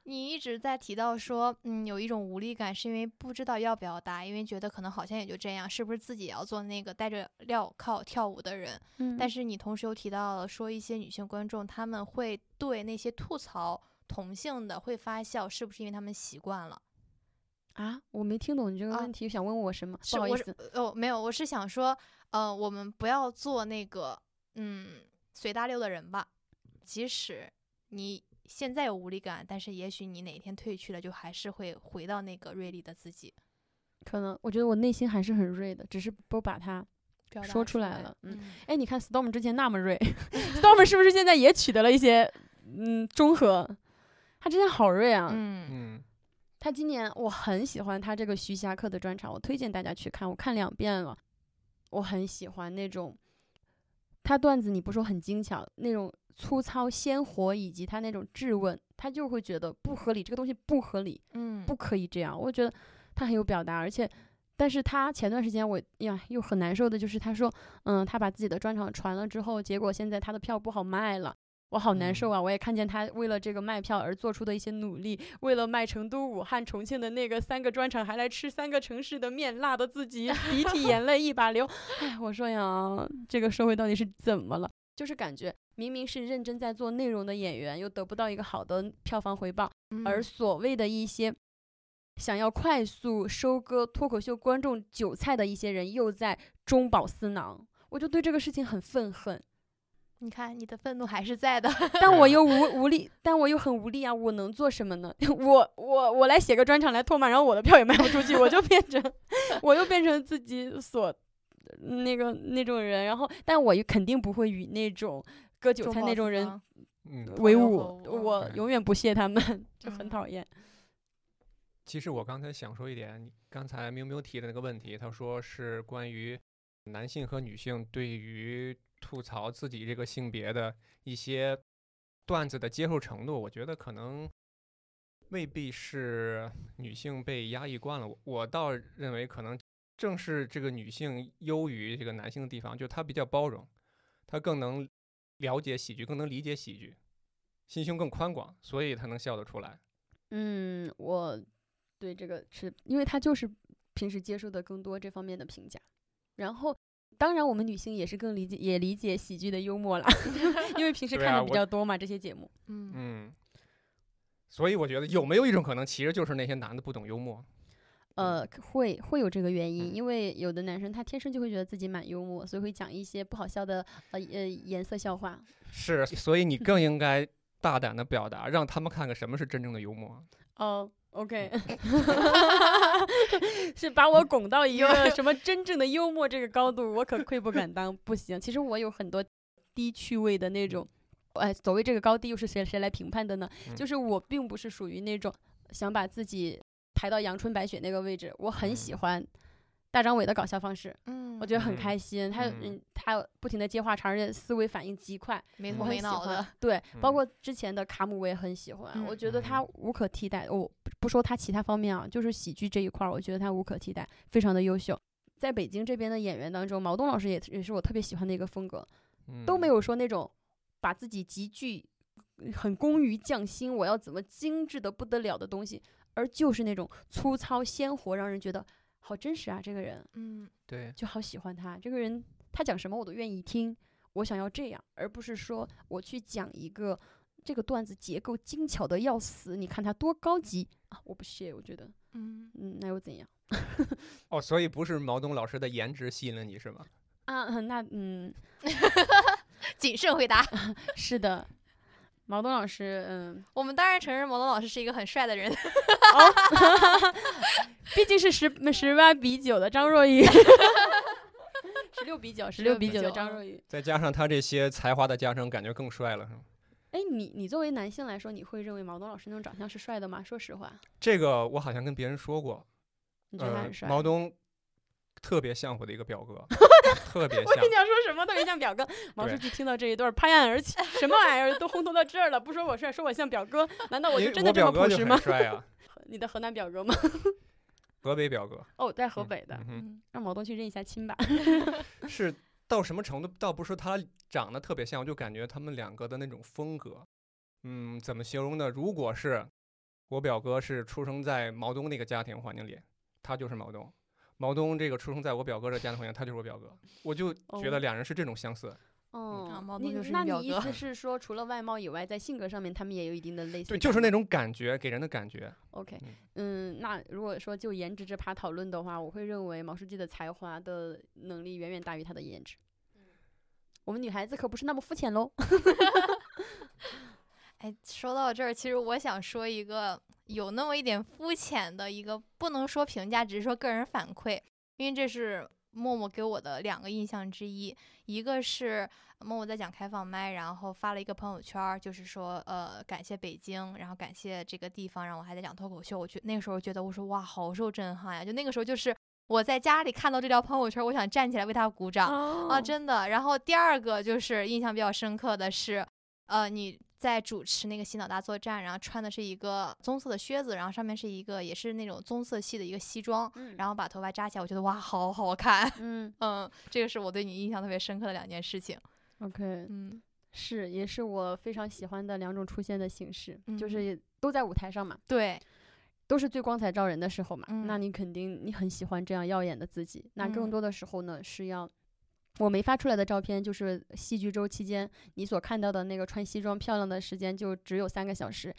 Speaker 3: 你一直在提到说，嗯，有一种无力感，是因为不知道要表达，因为觉得可能好像也就这样，是不是自己也要做那个带着镣铐跳舞的人？但
Speaker 2: 是
Speaker 3: 是你同时又提到了说，一些女性观众她们会对那些吐槽同性的会发笑，是不是因为她们习惯了？
Speaker 2: 啊，我没听懂你这个
Speaker 3: 啊
Speaker 2: 问题，想问我什么？
Speaker 3: 是
Speaker 2: 不好意
Speaker 3: 我是
Speaker 2: 思，
Speaker 3: 哦，没有，我是想说，呃，我们不要做那个嗯随大溜的人吧。即使你现在有无力感，但是也许你哪天退去了，就还是会回到那个锐利的自己。
Speaker 2: 可能我觉得我内心还是很锐的，只是不把它。
Speaker 3: 表达
Speaker 2: 说出
Speaker 3: 出
Speaker 2: 来
Speaker 3: 来
Speaker 2: 了嗯
Speaker 3: 嗯，
Speaker 2: 哎，你看 Storm 之前那么 锐，Storm 是不是现在也取得了一些嗯中和？他之前好锐啊，
Speaker 3: 嗯
Speaker 1: 嗯，
Speaker 2: 他今年我很喜欢他这个徐霞客的专场，我推荐大家去看，我看两遍了，我很喜欢那种他段子，你不说很精巧，那种粗糙鲜活，以及他那种质问，他就会觉得不合理，这个东西不合理，
Speaker 3: 嗯
Speaker 2: 不可以这样。我觉得他很有表达，而且，但是他前段时间我呀又很难受的就是他说，嗯，他把自己的专场传了之后，结果现在他的票不好卖了。我好难受啊！我也看见他为了这个卖票而做出的一些努力，为了卖成都、武汉、重庆的那个三个专场，还来吃三个城市的面，辣得自己鼻涕眼泪一把流。哎，我说呀，这个社会到底是怎么了？就是感觉明明是认真在做内容的演员，又得不到一个好的票房回报，
Speaker 3: 嗯
Speaker 2: 而所谓的一些想要快速收割脱口秀观众韭菜的一些人，又在中饱私囊。我就对这个事情很愤恨，
Speaker 3: 你看你的愤怒还是在的。
Speaker 2: 但我又无无力，但我又很无力啊！我能做什么呢？ 我我我来写个专场来唾骂，然后我的票也卖不出去，我就变成，我又变成自己所那个那种人。然后，但我又肯定不会与那种割韭菜那种人
Speaker 1: 嗯，
Speaker 2: 唯
Speaker 3: 朋友
Speaker 2: 我，
Speaker 3: 和
Speaker 2: 我
Speaker 1: 对
Speaker 2: 永远不屑他们， 就很
Speaker 3: 嗯
Speaker 2: 讨厌。
Speaker 1: 其实我刚才想说一点，你刚才喵喵提的那个问题，他说是关于男性和女性对于吐槽自己这个性别的一些段子的接受程度，我觉得可能未必是女性被压抑惯了。我我倒认为可能正是这个女性优于这个男性的地方，就她比较包容，她更能了解喜剧，更能理解喜剧，心胸更宽广，所以她能笑得出来。
Speaker 2: 嗯，我对这个是，因为他就是平时接受的更多这方面的评价，然后。当然，我们女性也是更理解，也理解喜剧的幽默啦， 因为平时
Speaker 1: 对
Speaker 2: 看
Speaker 1: 啊
Speaker 2: 的比
Speaker 1: 我
Speaker 2: 较多嘛，这些节目。
Speaker 3: 嗯，
Speaker 1: 嗯，所以我觉得有没有一种可能，其实就是那些男的不懂幽默？
Speaker 2: 呃，会会有这个原因，
Speaker 1: 嗯
Speaker 2: 因为有的男生他天生就会觉得自己蛮幽默，所以会讲一些不好笑的呃呃颜色笑话。
Speaker 1: 是，所以你更应该大胆的表达，让他们看看什么是真正的幽默。
Speaker 2: 哦、o k
Speaker 3: 嗯
Speaker 2: 是把我拱到一个什么真正的幽默这个高度，我可愧不敢当，不行。其实我有很多低趣味的那种，哎，所谓这个高低又是谁谁来评判的呢？
Speaker 1: 嗯
Speaker 2: 就是我并不是属于那种想把自己抬到阳春白雪那个位置，我很喜
Speaker 1: 嗯
Speaker 2: 欢大张伟的搞笑方式。
Speaker 3: 嗯
Speaker 2: 我觉得很
Speaker 1: 嗯
Speaker 2: 开心。他
Speaker 1: 嗯
Speaker 2: 嗯，他不停的接话茬儿，而且思维反应极快，
Speaker 3: 没
Speaker 2: 我
Speaker 3: 头
Speaker 2: 很
Speaker 3: 没
Speaker 2: 喜
Speaker 3: 脑
Speaker 2: 欢
Speaker 3: 的，。
Speaker 2: 对，包
Speaker 1: 嗯
Speaker 2: 括之前的卡姆我也很喜欢，我
Speaker 3: 嗯
Speaker 2: 觉得他
Speaker 1: 嗯
Speaker 2: 无可替代。我不不说他其他方面啊，就是喜剧这一块儿，我觉得他无可替代，非常的优秀。在北京这边的演员当中，毛东老师也也是我特别喜欢的一个风格，都没
Speaker 1: 有。
Speaker 2: 有说那种把自己极具很工于匠心，我要怎么精致的不得了的东西，而就是那种粗糙鲜活，让人觉得好真实啊，这个人。
Speaker 3: 嗯
Speaker 1: 对，
Speaker 2: 就好喜欢他这个人，他讲什么我都愿意听，我想要这样，而不是说我去讲一个这个段子结构精巧的要死，你看他多高级啊！我不屑，我觉得，
Speaker 3: 嗯，
Speaker 2: 嗯，那又怎样
Speaker 1: 哦，所以不是毛东老师的颜值吸引了你是吗？
Speaker 2: 啊？那嗯，
Speaker 3: 谨慎回答。
Speaker 2: 是的，毛东老师，嗯，
Speaker 3: 我们当然承认毛东老师是一个很帅的人，
Speaker 2: 毕竟是十 十八比九的张若 昀，十六比九，十六
Speaker 3: 16
Speaker 2: 比
Speaker 3: 比
Speaker 2: 九的嗯
Speaker 3: 9
Speaker 2: 张若昀。
Speaker 1: 再加上他这些才华的加成，感觉更帅了。是吗
Speaker 2: 哎，你你作为男性来说，你会认为毛东老师那种长相是帅的吗？说实话，
Speaker 1: 这个我好像跟别人说过，
Speaker 2: 你觉得他
Speaker 1: 呃
Speaker 2: 很帅？，
Speaker 1: 毛东特别像我的一个表 哥，特别
Speaker 2: 我跟
Speaker 1: 像。
Speaker 2: 你讲，说什么都没像表哥。毛书
Speaker 1: 对
Speaker 2: 记听到这一段儿，拍案 而起，什么玩意儿都烘托到这儿了，不说我帅，说我像表哥，难道我
Speaker 1: 因
Speaker 2: 就
Speaker 1: 为
Speaker 2: 真
Speaker 1: 我
Speaker 2: 的这
Speaker 1: 表
Speaker 2: 么
Speaker 1: 哥
Speaker 2: 朴
Speaker 1: 就
Speaker 2: 实
Speaker 1: 很
Speaker 2: 吗？
Speaker 1: 帅啊，
Speaker 2: 你的河南表哥吗？
Speaker 1: 河北表哥，
Speaker 2: 哦，在 河
Speaker 1: 嗯
Speaker 2: 北的，
Speaker 1: 嗯哼
Speaker 3: 嗯
Speaker 2: 让毛东去认一下亲吧。
Speaker 1: 是到什么程度？倒不是说他长得特别像，我就感觉他们两个的那种风格，嗯，怎么形容呢？如果是我表哥是出生在毛东那个家庭环境里，他就是毛东；毛东这个出生在我表哥这家庭环境，他就是我表哥。我就觉
Speaker 2: 哦
Speaker 1: 得俩人是这种相似，嗯
Speaker 2: 哦，
Speaker 3: 嗯啊毛
Speaker 2: 你
Speaker 3: 东就是
Speaker 2: 那
Speaker 3: 表
Speaker 2: 你意
Speaker 3: 哥
Speaker 2: 思是说，除了外貌以外，在性格上面他们也有一定的类似
Speaker 1: 对，
Speaker 2: 感吗？
Speaker 1: 就是那种感觉，给人的感觉。
Speaker 2: OK，
Speaker 1: 嗯
Speaker 2: 嗯，那如果说就颜值这趴讨论的话，我会认为毛书记的才华的能力远远大于他的颜值。
Speaker 3: 嗯
Speaker 2: 我们女孩子可不是那么肤浅喽。
Speaker 3: 哎，说到这儿，其实我想说一个有那么一点肤浅的一个，不能说评价，只是说个人反馈，因为这是默默给我的两个印象之一。一个是默默在讲开放麦，然后发了一个朋友圈儿，就是说呃感谢北京，然后感谢这个地方，然后我还在讲脱口秀。我觉那个时候觉得我说哇好受震撼呀，就那个时候就是我在家里看到这条朋友圈儿，我想站起来为他鼓掌。
Speaker 2: 啊
Speaker 3: 啊，真的。然后第二个就是印象比较深刻的是，呃，你在主持那个洗脑大作战，然后穿的是一个棕色的靴子，然后上面是一个也是那种棕色系的一个西装，
Speaker 2: 嗯
Speaker 3: 然后把头发扎起来，我觉得哇，好好看。
Speaker 2: 嗯
Speaker 3: 嗯，这个是我对你印象特别深刻的两件事情。
Speaker 2: ，OK，
Speaker 3: 嗯
Speaker 2: 是，也是我非常喜欢的两种出现的形式，就
Speaker 3: 嗯
Speaker 2: 是都在舞台上嘛，
Speaker 3: 对，
Speaker 2: 都是最光彩照人的时候嘛。那
Speaker 3: 嗯
Speaker 2: 你肯定你很喜欢这样耀眼的自己。那更
Speaker 3: 嗯
Speaker 2: 多的时候呢，是要我没发出来的照片，就是戏剧周期间你所看到的那个穿西装漂亮的时间，就只有三个小时。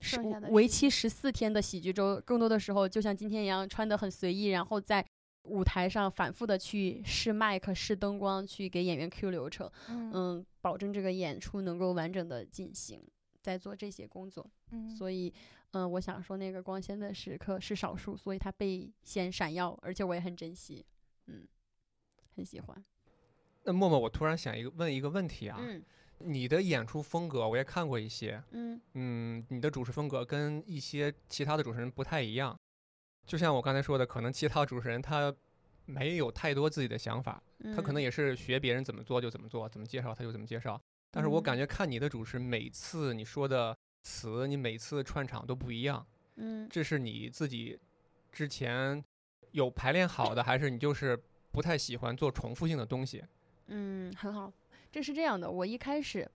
Speaker 2: 是
Speaker 3: 剩
Speaker 2: 我
Speaker 3: 下的
Speaker 2: 为
Speaker 3: 时
Speaker 2: 期十四天的喜剧周，更多的时候就像今天一样，穿的很随意，然后在舞台上反复的去试麦克、试灯光，去给演员 Q 流程。
Speaker 3: 嗯
Speaker 2: 嗯，保证这个演出能够完整的进行，在做这些工作。
Speaker 3: 嗯
Speaker 2: 所以，嗯、我想说那个光鲜的时刻是少数，所以它被先闪耀，而且我也很珍惜，嗯，很喜欢。
Speaker 1: 那默默，我突然想一个问一个问题啊，你的演出风格我也看过一些，
Speaker 2: 嗯
Speaker 1: 嗯，你的主持风格跟一些其他的主持人不太一样。就像我刚才说的，可能其他主持人他没有太多自己的想法，
Speaker 2: 嗯，
Speaker 1: 他可能也是学别人怎么做就怎么做，怎么介绍他就怎么介绍。但是我感
Speaker 2: 嗯
Speaker 1: 觉看你的主持，每次你说的词，你每次串场都不一样，
Speaker 2: 嗯
Speaker 1: 这是你自己之前有排练好的，还是你就是不太喜欢做重复性的东西？
Speaker 2: 嗯很好，这是这样的，我一开始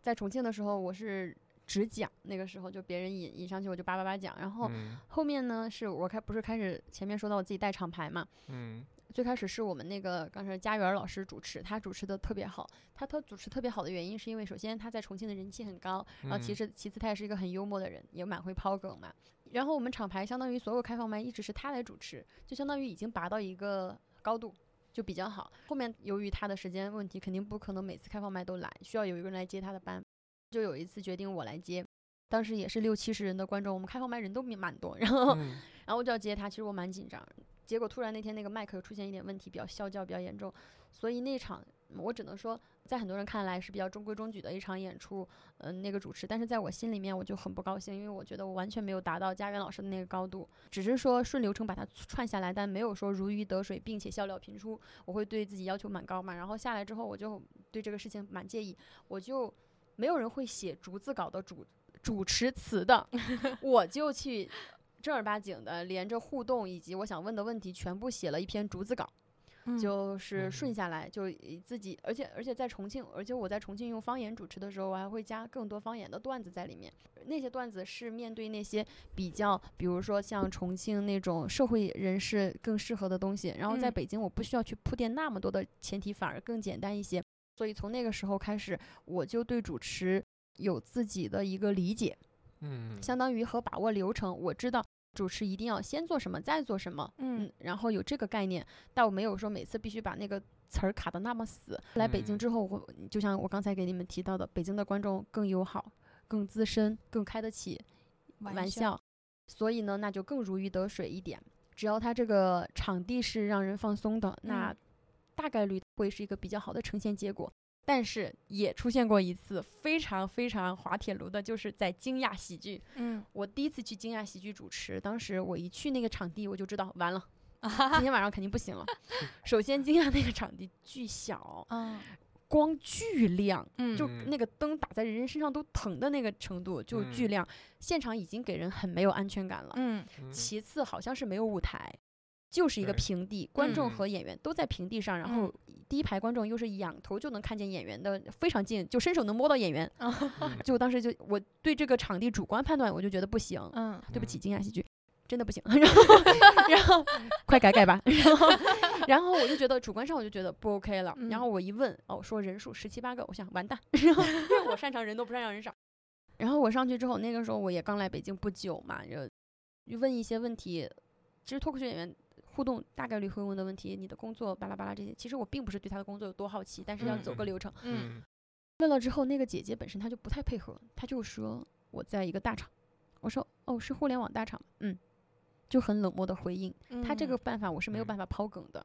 Speaker 2: 在重庆的时候我是只讲，那个时候就别人引引上去我就叭叭叭讲，然后
Speaker 1: 嗯
Speaker 2: 后面呢是我开不是开始前面说到我自己带厂牌嘛，
Speaker 1: 嗯
Speaker 2: 最开始是我们那个刚才家园儿老师主持，他主持的特别好。他特主持特别好的原因，是因为首先他在重庆的人气很高，然后其
Speaker 1: 嗯
Speaker 2: 次其次他也是一个很幽默的人，也蛮会抛梗嘛。然后我们厂牌相当于所有开放麦一直是他来主持，就相当于已经拔到一个高度，就比较好。后面由于他的时间问题，肯定不可能每次开放麦都来，需要有一个人来接他的班。就有一次决定我来接，当时也是六七十人的观众，我们开放麦人都蛮多，然后
Speaker 1: 嗯
Speaker 2: 然后我就要接他，其实我蛮紧张。结果突然那天那个麦克又出现一点问题，比较消叫比较严重，所以那场我只能说，在很多人看来是比较中规中矩的一场演出，嗯、那个主持，但是在我心里面我就很不高兴，因为我觉得我完全没有达到家园老师的那个高度，只是说顺流程把它串下来，但没有说如鱼得水，并且笑料频出，我会对自己要求蛮高嘛。然后下来之后，我就对这个事情蛮介意，我就没有人会写逐字稿的主主持词的， 我就去正儿八经的，连着互动以及我想问的问题，全部写了一篇逐字稿，
Speaker 3: 嗯
Speaker 2: 就是顺
Speaker 1: 嗯
Speaker 2: 下来，就以自己，而且而且在重庆，而且我在重庆用方言主持的时候，我还会加更多方言的段子在里面。那些段子是面对那些比较，比如说像重庆那种社会人士更适合的东西。然后在
Speaker 3: 嗯
Speaker 2: 北京，我不需要去铺垫那么多的前提，反而更简单一些。所以从那个时候开始，我就对主持有自己的一个理解。
Speaker 1: 嗯，
Speaker 2: 相当于和把握流程，我知道主持一定要先做什么，再做什么，
Speaker 3: 嗯
Speaker 2: 嗯，然后有这个概念，但我没有说每次必须把那个词儿卡得那么死。来北京
Speaker 1: 嗯
Speaker 2: 之后，我就像我刚才给你们提到的，北京的观众更友好、更资深、更开得起玩笑，所以呢，那就更如鱼得水一点。只要它这个场地是让人放松的，那
Speaker 3: 嗯
Speaker 2: 大概率会是一个比较好的呈现结果。但是也出现过一次非常非常滑铁卢的，就是在惊讶喜剧。
Speaker 3: 嗯
Speaker 2: 我第一次去惊讶喜剧主持，当时我一去那个场地，我就知道 完了，
Speaker 3: 啊
Speaker 2: 今
Speaker 3: 哈
Speaker 2: 天晚上肯定不 行了。首先，惊讶那个场地巨小，
Speaker 3: 嗯
Speaker 2: 光巨亮，
Speaker 3: 嗯
Speaker 2: 就
Speaker 1: 嗯
Speaker 2: 那个灯打在人身上都疼的那个程度，就巨
Speaker 1: 嗯
Speaker 2: 亮。现场已经给人很没有安全感了。
Speaker 3: 嗯
Speaker 1: 嗯
Speaker 2: 其次，好像是没有舞台。就是一个
Speaker 1: 对
Speaker 2: 平地，观
Speaker 1: 嗯
Speaker 2: 众和演员都在平地上，然后
Speaker 3: 嗯
Speaker 2: 第一排观众又是仰头就能看见演员的，非常近，就伸手能摸到演员。
Speaker 1: 嗯
Speaker 2: 就当时就我对这个场地主观判断，我就觉得不行，
Speaker 3: 嗯
Speaker 2: 对不起，
Speaker 1: 嗯
Speaker 2: 惊讶喜剧真的不行。 然后，然 后快改改吧。 然后，然后我就觉得主观上我就觉得不 OK 了。然后
Speaker 1: 嗯
Speaker 2: 我一问，哦，说人数十七八个，我想完蛋， 然 后因为我擅长人多，不擅长人少。然后我上去之后，那个时候我也刚来北京不久嘛，就问一些问题。其实脱口秀演员互动大概率会问的问题，你的工作巴拉巴拉这些，其实我并不是对他的工作有多好奇，但是要走
Speaker 1: 嗯
Speaker 2: 个
Speaker 1: 嗯
Speaker 2: 流程。
Speaker 3: 嗯
Speaker 2: 问了之后，那个姐姐本身她就不太配合，她就说我在一个大厂，我说哦是互联网大厂，嗯，就很冷漠的回应。
Speaker 3: 嗯，
Speaker 2: 她这个办法我是没有
Speaker 1: 嗯
Speaker 2: 办法抛梗的，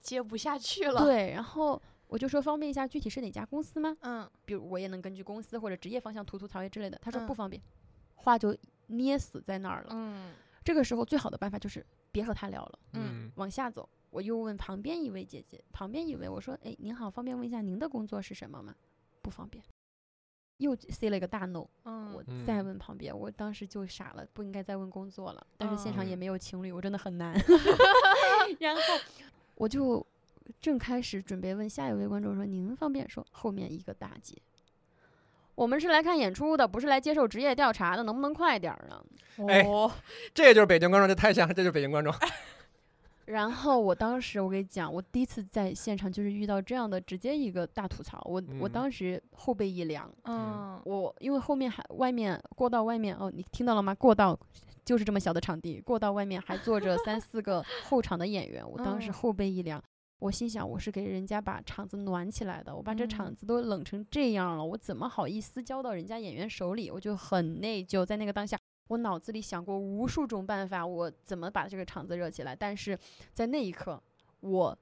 Speaker 3: 接不下去了，
Speaker 2: 对。然后我就说方便一下，具体是哪家公司吗？
Speaker 3: 嗯
Speaker 2: 比如我也能根据公司或者职业方向吐吐槽之类的。她说
Speaker 3: 嗯
Speaker 2: 不方便，话就捏死在那儿了。
Speaker 3: 嗯
Speaker 2: 这个时候最好的办法就是别和她聊了，
Speaker 1: 嗯
Speaker 2: 往下走。我又问旁边一位姐姐，旁边一位我说：“哎，您好，方便问一下您的工作是什么吗？”不方便，又 say 了一个大 no。
Speaker 3: 嗯
Speaker 2: 我再
Speaker 1: 嗯
Speaker 2: 问旁边，我当时就傻了，不应该再问工作了。但是现场也
Speaker 1: 嗯
Speaker 2: 没有情侣，我真的很难。然后我就正开始准备问下一位观众说：“您方便说？”后面一个大姐，我们是来看演出的，不是来接受职业调查的，能不能快点儿呢？
Speaker 1: 哎
Speaker 3: 哦
Speaker 1: 这就是北京观众，这太像，这就是北京 观众。
Speaker 2: 然后我当时，我跟你讲，我第一次在现场就是遇到这样的，直接一个大吐槽，我、我
Speaker 1: 嗯
Speaker 2: 当时后背一凉，
Speaker 3: 嗯
Speaker 2: 我因为后面还外面过道外面哦，你听到了吗？过道就是这么小的场地，过道外面还坐着三四 个后场的演员，我当时
Speaker 3: 嗯
Speaker 2: 后背一凉。我心想，我是给人家把场子暖起来的，我把这场
Speaker 3: 嗯
Speaker 2: 子都冷成这样了，我怎么好意思交到人家演员手里？我就很内疚，在那个当下，我脑子里想过无数种办法，我怎么把这个场子热起来。但是在那一刻，我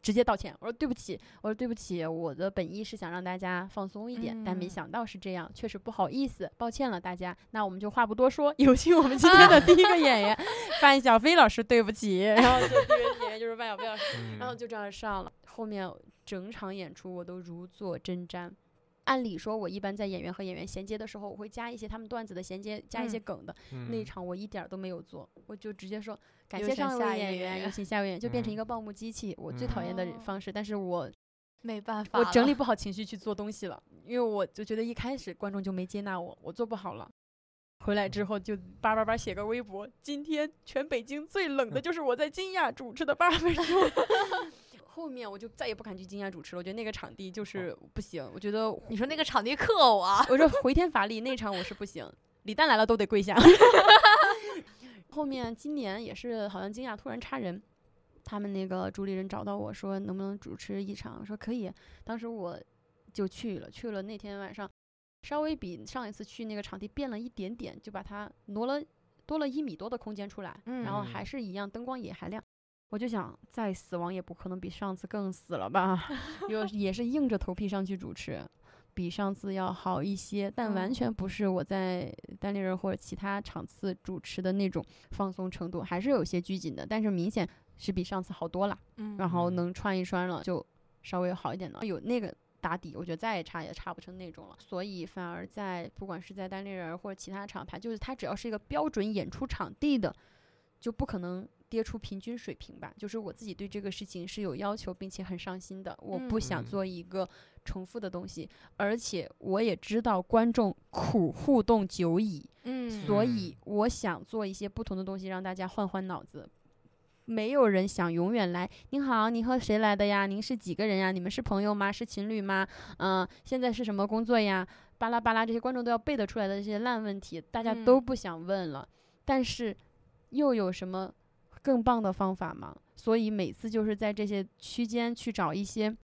Speaker 2: 直接道歉，我说对不起，我说对不起，我的本意是想让大家放松一点，但没
Speaker 3: 嗯
Speaker 2: 想到是这样，确实不好意思，抱歉了大家。那我们就话不多说，有请我们今天的第一个演 员范小飞老师，对不起。然后就第一个演员就是范小飞老师， 然后
Speaker 1: 嗯，
Speaker 2: 就这样上了。后面整场演出我都如坐针毡。按理说，我一般在演员和演员衔接的时候，我会加一些他们段子的衔接，加一些
Speaker 3: 嗯
Speaker 2: 梗的。
Speaker 1: 嗯
Speaker 2: 那一场我一点儿都没有做，我就直接说感
Speaker 3: 有
Speaker 2: 谢
Speaker 3: 请
Speaker 2: 上一
Speaker 3: 下
Speaker 2: 位
Speaker 3: 一位
Speaker 2: 演
Speaker 3: 演
Speaker 2: 员， 有
Speaker 3: 员
Speaker 2: 请下一位演员，就变成
Speaker 1: 嗯
Speaker 2: 一个报幕机器。我最讨厌的
Speaker 3: 嗯
Speaker 2: 方式，但是 我
Speaker 3: 没办法
Speaker 2: 我
Speaker 3: 了，
Speaker 2: 整理不好情绪去做东西了，因为我就觉得一开始观众就没接纳我，我做不好了。回来之后就叭叭叭写个微博，今天全北京最冷
Speaker 1: 嗯
Speaker 2: 的就是我在惊讶主持的八分 钟。 后面我就再也不敢去惊讶主持了，我觉得那个场地
Speaker 1: 哦
Speaker 2: 就是不行，我觉得
Speaker 3: 你说那个场地克我啊，
Speaker 2: 我说回天乏力，那场我是不行，李诞来了都得跪下。 后面今年也是好像惊讶突然插人，他们那个主理人找到我说能不能主持一场，我说可以，当时我就去了，去了那天晚上稍微比上一次去那个场地变了一点点，就把它挪了多了一米多的空间出来，然后还
Speaker 1: 嗯
Speaker 2: 是一样灯光也还亮。我就想，再死亡也不可能比上次更死了吧？又也是硬着头皮上去主持，比上次要好一些，但完
Speaker 3: 嗯
Speaker 2: 全不是我在单立人或者其他场次主持的那种放松程度，还是有些拘谨的，但是明显是比上次好多了。
Speaker 3: 嗯
Speaker 2: 然后
Speaker 1: 嗯
Speaker 2: 能穿一穿了，就稍微好一点了。有那个打底，我觉得再也差也差不成那种了。所以反而在不管是在单立人儿或者其他厂牌，就是它只要是一个标准演出场地的，就不可能。跌出平均水平吧，就是我自己对这个事情是有要求，并且很上心的。我不想
Speaker 1: 嗯
Speaker 2: 做一个重复的东西，而且我也知道观众苦互动久矣，
Speaker 3: 嗯，
Speaker 2: 所以我想做一些不同的东西，让大家换换脑子。没有人想永远来。您好，您和谁来的呀？您是几个人呀？你们是朋友吗？是情侣吗？嗯、现在是什么工作呀？巴拉巴拉，这些观众都要背得出来的这些烂问题，大家都
Speaker 3: 嗯
Speaker 2: 不想问了。但是又有什么更棒的方法吗？所以每次就是在这些区间去找一些，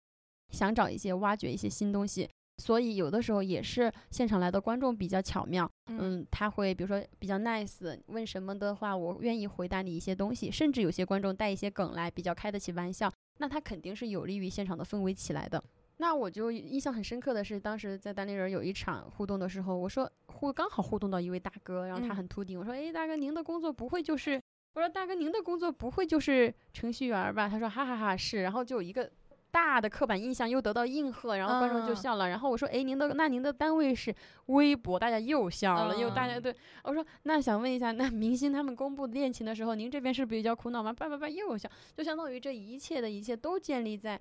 Speaker 2: 想找一些挖掘一些新东西。所以有的时候也是现场来的观众比较巧妙，嗯，他会比如说比较 nice，问什么的话，我愿意回答你一些东西，甚至有些观众带一些梗来，比较开得起玩笑，那他肯定是有利于现场的氛围起来的。那我就印象很深刻的是，当时在单立人有一场互动的时候，我说互刚好互动到一位大哥，然后他
Speaker 3: 嗯
Speaker 2: 很秃顶，我说诶，大哥您的工作不会就是，我说大哥您的工作不会就是程序员儿吧？他说哈哈哈是，然后就有一个大的刻板印象又得到应和，然后观众就
Speaker 3: 嗯
Speaker 2: 笑了。然后我说：“诶，您的那您的单位是微博？”大家又笑了，又大家
Speaker 1: 嗯
Speaker 2: 对我说：“那想问一下，那明星他们公布恋情的时候，您这边是比较苦恼吗？”叭叭叭又笑，就相当于这一切的一切都建立在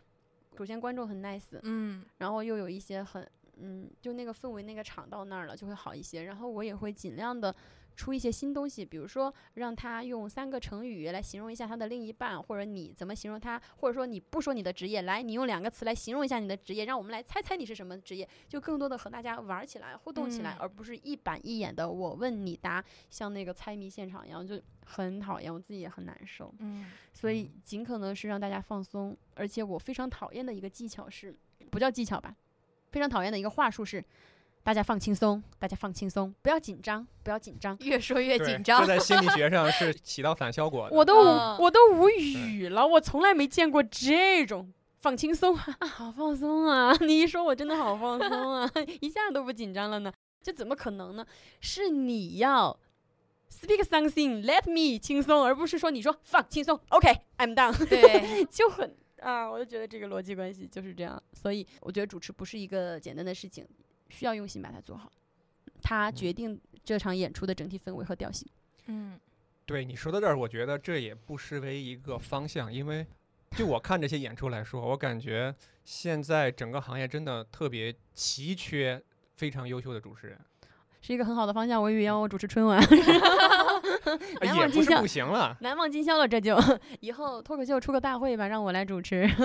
Speaker 2: 首先观众很 nice，
Speaker 3: 嗯
Speaker 2: 然后又有一些很嗯，就那个氛围那个场到那儿了就会好一些。然后我也会尽量的。出一些新东西，比如说让他用三个成语来形容一下他的另一半，或者你怎么形容他，或者说你不说你的职业，来，你用两个词来形容一下你的职业，让我们来猜猜你是什么职业，就更多的和大家玩起来、互动起来，
Speaker 3: 嗯
Speaker 2: 而不是一板一眼的我问你答，像那个猜谜现场一样，就很讨厌，我自己也很难受。
Speaker 3: 嗯
Speaker 2: 所以尽可能是让大家放松。而且我非常讨厌的一个技巧是，不叫技巧吧，非常讨厌的一个话术是，大家放轻松，大家放轻松，不要紧张，不要紧张。
Speaker 3: 越说越
Speaker 1: 对
Speaker 3: 紧
Speaker 1: 这
Speaker 3: 张，
Speaker 1: 在心理学上 是起到反效果的。
Speaker 2: 我都无、
Speaker 3: 嗯
Speaker 2: 我都无语了，我从来没见过这种。放轻松啊，好放松啊！ 你一说，我真的好放松啊， 一下都不紧张了呢。这怎么可能呢？是你要 speak something, let me 轻松，而不是说你说放轻松，OK，I'm、done。
Speaker 3: 对，
Speaker 2: 就很啊，我就觉得这个逻辑关系就是这样。所以我觉得主持不是一个简单的事情，需要用心把它做好，它决定这场演出的整体氛围和调性。
Speaker 3: 嗯
Speaker 1: 对你说到这儿，我觉得这也不失为一个方向，因为就我看这些演出来说，我感觉现在整个行业真的特别奇缺非常优秀的主持人，
Speaker 2: 是一个很好的方向，我以为要我主持春晚，
Speaker 1: 哎
Speaker 2: 难
Speaker 1: 也
Speaker 2: 忘
Speaker 1: 不
Speaker 2: 今
Speaker 1: 是
Speaker 2: 宵
Speaker 1: 不行了。
Speaker 2: 难忘今宵了，这就以后脱口秀出个大会吧，让我来主持。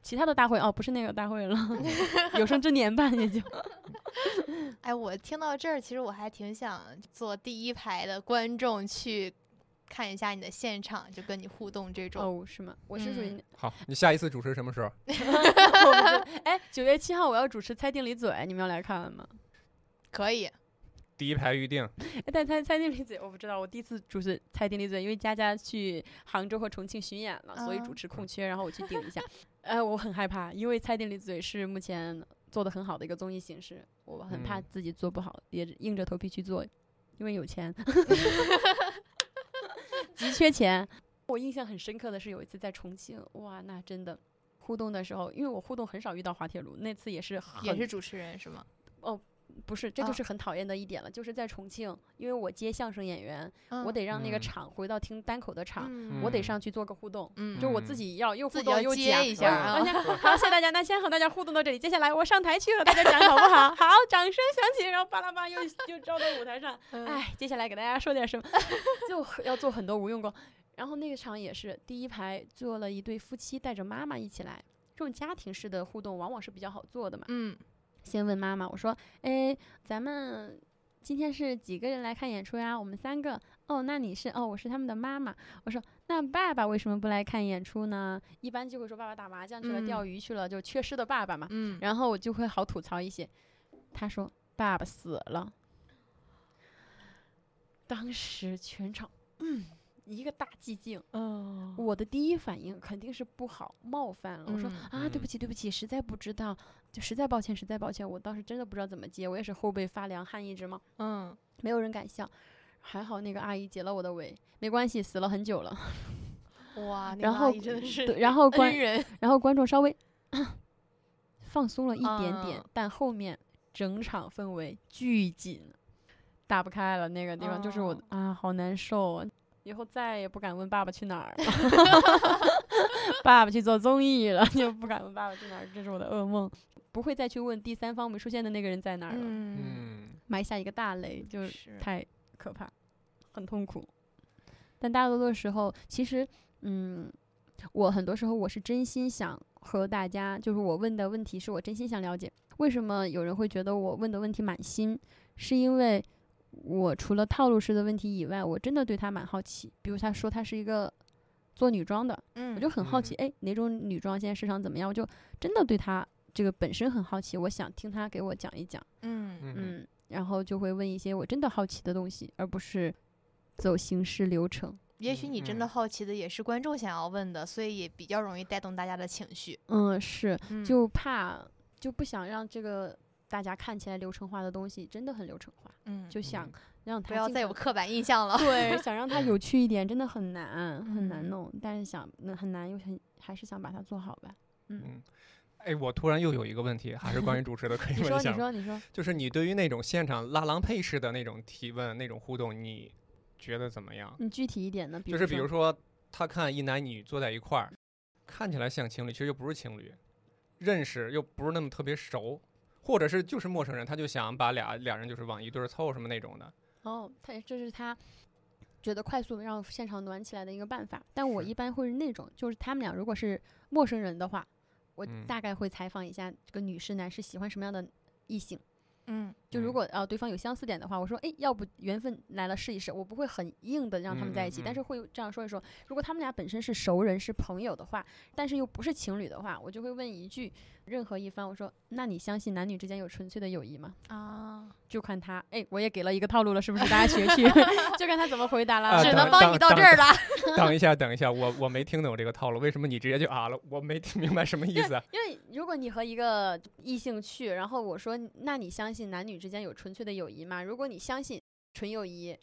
Speaker 2: 其他的大会哦，不是那个大会了，有生之年吧，也就
Speaker 3: 哎，我听到这儿，其实我还挺想坐第一排的观众去看一下你的现场，就跟你互动这种。
Speaker 2: 哦，是吗？我是属于
Speaker 3: 嗯
Speaker 2: 那
Speaker 1: 好，你下一次主持什么时候？
Speaker 2: 哎，九月七号我要主持猜定理嘴，你们要来看吗？
Speaker 3: 可以，
Speaker 1: 第一排预定，
Speaker 2: 哎但猜猜定离嘴我不知道，我第一次主持猜定离嘴，因为佳佳去杭州和重庆巡演了，所以主
Speaker 3: 啊
Speaker 2: 持空缺，然后我去顶一下。 呃，我很害怕，因为猜定离嘴是目前做的很好的一个综艺形式，我很怕
Speaker 1: 嗯
Speaker 2: 自己做不好，也硬着头皮去做，因为有钱，急缺钱。我印象很深刻的是有一次在重庆，哇，那真的。互动的时候，因为我互动很少遇到滑铁卢，那次也是
Speaker 3: 也
Speaker 2: 很
Speaker 3: 是主持人是吗？
Speaker 2: 不是，这就
Speaker 3: 啊
Speaker 2: 是很讨厌的一点了，就是在重庆，因为我接相声演员，我
Speaker 3: 嗯
Speaker 2: 得让那个
Speaker 1: 嗯
Speaker 2: 场回到听单口的场，
Speaker 3: 嗯
Speaker 2: 我得
Speaker 1: 嗯
Speaker 2: 上去做个互动，
Speaker 3: 嗯
Speaker 2: 就我
Speaker 1: 嗯
Speaker 2: 自己要又
Speaker 3: 自
Speaker 2: 互
Speaker 3: 己
Speaker 2: 动
Speaker 3: 要
Speaker 2: 又
Speaker 3: 接
Speaker 2: 讲
Speaker 3: 一
Speaker 1: 下
Speaker 2: 啊
Speaker 1: 啊
Speaker 2: 我想好，谢谢大家，那先和大家互动到这里，接下来我上台去了，大家讲好不好？ 好，掌声响起，然后巴拉巴又又绕到舞台上，
Speaker 3: 哎，
Speaker 2: 哎，接下来给大家说点什么， 就很要做很多无用功。然后那个场也是第一排坐了一对夫妻，带着妈妈一起来，这种家庭式的互动往往是比较好做的嘛。
Speaker 3: 嗯
Speaker 2: 先问妈妈，我说：“哎，咱们今天是几个人来看演出呀？我们三个。哦，那你是？哦，我是他们的妈妈。我说，那爸爸为什么不来看演出呢？一般就会说爸爸打麻将去了，
Speaker 3: 嗯
Speaker 2: 钓鱼去了，就缺失的爸爸嘛。
Speaker 3: 嗯，
Speaker 2: 然后我就会好吐槽一些。他说爸爸死了，当时全场嗯一个大寂静。
Speaker 3: 嗯
Speaker 2: 我的第一反应肯定是不好，冒犯了。我说啊，对不
Speaker 1: 嗯
Speaker 2: 起，对不起，实在不知道，就实在抱歉，实在抱歉，我当时真的不知道怎么接，我也是后背发凉，汗一直冒，
Speaker 3: 嗯，
Speaker 2: 没有人敢笑。还好那个阿姨解了我的围，没关系，死了很久了。
Speaker 3: 哇，
Speaker 2: 然
Speaker 3: 那个阿
Speaker 2: 后
Speaker 3: 姨真的是
Speaker 2: 对，然后观
Speaker 3: 恩人，
Speaker 2: 然后观众稍微 放松了一点点，
Speaker 3: 嗯
Speaker 2: 但后面整场氛围巨紧，打不开了那个地方，就是我、啊，好难受啊！以后再也不敢问爸爸去哪儿了， 爸爸去做综艺了，就不敢问爸爸去哪儿，这是我的噩梦。不会再去问第三方没出现的那个人在哪儿了，
Speaker 3: 嗯，
Speaker 1: 嗯，
Speaker 2: 埋下一个大雷，就是
Speaker 3: 是
Speaker 2: 太可怕，很痛苦。但大多的时候，其实，嗯，我很多时候我是真心想和大家，就是我问的问题是我真心想了解。为什么有人会觉得我问的问题满心？是因为我除了套路式的问题以外，我真的对他蛮好奇。比如他说他是一个做女装的，
Speaker 3: 嗯，
Speaker 2: 我就很好奇，
Speaker 1: 嗯
Speaker 2: 哎，哪种女装现在市场怎么样？我就真的对他这个本身很好奇，我想听他给我讲一讲。
Speaker 3: 嗯
Speaker 1: 嗯
Speaker 2: 嗯，然后就会问一些我真的好奇的东西，而不是走形式流程。
Speaker 3: 也许你真的好奇的也是观众想要问的，所以也比较容易带动大家的情绪。
Speaker 2: 嗯，是，
Speaker 3: 嗯
Speaker 2: 就怕就不想让这个大家看起来流程化的东西真的很流程化，
Speaker 3: 嗯，
Speaker 2: 就想
Speaker 1: 嗯
Speaker 2: 让
Speaker 3: 不
Speaker 2: 它
Speaker 3: 要
Speaker 2: 尽
Speaker 3: 再有
Speaker 2: 可
Speaker 3: 刻板印象了。
Speaker 2: 对，想让它有趣一点，真的很难，很难
Speaker 3: 嗯
Speaker 2: 弄。但是想那很难，又很还是想把它做好 吧。嗯，
Speaker 1: 嗯，哎，我突然又有一个问题，还是关于主持的，可以
Speaker 2: 你
Speaker 1: 问
Speaker 2: 说，
Speaker 1: 一下
Speaker 2: 你
Speaker 1: 吗？
Speaker 2: 说，你说，
Speaker 1: 就是你对于那种现场拉郎配式的那种提问、那种互动，你觉得怎么样？
Speaker 2: 你具体一点的，嗯比
Speaker 1: 就是比如
Speaker 2: 说，
Speaker 1: 说，他看一男一女坐在一块儿，看起来像情侣，其实又不是情侣，认识又不是那么特别熟，或者是就是陌生人，他就想把俩俩人就是往一对儿凑什么那种的。
Speaker 2: 哦，他这是他。觉得快速的让现场暖起来的一个办法，但我
Speaker 1: 是
Speaker 2: 一般会是那种，就是他们俩如果是陌生人的话，我
Speaker 1: 嗯
Speaker 2: 大概会采访一下这个女士、男士喜欢什么样的异性。
Speaker 3: 嗯
Speaker 2: 就如
Speaker 1: 嗯
Speaker 2: 果呃对方有相似点的话，我说哎，要不缘分来了试一试，我不会很硬的让他们在一起，
Speaker 1: 嗯嗯嗯
Speaker 2: 但是会这样说一说。如果他们俩本身是熟人、是朋友的话，但是又不是情侣的话，我就会问一句，任何一方我说，那你相信男女之间有纯粹的友谊吗？
Speaker 3: 啊，
Speaker 2: 就看他，哎，我也给了一个套路了，是不是？大家学去，就看他怎么回答了。
Speaker 1: 啊
Speaker 3: 只
Speaker 1: 当
Speaker 3: 能帮你到这儿了。
Speaker 1: 等一下，等一下，我我没听懂这个套路，为什么你直接就啊了？我没听明白什么意思啊。
Speaker 2: 因为如果你和一个异性去，然后我说，那你相信男女之间有纯粹的友谊吗？如果你相信纯友谊，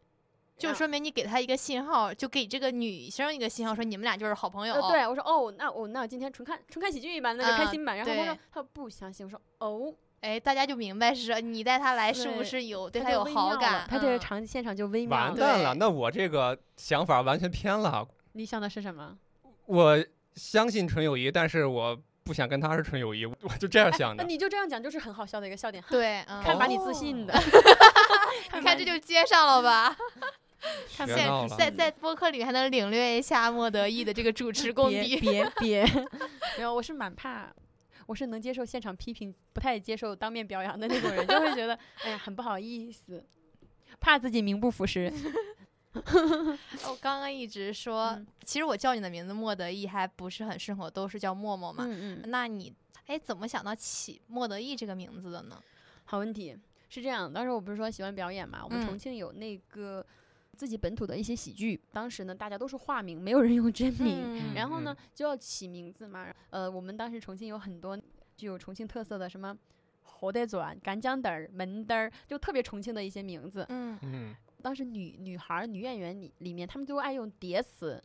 Speaker 3: 就
Speaker 2: 啊
Speaker 3: 说明你给他一个信号，就给这个女生一个信号，说你们俩就是好朋友。
Speaker 2: 呃，，对我说哦，那我、那今天纯看纯看喜剧版，那就开
Speaker 3: 啊
Speaker 2: 心版。然后他说
Speaker 3: 对
Speaker 2: 他不相信，我说哦，
Speaker 3: 哎，大家就明白是你带他来是不
Speaker 2: 对
Speaker 3: 是有对
Speaker 2: 他
Speaker 3: 有
Speaker 2: 就微
Speaker 3: 好
Speaker 2: 妙
Speaker 3: 感
Speaker 2: 了？他这个
Speaker 3: 嗯
Speaker 2: 场现场就微妙
Speaker 1: 完
Speaker 2: 了。
Speaker 1: 蛋
Speaker 3: 对
Speaker 1: 了，那我这个想法完全偏了。啊
Speaker 2: 你想的是什么？
Speaker 1: 我相信纯友谊，但是我不想跟他是纯友谊，我就这样想
Speaker 2: 哎那
Speaker 1: 的。
Speaker 2: 你就这样讲，就是很好笑的一个笑点。
Speaker 3: 对，嗯
Speaker 2: 看
Speaker 1: 吧
Speaker 2: 把你自信的，
Speaker 3: 你
Speaker 2: 把
Speaker 3: 看
Speaker 2: 你
Speaker 3: 这就接上了吧？
Speaker 1: 学
Speaker 3: 现
Speaker 1: 到了，
Speaker 3: 在在播客里面还能领略一下莫德义的这个主持 功
Speaker 2: 别
Speaker 3: 底。
Speaker 2: 别别，没有，我是蛮怕，我是能接受现场批评，不太接受当面表扬的那种人，就会觉得哎呀很不好意思，怕自己名不副实。
Speaker 3: 我刚刚一直说
Speaker 2: 嗯，
Speaker 3: 其实我叫你的名字莫德义还不是很顺口，都是叫默默嘛。
Speaker 2: 嗯嗯，
Speaker 3: 那你哎，怎么想到起莫德义这个名字的呢？
Speaker 2: 好问题。是这样，当时我不是说喜欢表演嘛，我们
Speaker 3: 嗯
Speaker 2: 重庆有那个自己本土的一些喜剧，当时呢大家都是化名，没有人用真名，
Speaker 3: 嗯
Speaker 2: 然后呢就要起名字嘛。呃，我们当时重庆有很多具有重庆特色的什么。猴带转、干将嘚儿、门嘚儿，就特别重庆的一些名字。
Speaker 3: 嗯
Speaker 1: 嗯，
Speaker 2: 当时女女孩儿、女演员里里面，她们都爱用叠词，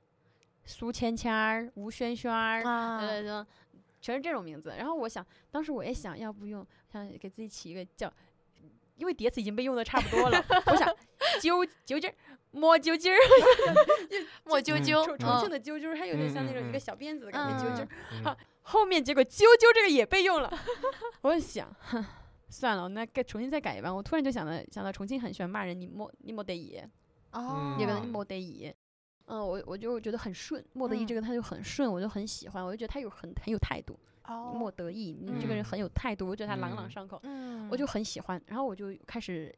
Speaker 2: 苏芊芊儿、吴萱萱儿，
Speaker 3: 啊，
Speaker 2: 对对，全是这种名字。然后我想，当时我也想要不用，想给自己起一个叫，因为叠词已经被用的差不 多了，我想揪揪筋儿，摸揪筋儿，
Speaker 3: 莫啾
Speaker 1: 嗯
Speaker 3: 啾，
Speaker 2: 重重
Speaker 3: 嗯
Speaker 2: 庆的揪揪儿，它有点像那种
Speaker 1: 嗯嗯
Speaker 2: 一
Speaker 1: 嗯
Speaker 2: 个小辫子的感觉，揪筋儿。
Speaker 1: 嗯
Speaker 2: 好后面结果揪揪这个也被用了， 我想。哼算了，那该重新再改一版。我突然就想到，想到重庆很喜欢骂人，你莫你莫得已，
Speaker 3: 哦，
Speaker 2: 有个
Speaker 1: 嗯
Speaker 2: 莫得已，嗯，我我就觉得很顺，莫得已
Speaker 3: 嗯
Speaker 2: 这个他就很顺，我就很喜欢，我就觉得他有很很有态度。莫
Speaker 3: 哦，
Speaker 2: 得意，你这个人
Speaker 1: 嗯
Speaker 2: 很有态度，我觉得他朗朗
Speaker 1: 嗯
Speaker 2: 上口，
Speaker 3: 嗯，
Speaker 2: 我就啊很喜欢。然后我就开始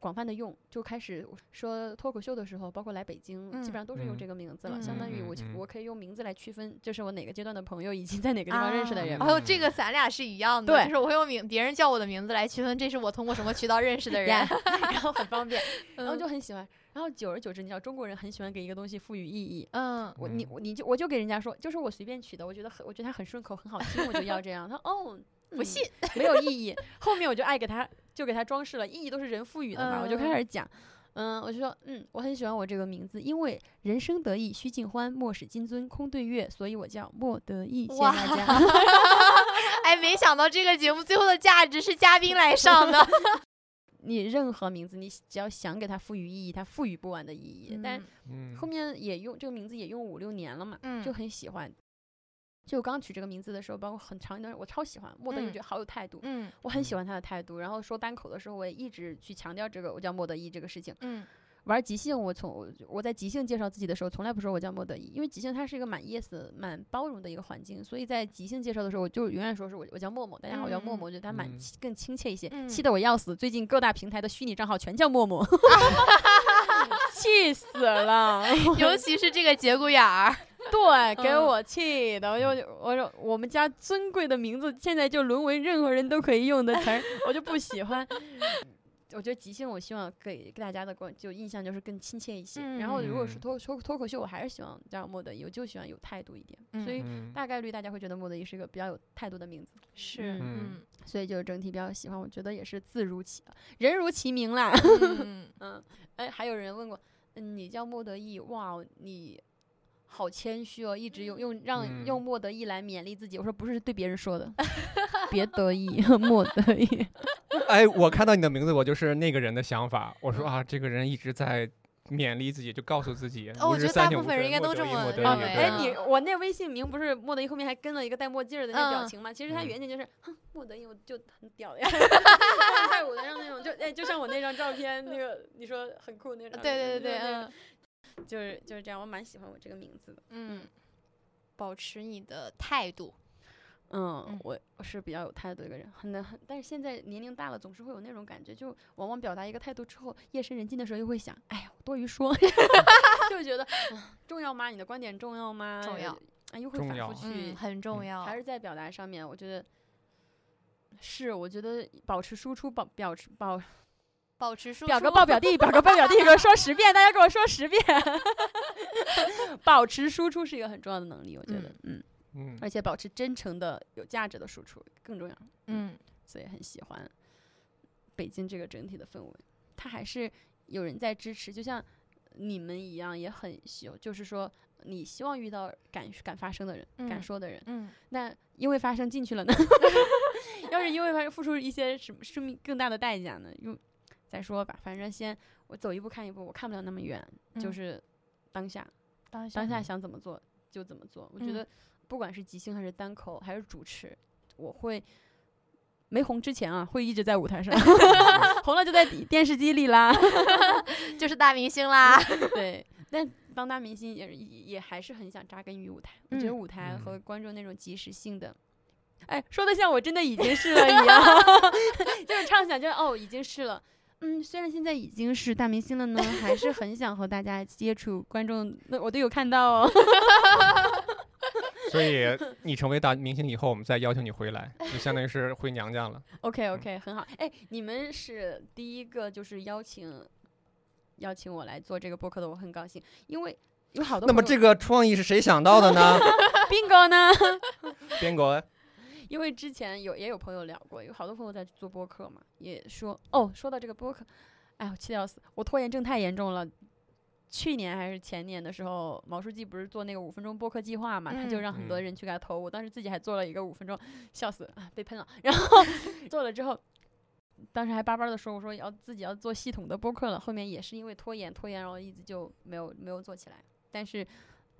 Speaker 2: 广泛的用，就开始说脱口秀的时候，包括来北京，基
Speaker 3: 嗯
Speaker 2: 本上都是用这
Speaker 1: 嗯
Speaker 2: 个名字了。相当于我
Speaker 1: 嗯嗯嗯
Speaker 2: 我可以用名字来区分，这是我哪个阶段的朋友，以及在哪个地方认识的
Speaker 3: 啊
Speaker 2: 人嘛。
Speaker 3: 哦，这个咱俩是一样的，
Speaker 2: 对
Speaker 3: 就是我用名别人叫我的名字来区分，这是我通过什么渠道认识的人，
Speaker 2: 呀 然后很方便，然后
Speaker 3: 嗯
Speaker 2: 就很喜欢。然后久而久之，你知道中国人很喜欢给一个东西赋予意义。
Speaker 3: 嗯
Speaker 2: 我你
Speaker 1: 嗯
Speaker 2: 我你就我就给人家说，就是我随便取的，我觉得很我觉得它很顺口，很好听，我就要这样。他说哦，
Speaker 3: 不
Speaker 2: 嗯
Speaker 3: 信，
Speaker 2: 没有意义。后面我就爱给他就给他装饰了，意义都是人赋予的嘛，我就
Speaker 3: 嗯
Speaker 2: 开始讲。嗯，我就说，嗯，我很喜欢我这个名字，因为人生得意须尽欢，莫使金樽空对月，所以我叫莫得意。谢谢
Speaker 3: 哇
Speaker 2: 大家。
Speaker 3: 哎，没想到这个节目最后的价值是嘉宾来 上的，
Speaker 2: 你任何名字，你只要想给它赋予意义，它赋予不完的意义。但
Speaker 1: 嗯
Speaker 2: 后面也用这个名字也用五六年了嘛，
Speaker 3: 嗯
Speaker 2: 就很喜欢。就我刚取这个名字的时候，包括很长一段时间，我超喜欢莫得意，
Speaker 3: 嗯
Speaker 2: 觉得好有态度，
Speaker 3: 嗯
Speaker 2: 我很喜
Speaker 1: 嗯
Speaker 2: 欢他的态度。然后说单口的时候，我也一直去强调这个我叫莫得意这个事情。
Speaker 3: 嗯
Speaker 2: 玩即兴，我从我我在即兴介绍自己的时候，从来不说我叫莫得意，因为即兴它是一个蛮 yes、蛮包容的一个环境，所以在即兴介绍的时候，我就永远说是我我叫默默，大家好，我叫默默，我觉得它蛮
Speaker 1: 嗯
Speaker 2: 亲更亲切一些，
Speaker 3: 嗯
Speaker 2: 气得我要死。最近各大平台的虚拟账号全叫默默，气死了，
Speaker 3: 尤其是这个节骨眼儿，
Speaker 2: 对，给
Speaker 1: 嗯
Speaker 2: 我气的，我就我说我们家尊贵的名字现在就沦为任何人都可以用的 词儿，我就不喜欢。我觉得即兴，我希望给给大家的关就印象就是更亲切一些。然后如果是
Speaker 1: 嗯
Speaker 2: 脱脱脱口秀，我还是希望叫莫德伊，我就喜欢有态度一点，所以
Speaker 1: 嗯
Speaker 2: 大概率大家会觉得莫德伊是一个比较有态度的名字，
Speaker 3: 是
Speaker 1: 嗯
Speaker 2: 所以就整体比较喜欢。我觉得也是字如其人如其名啦。
Speaker 3: 嗯
Speaker 2: 嗯，哎，还有人问过，嗯，你叫莫德意，哇，你好谦虚哦，一直用用让、
Speaker 1: 嗯
Speaker 2: 用莫德意来勉励自己。我说不是对别人说的，别得意，莫得意。
Speaker 1: 哎，我看到你的名字，我就是那个人的想法。我
Speaker 3: 嗯
Speaker 1: 说啊，这个人一直在勉励自己，就告诉自己。
Speaker 3: 哦我
Speaker 1: 吾
Speaker 3: 觉
Speaker 1: 日
Speaker 3: 得
Speaker 1: 三
Speaker 3: 大
Speaker 1: 省
Speaker 3: 部
Speaker 1: 吾
Speaker 3: 分人
Speaker 1: 身
Speaker 3: 应该
Speaker 1: 莫
Speaker 3: 都
Speaker 1: 得
Speaker 3: 这
Speaker 1: 意
Speaker 3: 么
Speaker 1: 莫得
Speaker 3: 认
Speaker 1: 意
Speaker 3: 为
Speaker 1: 对
Speaker 2: 哎
Speaker 3: 啊，
Speaker 2: 你我那微信名不是莫德意后面还跟了一个戴墨镜儿的那表
Speaker 3: 嗯
Speaker 2: 情吗？其实它
Speaker 1: 嗯
Speaker 2: 原景就是，哼，莫德意我就很屌的呀，泰舞的上那种，就哎，就像我那张照片，那个你说很酷那张照片，
Speaker 3: 对对对对，
Speaker 2: 就那个
Speaker 3: 嗯
Speaker 2: 就是就是这样，我蛮喜欢我这个名字的。
Speaker 3: 嗯，保持你的态度，
Speaker 2: 嗯
Speaker 3: 嗯，
Speaker 2: 我我是比较有态度的一个人，很难很，但是现在年龄大了，总是会有那种感觉，就往往表达一个态度之后，夜深人静的时候又会想，哎呀，我多余说， 就觉得、嗯重要吗？你的观点重要吗？
Speaker 3: 重要，
Speaker 2: 啊，又会
Speaker 1: 重
Speaker 2: 反复
Speaker 1: 要
Speaker 2: 去
Speaker 3: 嗯，，很重要，
Speaker 2: 还是在表达上面，我觉得是，我觉得保持输出，保表持保
Speaker 3: 保持输出，
Speaker 2: 表哥抱表弟， 表哥抱表弟，给我说十遍，大家给我说十遍， 保持输出是一个很重要的能力，我觉得，嗯，
Speaker 1: 嗯
Speaker 2: 而且保持真诚的、有价值的输出更重要。
Speaker 3: 嗯
Speaker 2: 所以很喜欢北京这个整体的氛围。它还是有人在支持，就像你们一样，也很希，就是说你希望遇到敢敢发声的人、敢
Speaker 3: 嗯
Speaker 2: 说的人。
Speaker 3: 嗯
Speaker 2: 那因为发声进去 了呢？要是因为发声付出一些什么生命更大的代价呢？用再说吧，反正先我走一步看一步，我看不了那么远，就
Speaker 3: 嗯
Speaker 2: 是当下，
Speaker 3: 当下
Speaker 2: 当下
Speaker 1: 嗯
Speaker 2: 想怎么做就怎么做。我觉
Speaker 3: 嗯
Speaker 2: 得不管是即兴还是单口还是主持，我会没红之前啊，会一直在舞台上， 红了就在底电视机里啦。
Speaker 3: 就是大明星啦，
Speaker 2: 对，但当大明星也是也也还是很想扎根于舞台。我觉得
Speaker 3: 嗯
Speaker 2: 舞台
Speaker 1: 嗯
Speaker 2: 和观众那种即时性的。哎，说的像我真的已经是了一样， 就是畅想，就是哦，已经是了。嗯，虽然现在已经是大明星了呢，还是很想和大家接触观众。那我都有看到哦，
Speaker 1: 所以你成为大明星以后，我们再邀请你回来，就相当于是回娘 家了。
Speaker 2: OK OK，很好。哎，你们是第一个就是邀请邀请我来做这个播客的，我很高兴，因为有好多
Speaker 1: 那么
Speaker 2: 朋
Speaker 1: 这
Speaker 2: 友
Speaker 1: 个创意是谁想到的呢？
Speaker 2: bingo 呢？
Speaker 1: 边国，
Speaker 2: 因为之前有也有朋友聊过，有好多朋友在做播客嘛，也说哦，说到这个播客，哎呦，气得要死，我拖延症太严重了。去年还是前年的时候，毛书记不是做那个五分钟播客计划嘛，他就
Speaker 3: 嗯
Speaker 2: 让很多
Speaker 1: 嗯
Speaker 2: 人去给他投，我当时自己还做了一个五分钟，笑死啊，被喷了。然后做了之后，当时还巴巴的说，我说要自己要做系统的播客了。后面也是因为拖延拖延，然后一直就没有没有做起来。但是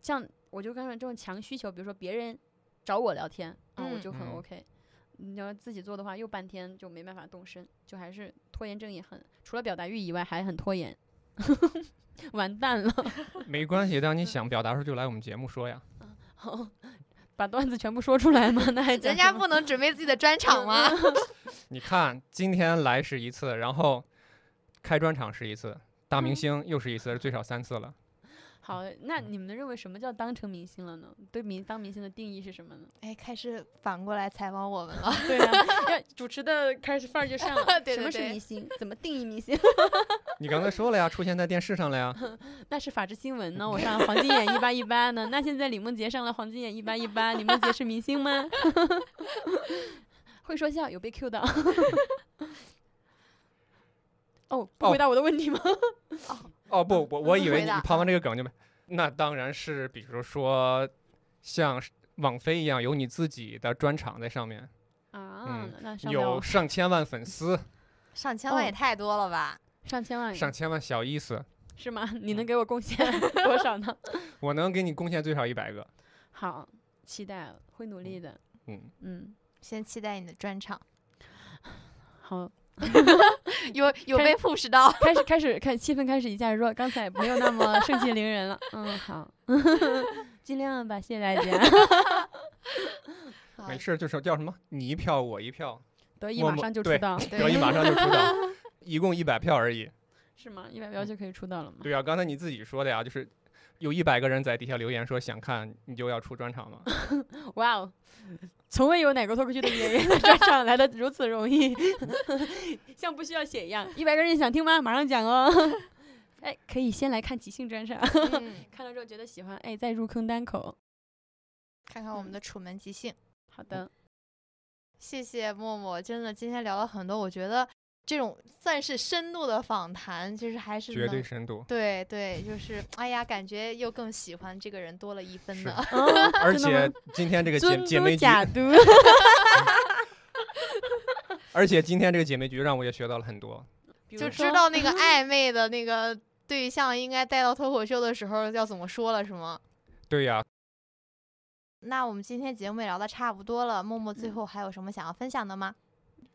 Speaker 2: 像我就刚才这种强需求，比如说别人找我聊天，啊，我
Speaker 3: 嗯
Speaker 2: 就很
Speaker 1: 嗯
Speaker 2: OK。你要自己做的话，又半天就没办法动身，就还是拖延症也很，除了表达欲以外，还很拖延， 完蛋了。
Speaker 1: 没关系，当你想表达的时候就来我们节目说呀。
Speaker 2: 好， 把段子全部说出来嘛，那还讲
Speaker 3: 人家
Speaker 2: 什么
Speaker 3: 不能准备自己的专场吗？
Speaker 1: 你看，今天来是一次，然后开专场是一次，大明星又是一次，最少三次了。
Speaker 2: 好。那你们认为什么叫当成明星了呢？对明当明星的定义是什么呢？
Speaker 3: 哎，开始反过来采访我们了。。
Speaker 2: 对啊，要主持的开始范儿就上了
Speaker 3: 对
Speaker 2: 什
Speaker 3: 对
Speaker 2: 么是
Speaker 3: 对
Speaker 2: 明星？怎么定义明星？
Speaker 1: 你刚才说了呀，出现在电视上了呀。
Speaker 2: 那是法制新闻呢，我上了黄金眼一八一八呢。那现在李梦洁上了黄金眼一八一八，李梦洁是明星吗？ 会说笑，有被 Q 到。哦，不
Speaker 1: 哦
Speaker 2: 回答我的问题吗？
Speaker 1: 哦不，我我以为
Speaker 3: 回
Speaker 1: 你
Speaker 3: 答
Speaker 1: 抛完这个梗就没。那当然是，比如说像是网飞一样，有你自己的专场在上面，
Speaker 2: 啊，那上面
Speaker 1: 嗯有
Speaker 2: 有
Speaker 1: 上千万粉丝，
Speaker 3: 上千万也太多了吧？
Speaker 2: 上千万
Speaker 1: 上嗯千万小意思，
Speaker 2: 是吗？你能给我贡献多少呢？
Speaker 1: 我能给你贡献最少一百个。
Speaker 2: 好，期待会努力的。
Speaker 1: 嗯，
Speaker 2: 嗯，
Speaker 3: 先期待你的专场，
Speaker 2: 好，
Speaker 3: 有有
Speaker 2: 开
Speaker 3: 被 push 到。
Speaker 2: 开始开始看气氛开始一下弱，刚才没有那么盛气凌人了。 嗯，好，尽量吧，谢谢大家。
Speaker 3: 好
Speaker 1: 没事，就是叫什么你一票我一票，
Speaker 2: 得意
Speaker 1: 默
Speaker 2: 马
Speaker 1: 默
Speaker 2: 上就出
Speaker 1: 对
Speaker 2: 道，
Speaker 3: 对
Speaker 1: 德意马上就出道，一共一百票而已。
Speaker 2: 是吗？一百标就可以出道了吗？
Speaker 1: 嗯对啊，刚才你自己说的呀，就是有一百个人在底下留言说想看，你就要出专场 嘛。
Speaker 2: 哇哦，从未有哪个脱口秀的演员 的专场来的如此容易， 像不需要写一样。一百个人想听吗？马上讲哦。 哎，可以先来看即兴专场，
Speaker 3: 嗯
Speaker 2: 看了之后觉得喜欢，哎，再入坑单口。
Speaker 3: 看看我们的楚门即兴。
Speaker 2: 好的，
Speaker 3: 谢谢默默，真的今天聊了很多，我觉得这种算是深度的访谈，就是还是
Speaker 1: 绝对
Speaker 3: 能
Speaker 1: 深度，
Speaker 3: 对对，就是哎呀，感觉又更喜欢这个人多了一分
Speaker 1: 是
Speaker 3: 呢。
Speaker 1: 而
Speaker 2: 真的
Speaker 1: 且
Speaker 2: 吗
Speaker 1: 今嗯天这 个姐
Speaker 2: 哦尊
Speaker 1: 姐
Speaker 2: 嘟
Speaker 1: 妹局，
Speaker 2: 假嘟，
Speaker 1: 而且今天这个姐妹局让我也学到了很多。
Speaker 3: 就 知道 那个暧昧的那个对象应该带到脱口秀的时候要怎么说了，是吗？
Speaker 1: 对呀、
Speaker 3: 那我们今天节目也聊的差不多了，默默最
Speaker 2: 嗯
Speaker 3: 后还有什么想要分享的吗？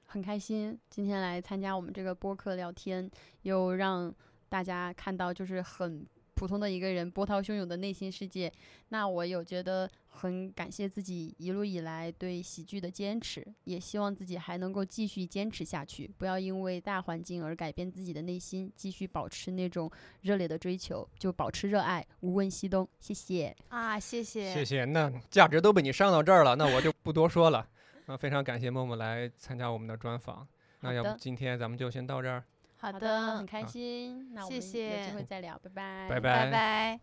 Speaker 2: 很开心今天来参加我们这个播客聊天，又让大家看到就是很普通的一个人波涛汹涌的内心世界。那我有觉得很感谢自己一路以来对喜剧的坚持，也希望自己还能够继续坚持下去，不要因为大环境而改变自己的内心，继续保持那种热烈的追求，就保持热爱，无问西东。谢谢，
Speaker 3: 啊，谢谢，
Speaker 1: 谢谢。那价值都被你上到这儿了，那我就不多说了。那非常感谢默默来参加我们的专访。那
Speaker 2: 好
Speaker 1: 要不
Speaker 2: 的
Speaker 1: 今天咱们就先到这儿，
Speaker 3: 好
Speaker 2: 好的，很
Speaker 3: 的，
Speaker 2: 开
Speaker 1: 好
Speaker 2: 心。那我
Speaker 3: 谢
Speaker 2: 们有
Speaker 3: 谢
Speaker 2: 机会再聊，拜哎
Speaker 1: 拜
Speaker 2: 拜，
Speaker 3: 拜拜。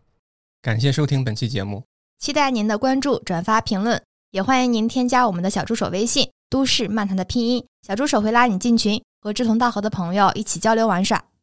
Speaker 1: 感谢收听本期节目。
Speaker 3: 期待您的关注、转发、评论，也欢迎您添加我们的小助手微信“都市漫谈”的拼音，小助手会拉你进群，和志同道合的朋友一起交流玩耍。